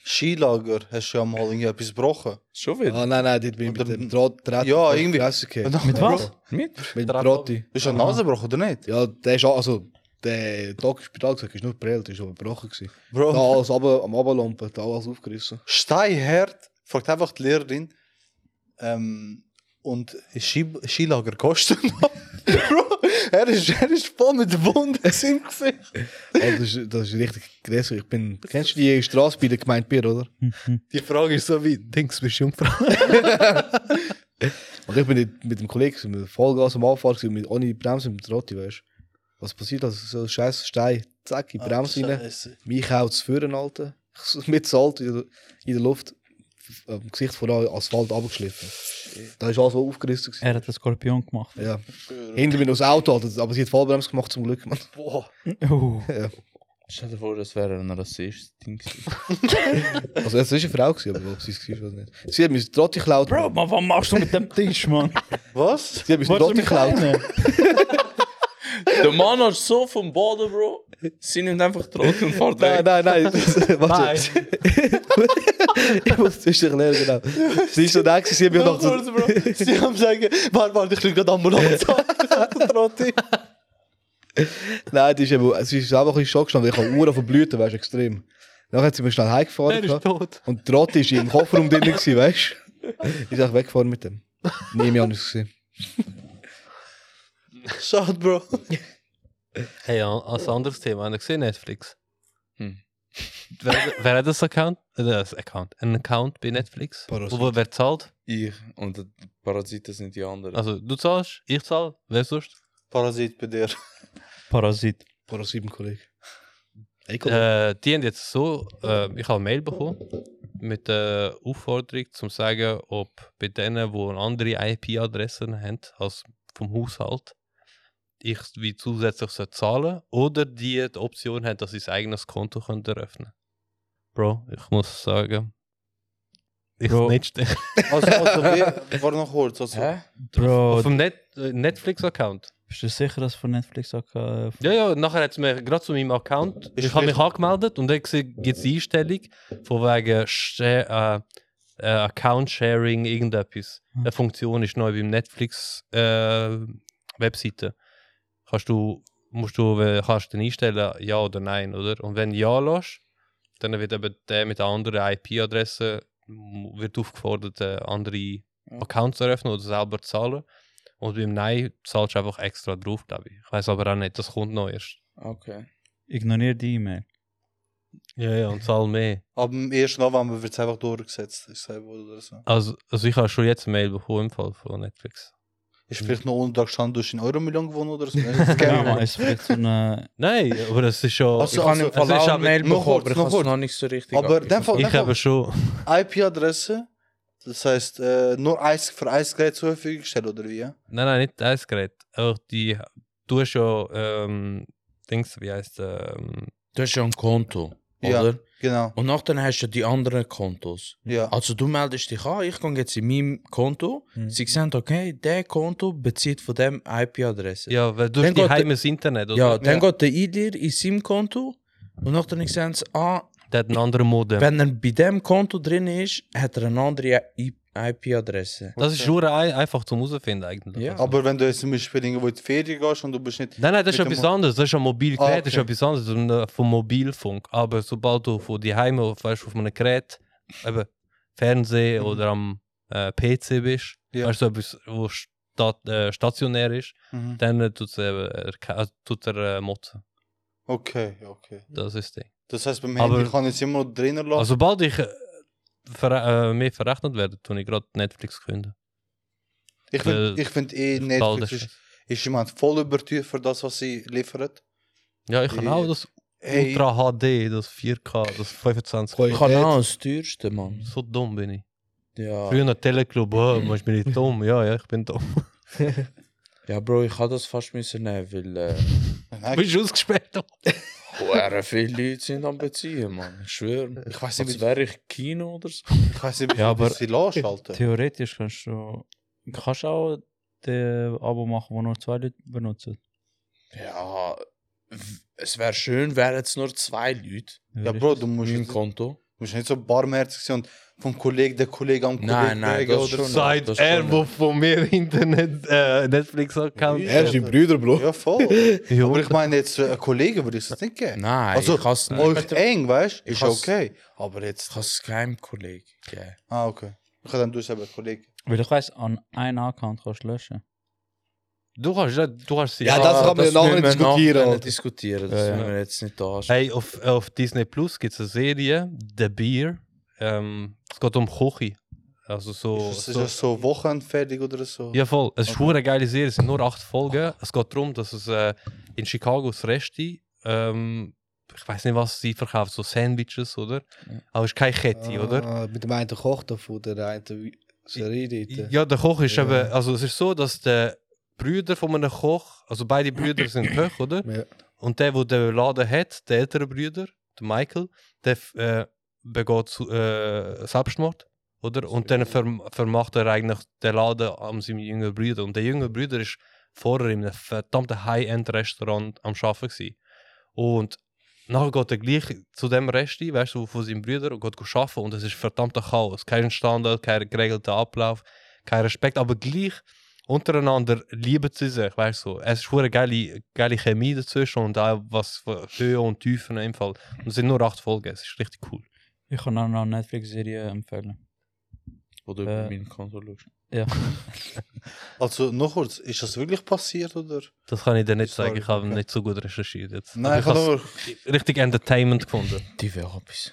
Speaker 5: Skilager hast du ja mal irgendwie etwas gebrochen.
Speaker 6: Schon wieder.
Speaker 1: Ah, nein, nein, dort bin ich mit
Speaker 5: Oder-
Speaker 1: dem Draht, Draht,
Speaker 5: Ja, irgendwie.
Speaker 1: Mit
Speaker 5: Mit was?
Speaker 1: Mit dem Trotti.
Speaker 5: Du hast ja die Nase gebrochen, oder nicht?
Speaker 1: Ja, der ist auch, also, der Tag im Spital gesagt, ist nur prellt, ist aber gebrochen gewesen. Da
Speaker 5: Bro,
Speaker 1: alles runter, am Ablampen, da alles aufgerissen.
Speaker 5: steinhart, fragt einfach die Lehrerin. Ähm, und ist Ski Skilager kostet noch. Bro, er ist, er ist voll mit Wunden im Gesicht.
Speaker 1: Alter, Also, das, ist, das ist richtig grässlich. Ich bin, kennst du die Straße bei der Gemeinde Bier, oder?
Speaker 5: Die Frage ist so wie,
Speaker 3: Denkst du, bist Jungfrau?
Speaker 1: Und ich bin dort mit dem Kollegen, gewesen, mit Vollgas am Anfang, gewesen, mit, ohne Bremse mit dem Trotti, weißt du. Was passiert, also so ein scheiß Stein, zack,
Speaker 5: Ah,
Speaker 1: in die Bremse rein.
Speaker 5: Scheiße.
Speaker 1: Mich haut zu führen, Alter. Ich- Mit Salz in der, in Eh, der Luft, am Gesicht von Asphalt abgeschliffen. Da ist alles so aufgerissen. gewesen.
Speaker 2: Er hat einen Skorpion gemacht.
Speaker 1: Ja. Hinter mir noch das Auto, Alter, aber sie hat Vollbremse gemacht zum Glück, Mann.
Speaker 5: Boah,
Speaker 2: Oh.
Speaker 6: Stell dir vor, das wäre ein Rassist-Ding. gewesen.
Speaker 1: Also, es war eine Frau, gewesen, aber ob sie es war oder nicht. Sie hat mir das Trotti geklaut.
Speaker 2: Bro,
Speaker 1: Mann.
Speaker 2: man, was machst du mit dem Tisch, Mann?
Speaker 5: was?
Speaker 1: Sie hat mir das
Speaker 2: Wolltest
Speaker 1: Trotti geklaut.
Speaker 2: einen?
Speaker 6: Der Mann ist so vom Boden, Bro. Sie nimmt einfach Trott und fährt
Speaker 1: Nein,
Speaker 6: weg.
Speaker 1: nein, nein. Warte. ich muss zwischen lernen, genau. Sie ist so da, gewesen, sie hat mir noch so.
Speaker 5: Sie haben sagen, warte, warte, ich lüge gerade Ambulanz an. Trotti.
Speaker 1: Nein, die ist eben, sie ist einfach ein bisschen Schock gestanden, weil ich habe Uhren von Blüten, weißt du, extrem. Nachher hat sie mir schnell heimgefahren.
Speaker 3: dus
Speaker 1: gehabt.
Speaker 3: tot.
Speaker 1: Und der Trotti war im Kofferraum drin, gewesen, weißt du? Ich bin einfach weggefahren mit dem. Nie mehr anders gesehen.
Speaker 5: Schade, Bro.
Speaker 3: Hey, an- als anderes Thema. Habt ihr gesehen Netflix?
Speaker 6: Hm.
Speaker 3: Wer, wer hat das Account? Äh, Das Account. Ein Account bei Netflix?
Speaker 1: Parasit.
Speaker 3: Wo wer zahlt?
Speaker 6: Ich und die Parasiten sind die anderen.
Speaker 3: Also du zahlst, ich zahle, wer sonst?
Speaker 5: Parasit bei dir.
Speaker 2: Parasit.
Speaker 1: Vor sieben Kollegen. Hey, komm.
Speaker 3: Äh, die haben jetzt so, äh, ich habe eine Mail bekommen mit der Aufforderung, zum sagen, ob bei denen, die andere IP-Adressen haben, als vom Haushalt, ich wie zusätzlich soll zahlen oder die die Option haben, dass sie ein eigenes Konto können eröffnen Bro, ich muss sagen, ich
Speaker 2: Bro.
Speaker 3: nicht.
Speaker 5: Also, also wie, war noch kurz. Also,
Speaker 6: Hä?
Speaker 2: Bro,
Speaker 3: Auf dem Net äh, Netflix-Account.
Speaker 2: bist du sicher, dass von Netflix auch... Äh,
Speaker 3: Ja, ja, nachher hat es mir gerade zu meinem Account.
Speaker 5: Ist
Speaker 3: Ich habe mich
Speaker 5: richtig.
Speaker 3: angemeldet und dann gibt es die Einstellung von wegen Share, äh, äh, Account Sharing, irgendetwas.
Speaker 2: Hm.
Speaker 3: Eine Funktion ist neu beim Netflix äh, Webseite. Kannst du, musst du, äh, kannst du den einstellen, ja oder nein, oder? Und wenn ja lässt, dann wird eben der mit der anderen IP-Adresse m- wird aufgefordert, äh, andere Accounts zu eröffnen oder selber zu zahlen. Und beim Nein zahlst du einfach extra drauf, glaube ich. Ich weiß aber auch nicht, das kommt noch erst.
Speaker 6: Okay.
Speaker 2: Ignoriere die E-Mail.
Speaker 3: Ja, ja, und zahl mehr.
Speaker 5: Ab dem 1. November wird es einfach durchgesetzt. Ich sage, oder so.
Speaker 3: Also, also ich habe schon jetzt eine Mail bekommen im Fall von Netflix.
Speaker 5: Ist vielleicht noch unter Stand durch in Euro-Million gewonnen oder so.
Speaker 2: Ja, man, es wird so eine...
Speaker 3: Nein, aber das ist schon.
Speaker 5: Also,
Speaker 6: ich habe im Fall
Speaker 3: es ist
Speaker 6: auch eine
Speaker 3: aber-
Speaker 6: Mail
Speaker 5: noch
Speaker 6: bekommen,
Speaker 5: kurz,
Speaker 6: aber ich
Speaker 5: noch
Speaker 6: habe es
Speaker 5: kurz.
Speaker 6: noch nicht so richtig
Speaker 5: Aber in dem
Speaker 6: abgegriffen.
Speaker 5: Fall,
Speaker 3: ich habe schon.
Speaker 5: IP-Adresse, das heißt äh, nur eins, für ein Gerät zur Verfügung gestellt oder wie? ja?
Speaker 3: Nein, nein, nicht das Gerät. Auch die. Du hast ja. Ähm, Dings, wie heißt ähm,
Speaker 8: Du hast ja ein Konto,
Speaker 5: Ja.
Speaker 8: oder?
Speaker 5: Genau.
Speaker 8: Und nachher hast du die anderen Kontos.
Speaker 5: Ja.
Speaker 8: Also du meldest dich an, ich gehe jetzt in meinem Konto. Sie sehen, okay, der Konto bezieht von dem IP-Adresse.
Speaker 3: Ja, weil du
Speaker 8: Dann
Speaker 3: hast die
Speaker 8: geht-
Speaker 3: heimes Internet, oder?
Speaker 8: Ja, dann
Speaker 5: Ja.
Speaker 8: geht der Eidir in seinem Konto und nachher sehen sie, ah,
Speaker 3: Der hat einen anderen Modem.
Speaker 8: wenn er bei dem Konto drin ist, hat er eine andere IP-Adresse.
Speaker 3: das ist nur ein, einfach zum herausfinden, eigentlich.
Speaker 8: Ja.
Speaker 3: Also.
Speaker 5: Aber wenn du jetzt zum Beispiel irgendwo in die Ferien gehst und du bist nicht.
Speaker 3: Nein, nein, das ist
Speaker 5: Mit dem
Speaker 3: etwas
Speaker 5: Mo-
Speaker 3: anderes. Das ist ein Mobilgerät,
Speaker 5: Ah,
Speaker 3: das ist
Speaker 5: okay.
Speaker 3: etwas anderes das ist ein- vom Mobilfunk. Aber sobald du von die Heime auf, weißt, auf einem Gerät, eben Fernsehen oder am äh, PC bist,
Speaker 5: Mhm. Ja.
Speaker 3: weißt du, etwas, wo stat äh, stationär ist,
Speaker 5: Mhm.
Speaker 3: dann tut er, äh, tut's er äh, motzen.
Speaker 5: Okay, ja, okay.
Speaker 3: Das ist das Ding.
Speaker 5: Das heißt, beim
Speaker 3: Aber-
Speaker 5: Handy kann ich es immer noch drinnen lassen.
Speaker 3: Also, sobald ich äh, ver äh, mehr verrechnet werde, tue ich gerade Netflix künden.
Speaker 5: ich finde
Speaker 3: äh,
Speaker 5: ich find eh,
Speaker 3: Ich bezahle das
Speaker 5: Netflix ist, ist jemand voll überteuert für das, was sie liefert.
Speaker 3: Ja, ich kann auch das
Speaker 5: Ey,
Speaker 3: Ultra HD, das 4K, das 25.
Speaker 1: Voll.
Speaker 8: Ich kann auch das teuerste, Mann.
Speaker 3: So dumm bin ich.
Speaker 5: Ah.
Speaker 8: Ja.
Speaker 3: Früher Teleclub, oh, machst mich nicht dumm. Ja, ja, ich bin dumm.
Speaker 8: ja, Bro, ich habe das fast müssen nehmen, weil äh,
Speaker 5: nein,
Speaker 3: Bist du ausgesperrt?
Speaker 8: huere viele Leute sind am Beziehen, Mann. Ich schwöre.
Speaker 5: ich weiß nicht,
Speaker 8: Als
Speaker 5: wie-
Speaker 8: wäre ich Kino oder so.
Speaker 5: ich weiß nicht, wie
Speaker 2: Ja,
Speaker 5: ja,
Speaker 2: aber-
Speaker 5: sie lassen, Alter.
Speaker 2: Theoretisch kannst du... Kannst du auch den Abo machen, wo nur zwei Leute benutzen.
Speaker 8: Ja, w- es wäre schön, wären es nur zwei Leute
Speaker 5: Ja, Bro, du
Speaker 8: auf
Speaker 5: musst,
Speaker 8: meinem
Speaker 5: jetzt, du
Speaker 8: Konto.
Speaker 5: musst nicht so barmherzig sein und vom Kollegen, der Kollege am Kollegen
Speaker 8: Nein, nein,
Speaker 5: prägen
Speaker 8: das schon
Speaker 5: so.
Speaker 8: Nein,
Speaker 3: Seit
Speaker 8: das
Speaker 3: er,
Speaker 8: schon
Speaker 3: der von mir Internet, äh, Netflix-Account
Speaker 1: Er ist dein Bruder, Bro.
Speaker 5: Ja, voll.
Speaker 3: Ja,
Speaker 5: Aber ich meine, jetzt äh, einen Kollegen würde ich es nicht geben.
Speaker 8: Nein,
Speaker 5: Also,
Speaker 8: ich has
Speaker 5: Euch
Speaker 8: nicht.
Speaker 5: eng, weißt du?
Speaker 8: Ich
Speaker 5: Ist
Speaker 8: has-
Speaker 5: okay. Aber jetzt.
Speaker 8: Ich has keinem Kollegen gegeben.
Speaker 5: Ah, okay. Ich kann dann durch selber Kollegen.
Speaker 2: Weil ich weiss, an einen Account kannst du löschen.
Speaker 3: Du kannst, du kannst sie.
Speaker 1: Ja, das kann man nachher
Speaker 8: müssen wir
Speaker 1: diskutieren,
Speaker 8: nachher
Speaker 1: Alter.
Speaker 8: diskutieren. Das
Speaker 2: Ja, ja.
Speaker 8: müssen wir jetzt nicht da.
Speaker 3: Hey, auf, auf Disney Plus gibt es eine Serie, The Beer. Ähm, es geht um Kochi. Also so.
Speaker 5: ist das
Speaker 3: so
Speaker 5: so, so wochenfertig oder so?
Speaker 3: Oh, ja, voll. Es ist okay. eine geile Serie, es sind nur acht Folgen. Es geht darum, dass es äh, in Chicago das Resti, ähm, ich weiß nicht, was sie verkauft, so Sandwiches, oder? Aber es ist keine Kette, oder?
Speaker 1: Ah, Mit dem einen Koch da von der einen Serie dort.
Speaker 3: Ja, der Koch ist
Speaker 1: Ja.
Speaker 3: eben, also es ist so, dass der Brüder von einem Koch, also beide Brüder sind Koch, oder?
Speaker 1: Ja.
Speaker 3: Und der, der den Laden hat, der ältere Brüder, der Michael, der äh, begeht zu, äh, Selbstmord, oder? Und dann verm vermacht er eigentlich den Laden an seinem jüngeren Bruder. Und der jüngere Bruder ist vorher in einem verdammten High-End-Restaurant am Arbeiten gewesen. Und nachher geht er gleich zu dem Rest, ein, weißt du, von seinem Bruder und geht arbeiten und es ist verdammter Chaos. Kein Standard, kein geregelter Ablauf, kein Respekt, aber gleich untereinander lieben sie sich, weißt du. Es ist eine geile, geile Chemie dazwischen und auch was für Höhen und Tiefen im Fall. Und es sind nur acht Folgen, es ist richtig cool.
Speaker 2: Ich kann auch noch eine Netflix-Serie empfehlen.
Speaker 8: Wo du
Speaker 2: Äh.
Speaker 8: über mein Konto schaust.
Speaker 5: Also, noch kurz, ist das wirklich passiert oder?
Speaker 3: Das kann ich dir nicht
Speaker 5: Sorry,
Speaker 3: sagen, ich habe
Speaker 5: okay.
Speaker 3: nicht so gut recherchiert jetzt.
Speaker 5: Nein, ich
Speaker 3: aber
Speaker 5: kann
Speaker 3: ich habe
Speaker 5: nur.
Speaker 3: es richtig Entertainment gefunden.
Speaker 8: Die wäre etwas.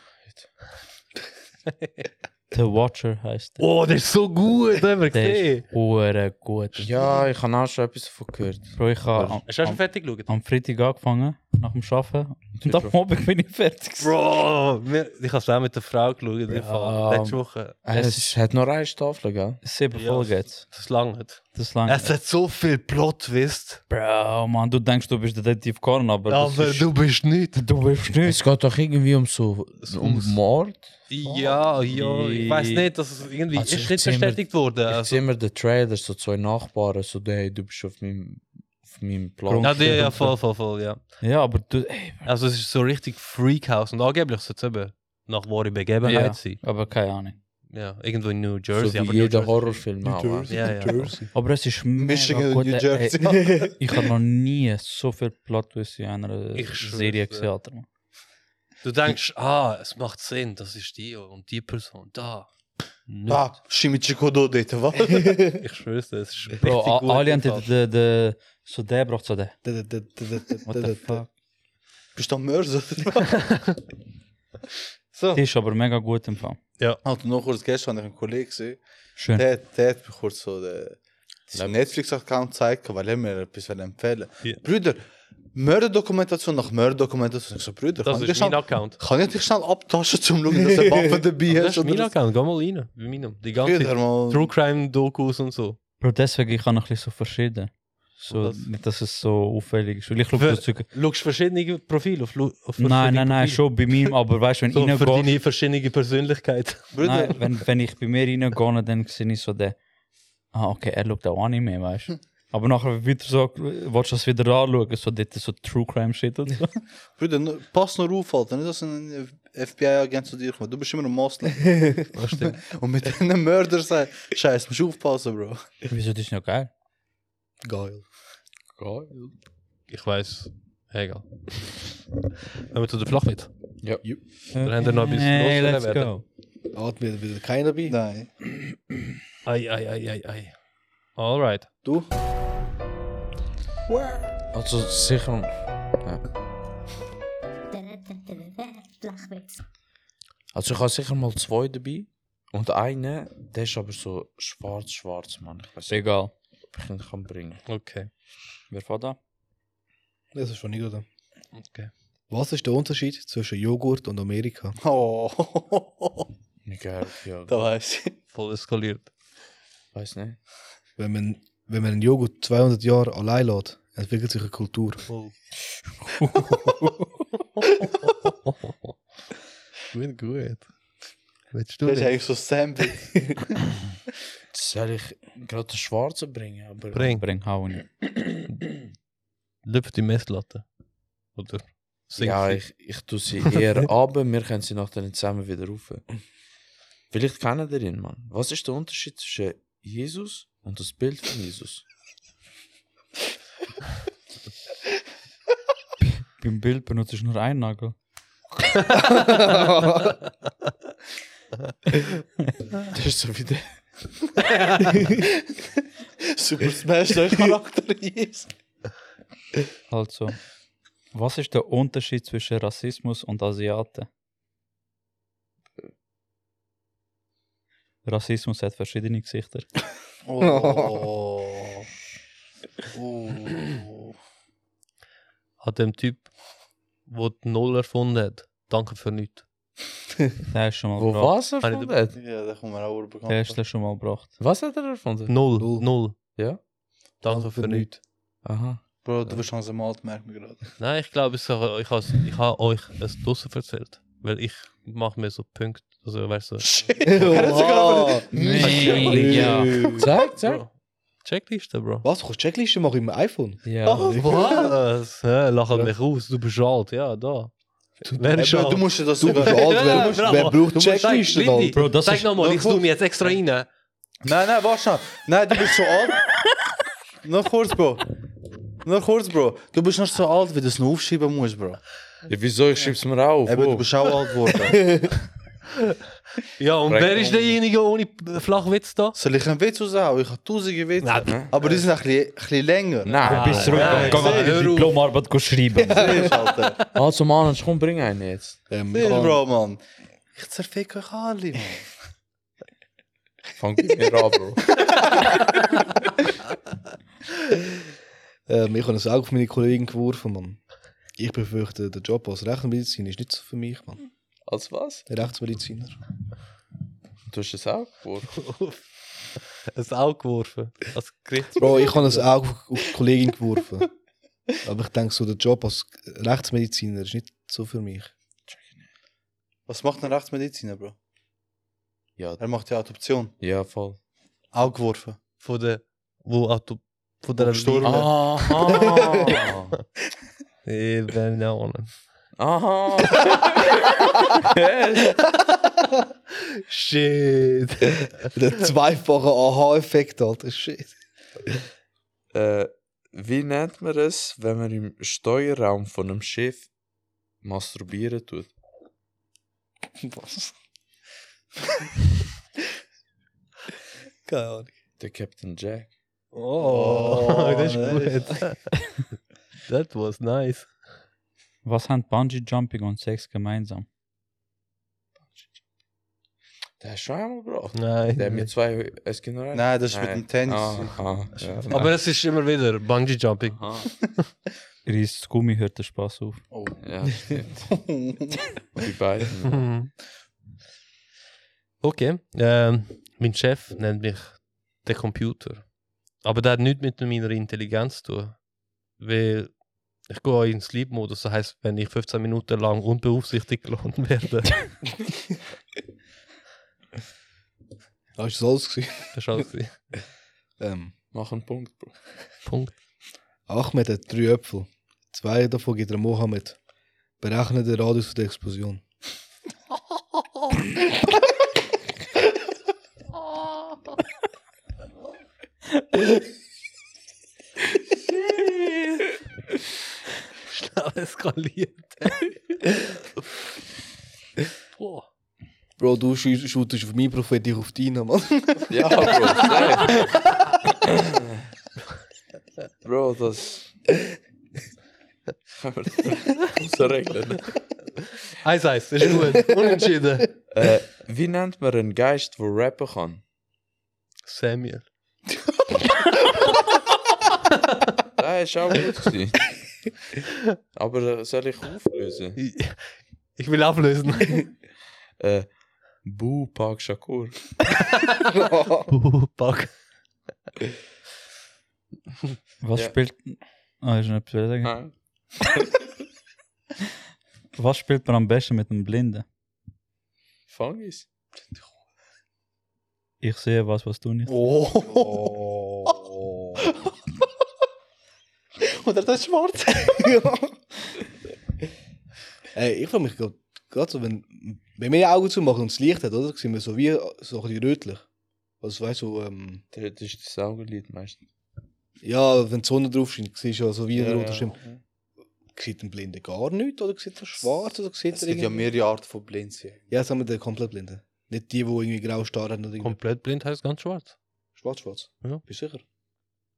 Speaker 2: The Watcher heisst der.
Speaker 3: Oh, der ist so gut, den haben wir
Speaker 2: der
Speaker 3: gesehen.
Speaker 2: ist hure gut.
Speaker 8: Ja, ich habe auch schon etwas davon gehört.
Speaker 2: Bro, ich habe am,
Speaker 3: Hast du schon
Speaker 2: am,
Speaker 3: fertig geschaut?
Speaker 2: am Freitag angefangen, nach dem Arbeiten. Und am Abend bin ich fertig. gewesen.
Speaker 3: Bro, mir- ich habe es auch mit der Frau geschaut, in dem Fall.
Speaker 2: Ja.
Speaker 3: letzte Woche.
Speaker 6: Es ist- hat noch eine Staffel, gell?
Speaker 2: Sieben
Speaker 3: Ja.
Speaker 2: Folgen jetzt.
Speaker 3: Das lange nicht.
Speaker 2: Das lang.
Speaker 3: Es hat so viel Plot-Twist,
Speaker 2: Eh, Bro, Mann, du denkst, du bist Detektiv Korn, aber. das
Speaker 3: aber
Speaker 2: ist-
Speaker 3: du bist nicht.
Speaker 2: Du bist nicht.
Speaker 6: Es geht doch irgendwie um so um
Speaker 3: ums-
Speaker 6: Mord.
Speaker 3: Ja, ja, ich weiß nicht, dass es irgendwie
Speaker 6: Also
Speaker 3: ist
Speaker 6: ich
Speaker 3: nicht
Speaker 6: sehe mir-
Speaker 3: bestätigt worden.
Speaker 6: Ich
Speaker 3: Also,
Speaker 6: sehe immer den Trailer, so zwei Nachbarn, so hey, du bist auf meinem, auf meinem Plan.
Speaker 3: ja, die, ja, voll, voll, voll, ja.
Speaker 2: Ja, aber du. Ey,
Speaker 3: Also es ist so richtig Freakhouse und angeblich soll es eben nach wahre Begebenheit
Speaker 2: Ja.
Speaker 3: sein.
Speaker 2: aber keine Ahnung.
Speaker 3: Ja, irgendwo in New
Speaker 6: so
Speaker 3: Jersey.
Speaker 6: wie
Speaker 3: aber New
Speaker 6: jeder
Speaker 3: Jersey-
Speaker 6: Horrorfilm auch. weißt du.
Speaker 3: Ah, Ja, ja.
Speaker 2: Aber es ist
Speaker 5: Michigan
Speaker 2: mega gut.
Speaker 5: und New
Speaker 2: Ey,
Speaker 5: Jersey.
Speaker 2: Ich habe noch nie so viel Plot in einer
Speaker 3: Ich schwör's
Speaker 2: Serie
Speaker 3: dir.
Speaker 2: gesehen,
Speaker 5: eh,
Speaker 2: Alter. Mann.
Speaker 3: Du denkst, ah, es macht Sinn, das ist die und die Person da. Nicht.
Speaker 5: Ah, Shimichiko do dort, was?
Speaker 3: Ich schwör's dir, es ist richtig
Speaker 2: Bro, a-
Speaker 3: gut.
Speaker 2: alle haben
Speaker 3: gemacht.
Speaker 2: den- den. So der braucht so den. What the fuck?
Speaker 1: What
Speaker 5: Bist du am Mörser? so.
Speaker 2: Die ist aber mega gut im Fall.
Speaker 5: Alter, noch kurz gestern habe ich einen Kollegen gesehen,
Speaker 2: Schön.
Speaker 5: der, der hat mir kurz so den diesen Netflix-Account gezeigt, weil er mir etwas empfehlen
Speaker 3: Ja.
Speaker 5: wollte. Brüder, Mörderdokumentation nach Mörderdokumentation. Ich so, Brüder,
Speaker 3: Das
Speaker 5: kann ich,
Speaker 3: ist
Speaker 5: dich
Speaker 3: mein
Speaker 5: schnell,
Speaker 3: Account.
Speaker 5: kann ich dich schnell abtaschen, zum schauen, dass er Waffen dabei
Speaker 3: Das
Speaker 5: hast?
Speaker 3: ist mein
Speaker 5: Oder
Speaker 3: Account, geh mal rein. Bei meinem. Die ganze
Speaker 5: Brüder, Mann.
Speaker 3: True Crime Dokus und so.
Speaker 2: Bro, deswegen ich kann ein bisschen so verschieden. So,
Speaker 3: Was?
Speaker 2: nicht, dass es so auffällig ist. Weil Ich glaube,
Speaker 3: Für-
Speaker 2: das Zeug.
Speaker 3: Schaust verschiedene Profile auf, Lu- auf
Speaker 2: Nein,
Speaker 3: verschiedene
Speaker 2: nein, nein,
Speaker 3: Profile.
Speaker 2: schon bei mir, aber weißt du, wenn
Speaker 3: So
Speaker 2: ich
Speaker 3: für
Speaker 2: reingehe.
Speaker 3: deine verschiedene Persönlichkeit.
Speaker 5: Brüder,
Speaker 2: Nein, wenn, wenn ich bei mir reingehe, dann sehe ich so den. Ah, okay, er schaut auch Anime, weißt du. Aber nachher wieder so, willst du das wieder anschauen, so dort so True Crime Shit und so.
Speaker 5: Brüder, nur- pass nur auf, Alter, nicht, dass ein äh, FBI-Agent zu dir kommt. Du bist immer ein Moslem.
Speaker 3: Das stimmt.
Speaker 5: Und mit einem Mörder sein. Scheiße, musst du aufpassen, Bro.
Speaker 2: Wieso, das ist ja geil.
Speaker 1: Geil.
Speaker 3: Ich weiß. Egal. Wenn wir zu der Flachwitz.
Speaker 2: Dann
Speaker 3: haben wir noch ein bisschen
Speaker 2: let's
Speaker 3: loswerden.
Speaker 2: go.
Speaker 1: Hat mir wieder keiner bei?
Speaker 5: Nein.
Speaker 3: Ei, ei, ei, ei, ei. Alright.
Speaker 5: Du?
Speaker 6: Also sicher.
Speaker 9: Lachwitz.
Speaker 6: Also ich habe sicher mal zwei dabei. Und einen, der ist aber so schwarz-schwarz, Mann. Ich weiß
Speaker 2: Ist
Speaker 6: nicht,
Speaker 2: egal.
Speaker 6: ob ich ihn kann bringen
Speaker 3: Okay.
Speaker 2: Wer fährt da?
Speaker 1: Das ist schon nicht gut.
Speaker 3: Okay.
Speaker 1: Was ist der Unterschied zwischen Joghurt und Amerika?
Speaker 5: Oh,
Speaker 6: Nigeria, ja.
Speaker 5: da weiß ich.
Speaker 3: Voll eskaliert.
Speaker 6: Weiß nicht.
Speaker 1: Wenn man, wenn man einen Joghurt 200 Jahre allein lässt, entwickelt sich eine Kultur.
Speaker 3: Gut, gut. Willst
Speaker 5: Das ist eigentlich so Sandwich.
Speaker 6: Soll ich gerade den Schwarzen bringen? Aber
Speaker 3: Bring.
Speaker 2: Bring, hau ihn.
Speaker 3: Lüpf die Messlatte. Oder? Sing
Speaker 6: ja,
Speaker 3: sie.
Speaker 6: ich, ich tue sie eher aber wir können sie nachher zusammen wieder rauf. Vielleicht kennen wir ihn, Mann. Was ist der Unterschied zwischen Jesus und das Bild von Jesus?
Speaker 2: Beim Bild benutze ich nur einen Nagel.
Speaker 6: Das ist so wie der.
Speaker 5: Super Smash, der Charakter ist.
Speaker 2: Also, was ist der Unterschied zwischen Rassismus und Asiaten? Rassismus hat verschiedene Gesichter.
Speaker 5: Oh. oh.
Speaker 3: Hat dem Typ, der die Null erfunden hat, danke für nichts.
Speaker 2: Der ist schon mal
Speaker 6: Wo
Speaker 2: gebracht.
Speaker 6: was er erfunden hat?
Speaker 5: Ja, da kommt mir auch
Speaker 2: Der ist
Speaker 5: bekannt.
Speaker 2: der schon mal gebracht.
Speaker 6: Was hat er erfunden?
Speaker 3: Null.
Speaker 1: Null.
Speaker 3: Null.
Speaker 6: Ja?
Speaker 3: Danke für nichts.
Speaker 6: Aha.
Speaker 5: Bro, du bist schon so alt, merkt mir gerade.
Speaker 3: Nein, ich glaube, ich habe ich has- ich ha euch es draussen erzählt. Weil ich mache mir so Punkte. Also, weißt du.
Speaker 5: Wow.
Speaker 2: Nee, ja.
Speaker 6: Zeig, zeig.
Speaker 3: Bro. Checkliste, Bro.
Speaker 1: Was? Du kannst Checklisten machen im iPhone?
Speaker 2: ja.
Speaker 3: Was? Hä, lach
Speaker 1: Ja.
Speaker 3: mich aus, du bist alt, ja, da. Wer
Speaker 5: Hey,
Speaker 3: ist
Speaker 5: Bro, du
Speaker 3: alt?
Speaker 5: musst dir das
Speaker 1: Du bist alt, wer, wer braucht Checklisten? Alter?
Speaker 3: Bro, das
Speaker 2: Zeig
Speaker 3: ist... nochmal, ich zoome jetzt extra rein.
Speaker 5: Nein, nein, warte schon. Nein, du bist so alt. Noch kurz, Bro. Noch kurz, Bro. Du bist noch so alt, wie du es noch aufschreiben musst, Bro.
Speaker 6: Ja, wieso? Ich schieb's mir auf.
Speaker 5: Eben,
Speaker 6: Oh.
Speaker 5: du bist auch alt geworden.
Speaker 3: Ja, und
Speaker 6: Frag
Speaker 3: wer ist
Speaker 6: mal.
Speaker 3: derjenige ohne P- Flachwitz da?
Speaker 5: Soll ich einen Witz raushauen? Ich habe tausende Witze.
Speaker 3: Nein.
Speaker 5: Aber die sind ein bisschen, ein bisschen länger.
Speaker 2: Du
Speaker 6: Nein.
Speaker 2: bist zurückgegangen,
Speaker 5: Ja,
Speaker 2: ja,
Speaker 5: hör
Speaker 2: die
Speaker 5: auf.
Speaker 2: Diplomarbeit go schreiben.
Speaker 5: Siehst, Alter.
Speaker 6: Also, Mann, jetzt komm, bring einen jetzt.
Speaker 1: Ähm,
Speaker 5: Siehst,
Speaker 1: ich kann-
Speaker 5: Bro, Mann. Ich zerfick euch alle, Mann.
Speaker 6: Fang mit mir an, Bro.
Speaker 1: ehm, Ähm, ich habe es auch auf meine Kollegen geworfen, Mann. Ich befürchte, der Job als Rechtsmediziner ist nicht so für mich, Mann.
Speaker 6: Als was?
Speaker 1: Rechtsmediziner.
Speaker 6: Du hast es auch vor.
Speaker 3: ein Auge geworfen. Als Gericht.
Speaker 1: Bro, ich habe es auch auf auf die Kollegin geworfen. Aber ich denke so, der Job als Rechtsmediziner ist nicht so für mich.
Speaker 5: Was macht ein Rechtsmediziner, Bro?
Speaker 8: Ja,
Speaker 5: Er macht ja Adoption.
Speaker 8: ja, voll.
Speaker 5: Auch geworfen.
Speaker 3: Von der. Wo auch du. Von der.
Speaker 5: Gestorben.
Speaker 1: Ah.
Speaker 8: Aha!
Speaker 3: Eben, ja, Mann.
Speaker 8: Aha!
Speaker 1: Shit. der zweifache Aha-Effekt, Alter. Shit.
Speaker 8: Äh, wie nennt man es, wenn man im Steuerraum von einem Schiff masturbieren tut?
Speaker 1: Was? Keine Ahnung.
Speaker 8: Der Captain Jack.
Speaker 3: Oh, das ist
Speaker 1: nice.
Speaker 3: gut. That was nice.
Speaker 2: Was haben Bungee Jumping und Sex gemeinsam?
Speaker 8: Der hast du schon einmal gebracht.
Speaker 3: Nein.
Speaker 8: Der hat mit zwei SG01.
Speaker 5: Nein, das ist mit dem Tennis.
Speaker 8: Ah, ah, ja.
Speaker 3: Aber es ist dus immer wieder Bungee Jumping.
Speaker 8: Aha.
Speaker 2: Riss das Gummi hört der Spaß auf.
Speaker 8: Ja, stimmt. Die beiden.
Speaker 3: Mhm. Okay, ähm, mein Chef nennt mich der Computer. Aber das hat nichts mit meiner Intelligenz zu tun. Weil ich gehe auch in Sleep-Modus. Das heisst, wenn ich 15 Minuten lang unbeaufsichtigt gelohnt werde,
Speaker 1: Hast du Ah, das alles gesehen?
Speaker 3: das ist alles. gewesen.
Speaker 1: Ähm,
Speaker 8: Mach einen Punkt, Bro.
Speaker 3: Punkt.
Speaker 1: Ahmed hat drei Äpfel. Zwei davon gibt er Mohammed. Berechne den Radius der Explosion.
Speaker 3: Schnell eskaliert. Boah.
Speaker 1: Bro, du schü- shootest auf mein Profil, ich auf deinen, Mann.
Speaker 6: Ja, Bro, safe.
Speaker 8: Bro, das.
Speaker 6: Außerregeln.
Speaker 3: Eins, eins, ist gut. Unentschieden.
Speaker 8: Äh, wie nennt man einen Geist, der rappen kann?
Speaker 3: Samuel.
Speaker 8: Der ist auch gut gewesen. Aber äh, soll ich auflösen?
Speaker 3: Ich will auflösen.
Speaker 8: Äh, Bu Pak Shakur.
Speaker 3: Uh, Pack.
Speaker 2: Was
Speaker 8: Ja.
Speaker 2: spielt. Ah, ist nicht zu sagen.
Speaker 8: Nein.
Speaker 2: Was spielt man am besten mit einem Blinden?
Speaker 8: Fang es.
Speaker 2: Ich sehe was, was du nicht.
Speaker 5: Oh. Oder das Schwarz.
Speaker 1: Ey, ich frage mich gerade so, wenn, wenn wir die Augen zumachen und das Licht hat, oder? Sind wir so wie so ein bisschen rötlich. Also, weißt du, so, ähm,
Speaker 8: Das ist das Augenlid meistens.
Speaker 1: ja, wenn die Sonne drauf scheint, siehst du ja so wie ein
Speaker 5: Ja,
Speaker 1: roter
Speaker 5: ja.
Speaker 1: Schirm. Sieht ein Blinder gar nichts oder sieht er schwarz oder sieht
Speaker 5: Es
Speaker 1: er
Speaker 5: gibt ja
Speaker 1: irgendwie...
Speaker 5: mehrere Arten von Blindsein.
Speaker 1: Ja, sagen wir den komplett Blinden. Nicht die, die irgendwie grau starren oder irgendwie...
Speaker 3: Komplett blind heißt ganz schwarz.
Speaker 1: Schwarz, schwarz.
Speaker 3: Ja.
Speaker 1: Bist du sicher?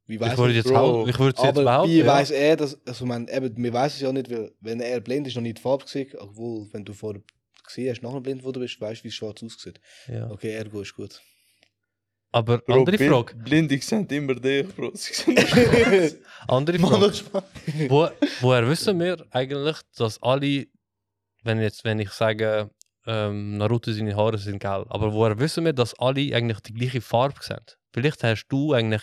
Speaker 1: Wie
Speaker 3: Ich
Speaker 1: weiss
Speaker 3: würde
Speaker 1: man-
Speaker 3: jetzt,
Speaker 5: Bro,
Speaker 3: hau- ich würde es jetzt
Speaker 1: Aber
Speaker 3: behaupten.
Speaker 1: wie
Speaker 3: Ja.
Speaker 1: weiss er, dass, also man, eben, wir weiss es ja nicht, weil wenn er blind ist, noch nicht die Farbe gesehen, obwohl, wenn du vorher gesehen hast, nachher blind, wo du bist, weißt du, wie es schwarz aussieht.
Speaker 3: Ja.
Speaker 1: Okay, ergo ist gut.
Speaker 3: Aber
Speaker 6: Bro,
Speaker 3: andere
Speaker 6: Blind-
Speaker 3: Frage.
Speaker 6: Blinde sehen immer dich, Bro. Sie sehen
Speaker 3: Andere Frage. wo, woher wissen wir eigentlich, dass alle, wenn, jetzt, wenn ich sage, ähm, Naruto seine Haare sind gelb, aber woher wissen wir, dass alle eigentlich die gleiche Farbe sehen? Vielleicht hast du eigentlich,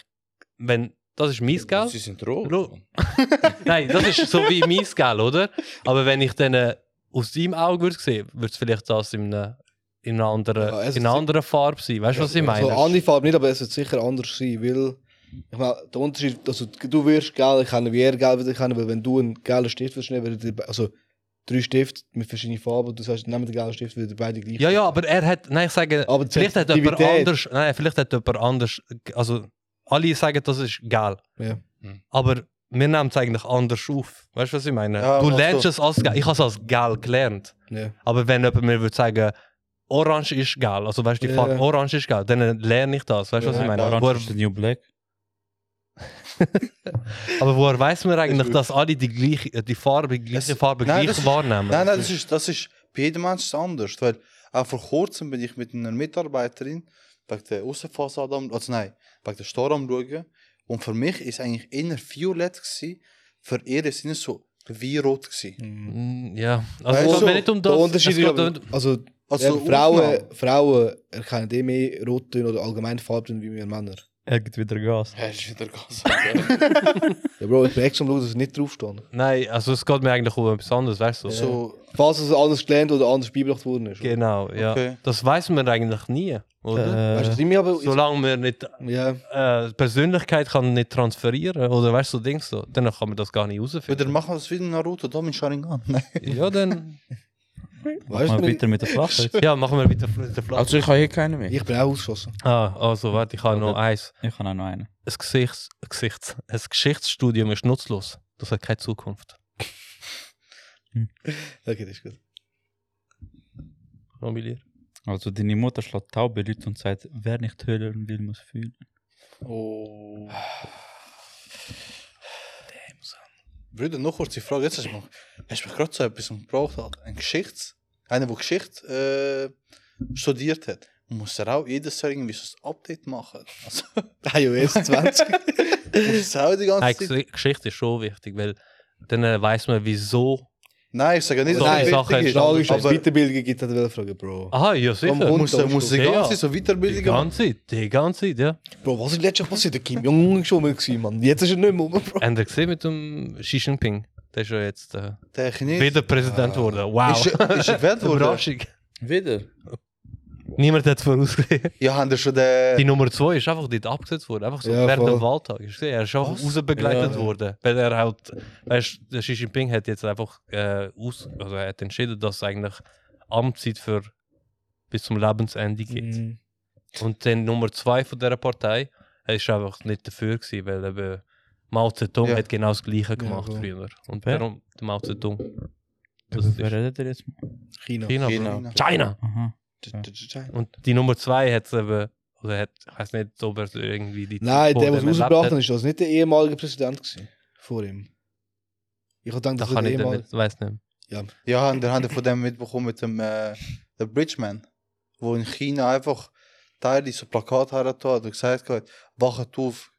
Speaker 3: wenn, das ist mein Geld.
Speaker 8: Sie sind rot.
Speaker 3: Rot. Nein, das ist so wie mein Geld, oder? Aber wenn ich dann äh, aus deinem Auge würde sehen, würde es vielleicht das in einer, in einer, anderen,
Speaker 1: Ja, es
Speaker 3: in einer
Speaker 1: ist-
Speaker 3: anderen Farbe sein. Weißt du, was ich meine?
Speaker 1: So andere Farbe nicht, aber es wird sicher anders sein, weil ich meine, der Unterschied, also du wirst gelb, ich kann wie er gelb wieder kennen, weil wenn du einen gelben Stift wirst nehmen, werden die be- also drei Stifte mit verschiedenen Farben, du sagst, nimm den gelben Stift, werden die beide gleich.
Speaker 3: Ja, ja, aber er hat, nein, ich sage,
Speaker 1: Aber die
Speaker 3: vielleicht hat jemand
Speaker 1: Sensitivität-
Speaker 3: anders, nein, vielleicht hat jemand anders, also alle sagen, das ist geil.
Speaker 1: Ja.
Speaker 8: Hm.
Speaker 3: Aber wir nehmen es eigentlich anders auf. Weißt du, was ich meine?
Speaker 5: Ja,
Speaker 3: du
Speaker 5: mach
Speaker 3: lernst
Speaker 5: so.
Speaker 3: es als geil. Ich habe es als geil gelernt.
Speaker 1: Ja.
Speaker 3: Aber wenn jemand mir würde sagen, Orange ist geil, also weißt du, die
Speaker 1: Ja.
Speaker 3: Farbe Orange ist geil, dann lerne ich das. Weißt du, was ich meine?
Speaker 2: Orange
Speaker 3: Woher,
Speaker 2: ist der New Black.
Speaker 3: aber woher weiß man eigentlich, dass alle die gleiche, die Farbe, die gleiche
Speaker 5: Es-
Speaker 3: Farbe
Speaker 5: Nein,
Speaker 3: gleich
Speaker 5: das ist-
Speaker 3: wahrnehmen?
Speaker 5: Nein, nein, das ist, das ist bei jedem Menschen anders. eh, Weil auch vor kurzem bin ich mit einer Mitarbeiterin wegen der Außenfassade, am- also nein, wegen der Store am schauen. Und für mich ist eigentlich innerviolett gewesen, für ihre Sinne so wie rot gewesen.
Speaker 3: Mm, Ja,
Speaker 5: Weißt
Speaker 3: also es geht
Speaker 5: du,
Speaker 3: mir nicht um
Speaker 1: Der
Speaker 3: das.
Speaker 1: Unterschied
Speaker 3: es
Speaker 1: ist
Speaker 3: geht
Speaker 1: aber,
Speaker 3: um-
Speaker 1: also,
Speaker 5: Also
Speaker 1: eben, Frauen,
Speaker 5: Ausnahme.
Speaker 1: Frauen erkennen eh mehr Rottöne oder allgemein Farbtöne wie wir Männer.
Speaker 2: Er gibt wieder Gas.
Speaker 6: Er ist wieder Gas. Alter.
Speaker 1: Ja, Bro, ich bin extra am schauen, dass es nicht draufsteht.
Speaker 3: Nein, also es geht mir eigentlich um etwas anderes, weißt du? So.
Speaker 5: So,
Speaker 1: Falls es anders gelernt oder anders beigebracht worden ist.
Speaker 3: Genau, ja.
Speaker 5: Okay.
Speaker 3: Das weiß man eigentlich nie, oder?
Speaker 1: Weißt du,
Speaker 2: Äh,
Speaker 1: was ich mir aber.
Speaker 3: Solange man nicht
Speaker 1: ja,
Speaker 3: äh, Persönlichkeit kann nicht transferieren oder weißt du, so Dings so, dann kann man das gar nicht
Speaker 5: wieder
Speaker 3: herausfinden.
Speaker 5: machen wir es wieder Naruto, da mit Sharingan.
Speaker 3: Ja, dann.
Speaker 1: weißt
Speaker 2: mal
Speaker 1: du,
Speaker 2: bitte mit der Flasche.
Speaker 3: ja, machen wir wieder mit der Flasche.
Speaker 8: Also ich habe hier keinen mehr.
Speaker 1: ich bin auch ausgeschossen.
Speaker 3: Ah, also warte, ich habe noch eins.
Speaker 2: Ich kann auch noch einen.
Speaker 3: Ein, Gesichts, Gesichts, ein Geschichtsstudium ist nutzlos. Das hat keine Zukunft.
Speaker 1: Okay, das ist gut.
Speaker 3: Familie.
Speaker 2: Also deine Mutter schlägt taube Leute und sagt, wer nicht hören will, muss fühlen.
Speaker 5: Oh. Bruder, noch kurz die Frage. Jetzt hast du mich, hast du mich gerade so etwas gebraucht. Alter. Ein Geschichts... Einer, der Geschichte äh, studiert hat. Muss er auch jedes Jahr irgendwie so ein Update machen. Also,
Speaker 1: iOS 20.
Speaker 5: muss er auch die ganze
Speaker 3: Nein,
Speaker 5: Zeit...
Speaker 3: Gesi- Geschichte ist schon wichtig, weil dann äh, weiß man, wieso.
Speaker 5: Nein, ich sage nicht,
Speaker 3: Solche
Speaker 5: dass es
Speaker 3: Sachen
Speaker 5: wichtig
Speaker 1: Die
Speaker 5: ist.
Speaker 1: Frage ist, ob es
Speaker 5: Aber
Speaker 1: Weiterbildung gibt, hat er wollte fragen, Bro.
Speaker 3: Aha, ja, sicher.
Speaker 5: man muss, muss die
Speaker 3: Ja,
Speaker 5: ganze Zeit so
Speaker 3: die
Speaker 5: Weiterbildung machen.
Speaker 3: ganze Zeit, die ganze Zeit, ja.
Speaker 1: Bro, was ist letztes Jahr passiert? Der Kim Jong-un ist schon mal gewesen, Mann. Jetzt ist er nicht mehr rum, Bro.
Speaker 3: Habt ihr gesehen mit dem Xi Jinping? Der ist ja jetzt äh,
Speaker 5: Der Chines...
Speaker 3: wieder Präsident geworden. Wow.
Speaker 5: Ist, er- ist er gewählt worden?
Speaker 3: Überraschung.
Speaker 8: Wieder?
Speaker 3: Niemand hat es vorausgesehen.
Speaker 5: Ja, haben wir schon den...
Speaker 3: Die Nummer 2 ist einfach dort abgesetzt worden. Einfach so
Speaker 1: Ja,
Speaker 3: während
Speaker 1: voll.
Speaker 3: dem Wahltag. Hast du gesehen? Er ist einfach
Speaker 5: Was?
Speaker 3: rausbegleitet
Speaker 1: Ja.
Speaker 3: worden. Weil er halt, weißt du, der Xi Jinping hat jetzt einfach äh, aus, also er hat entschieden, dass eigentlich Amtszeit für bis zum Lebensende geht.
Speaker 1: Mhm.
Speaker 3: Und dann Nummer 2 von dieser Partei, er ist einfach nicht dafür gewesen, weil eben Mao Zedong
Speaker 5: Ja.
Speaker 3: hat genau das Gleiche gemacht
Speaker 1: voll.
Speaker 3: früher. Und
Speaker 2: Wer?
Speaker 3: darum der Mao Zedong. Das ist
Speaker 2: Wer redet ihr jetzt?
Speaker 1: China.
Speaker 3: China. China.
Speaker 5: China.
Speaker 3: China.
Speaker 2: Aha.
Speaker 3: Und die Nummer 2 hat es eben, oder hat, ich weiß nicht, ob er irgendwie die
Speaker 1: Nein,
Speaker 3: Zeit
Speaker 1: der, der
Speaker 3: vor dem
Speaker 1: es
Speaker 3: erlebt
Speaker 1: rausgebracht
Speaker 3: hat.
Speaker 1: hat, ist das nicht der ehemalige Präsident gewesen. Vor ihm. Ich habe gedacht,
Speaker 3: Da
Speaker 1: das eh
Speaker 3: kann
Speaker 1: war der
Speaker 3: ich
Speaker 1: ehemalige.
Speaker 3: damit, weiß nicht.
Speaker 5: Ja, haben der hat von dem mitbekommen mit dem äh, der Bridgeman, wo in China einfach Teile so Plakat hat und gesagt hat, wachet auf,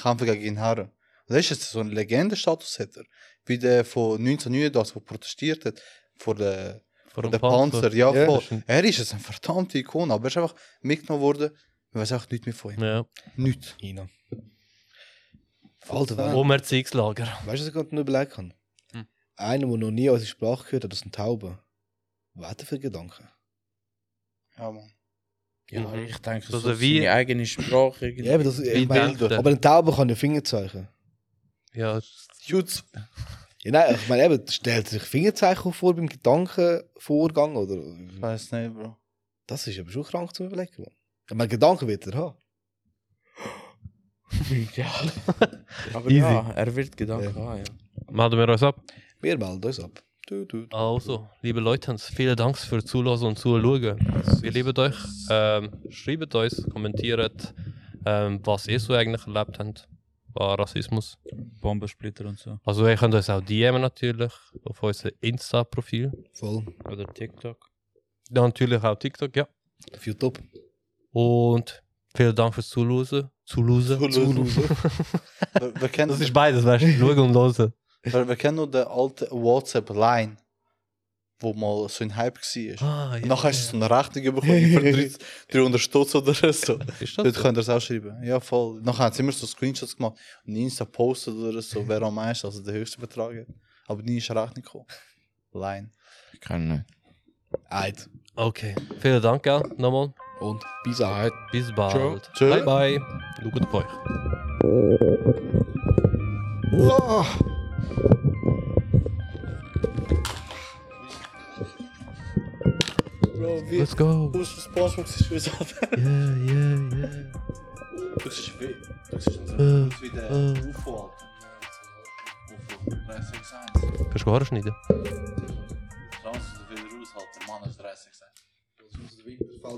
Speaker 5: kämpfe gegen den Herren. Und das ist jetzt so ein Legendenstatus hat er, wie der von 1989, der protestiert hat vor der,
Speaker 3: Vor
Speaker 5: vor
Speaker 3: dem
Speaker 5: der Panzer. Ja,
Speaker 1: Ja.
Speaker 5: voll.
Speaker 3: Das ist ein-
Speaker 5: Er dus ist jetzt eine verdammte Ikone, aber er ist einfach mitgenommen worden, man weiß auch nichts mehr von ihm.
Speaker 3: Ja.
Speaker 5: Nichts.
Speaker 1: China. Alter,
Speaker 3: Um
Speaker 1: weißt
Speaker 3: Umerziehungslager.
Speaker 1: du, was ich gerade noch überlegt habe?
Speaker 3: Hm.
Speaker 1: Einer, der noch nie unsere Sprache gehört hat, das sind Tauben. Was hat er für Gedanken?
Speaker 5: Ja, Mann.
Speaker 8: Ja,
Speaker 3: Mhm.
Speaker 8: ich denke,
Speaker 3: Das
Speaker 8: so
Speaker 3: ist wie-
Speaker 8: seine eigene Sprache.
Speaker 1: Ja, aber, das,
Speaker 3: Wie
Speaker 1: ich mein,
Speaker 3: denkt er?
Speaker 1: aber ein Tauben kann ja Fingerzeichen.
Speaker 3: Ja,
Speaker 5: Jutz.
Speaker 1: Ja, nein, ich meine, eben, stellt sich Fingerzeichen vor beim Gedankenvorgang, oder?
Speaker 5: Ich weiß nicht, Bro.
Speaker 1: Das ist aber schon krank zu überlegen. Mann. Ich meine, Gedanken wird er haben.
Speaker 8: aber
Speaker 3: Easy.
Speaker 8: ja, er wird Gedanken haben. Ja.
Speaker 3: melden wir uns ab.
Speaker 1: Wir melden uns ab. Du, du.
Speaker 3: Also, liebe Leute, vielen Dank fürs Zuhören und Zuschauen. Wir lieben euch. Ähm, schreibt uns, kommentiert, ähm, was ihr so eigentlich erlebt habt. War Rassismus.
Speaker 2: Bombensplitter und so.
Speaker 3: Also, ihr könnt uns auch DMen natürlich auf unser Insta-Profil.
Speaker 1: Voll.
Speaker 2: Oder TikTok.
Speaker 3: Ja, Natürlich auch TikTok, ja.
Speaker 1: Auf YouTube.
Speaker 3: Und vielen Dank fürs Zuhören. Zuhören.
Speaker 5: Zulose. wir, wir kennen,
Speaker 3: Das ist beides, weißt du? Schauen und hören.
Speaker 5: wir, wir kennen nur den alten WhatsApp-Line, wo mal so ein Hype war.
Speaker 3: Ah,
Speaker 5: Und nachher hast du so eine Rechnung bekommen für 300 300 Stutz oder so.
Speaker 3: Ist das
Speaker 5: Dort
Speaker 3: so?
Speaker 5: könnt ihr es auch schreiben. Ja, voll. Nachher haben sie immer so Screenshots gemacht und Insta postet oder so, wer am meisten, also der höchste Betrag hat. Aber nie ist eine Rechnung gekommen. Line.
Speaker 8: Ich kann nicht.
Speaker 1: Eid.
Speaker 3: Okay. Vielen Dank, gell? Nochmal.
Speaker 1: Und bis auch.
Speaker 3: Bis bald.
Speaker 5: Tschö.
Speaker 3: Bye bye. Schaut auf euch.
Speaker 5: Bro, wie
Speaker 3: Let's go.
Speaker 5: bist du Sponsor für das Alter?
Speaker 3: Yeah, yeah, yeah.
Speaker 5: Das ist wie. Das ist unser wie der UFO. UFO. Nein, 6-1.
Speaker 3: Kannst du Haare schneiden?
Speaker 5: Frans is de Vilderus had de man is de rest.
Speaker 1: Fall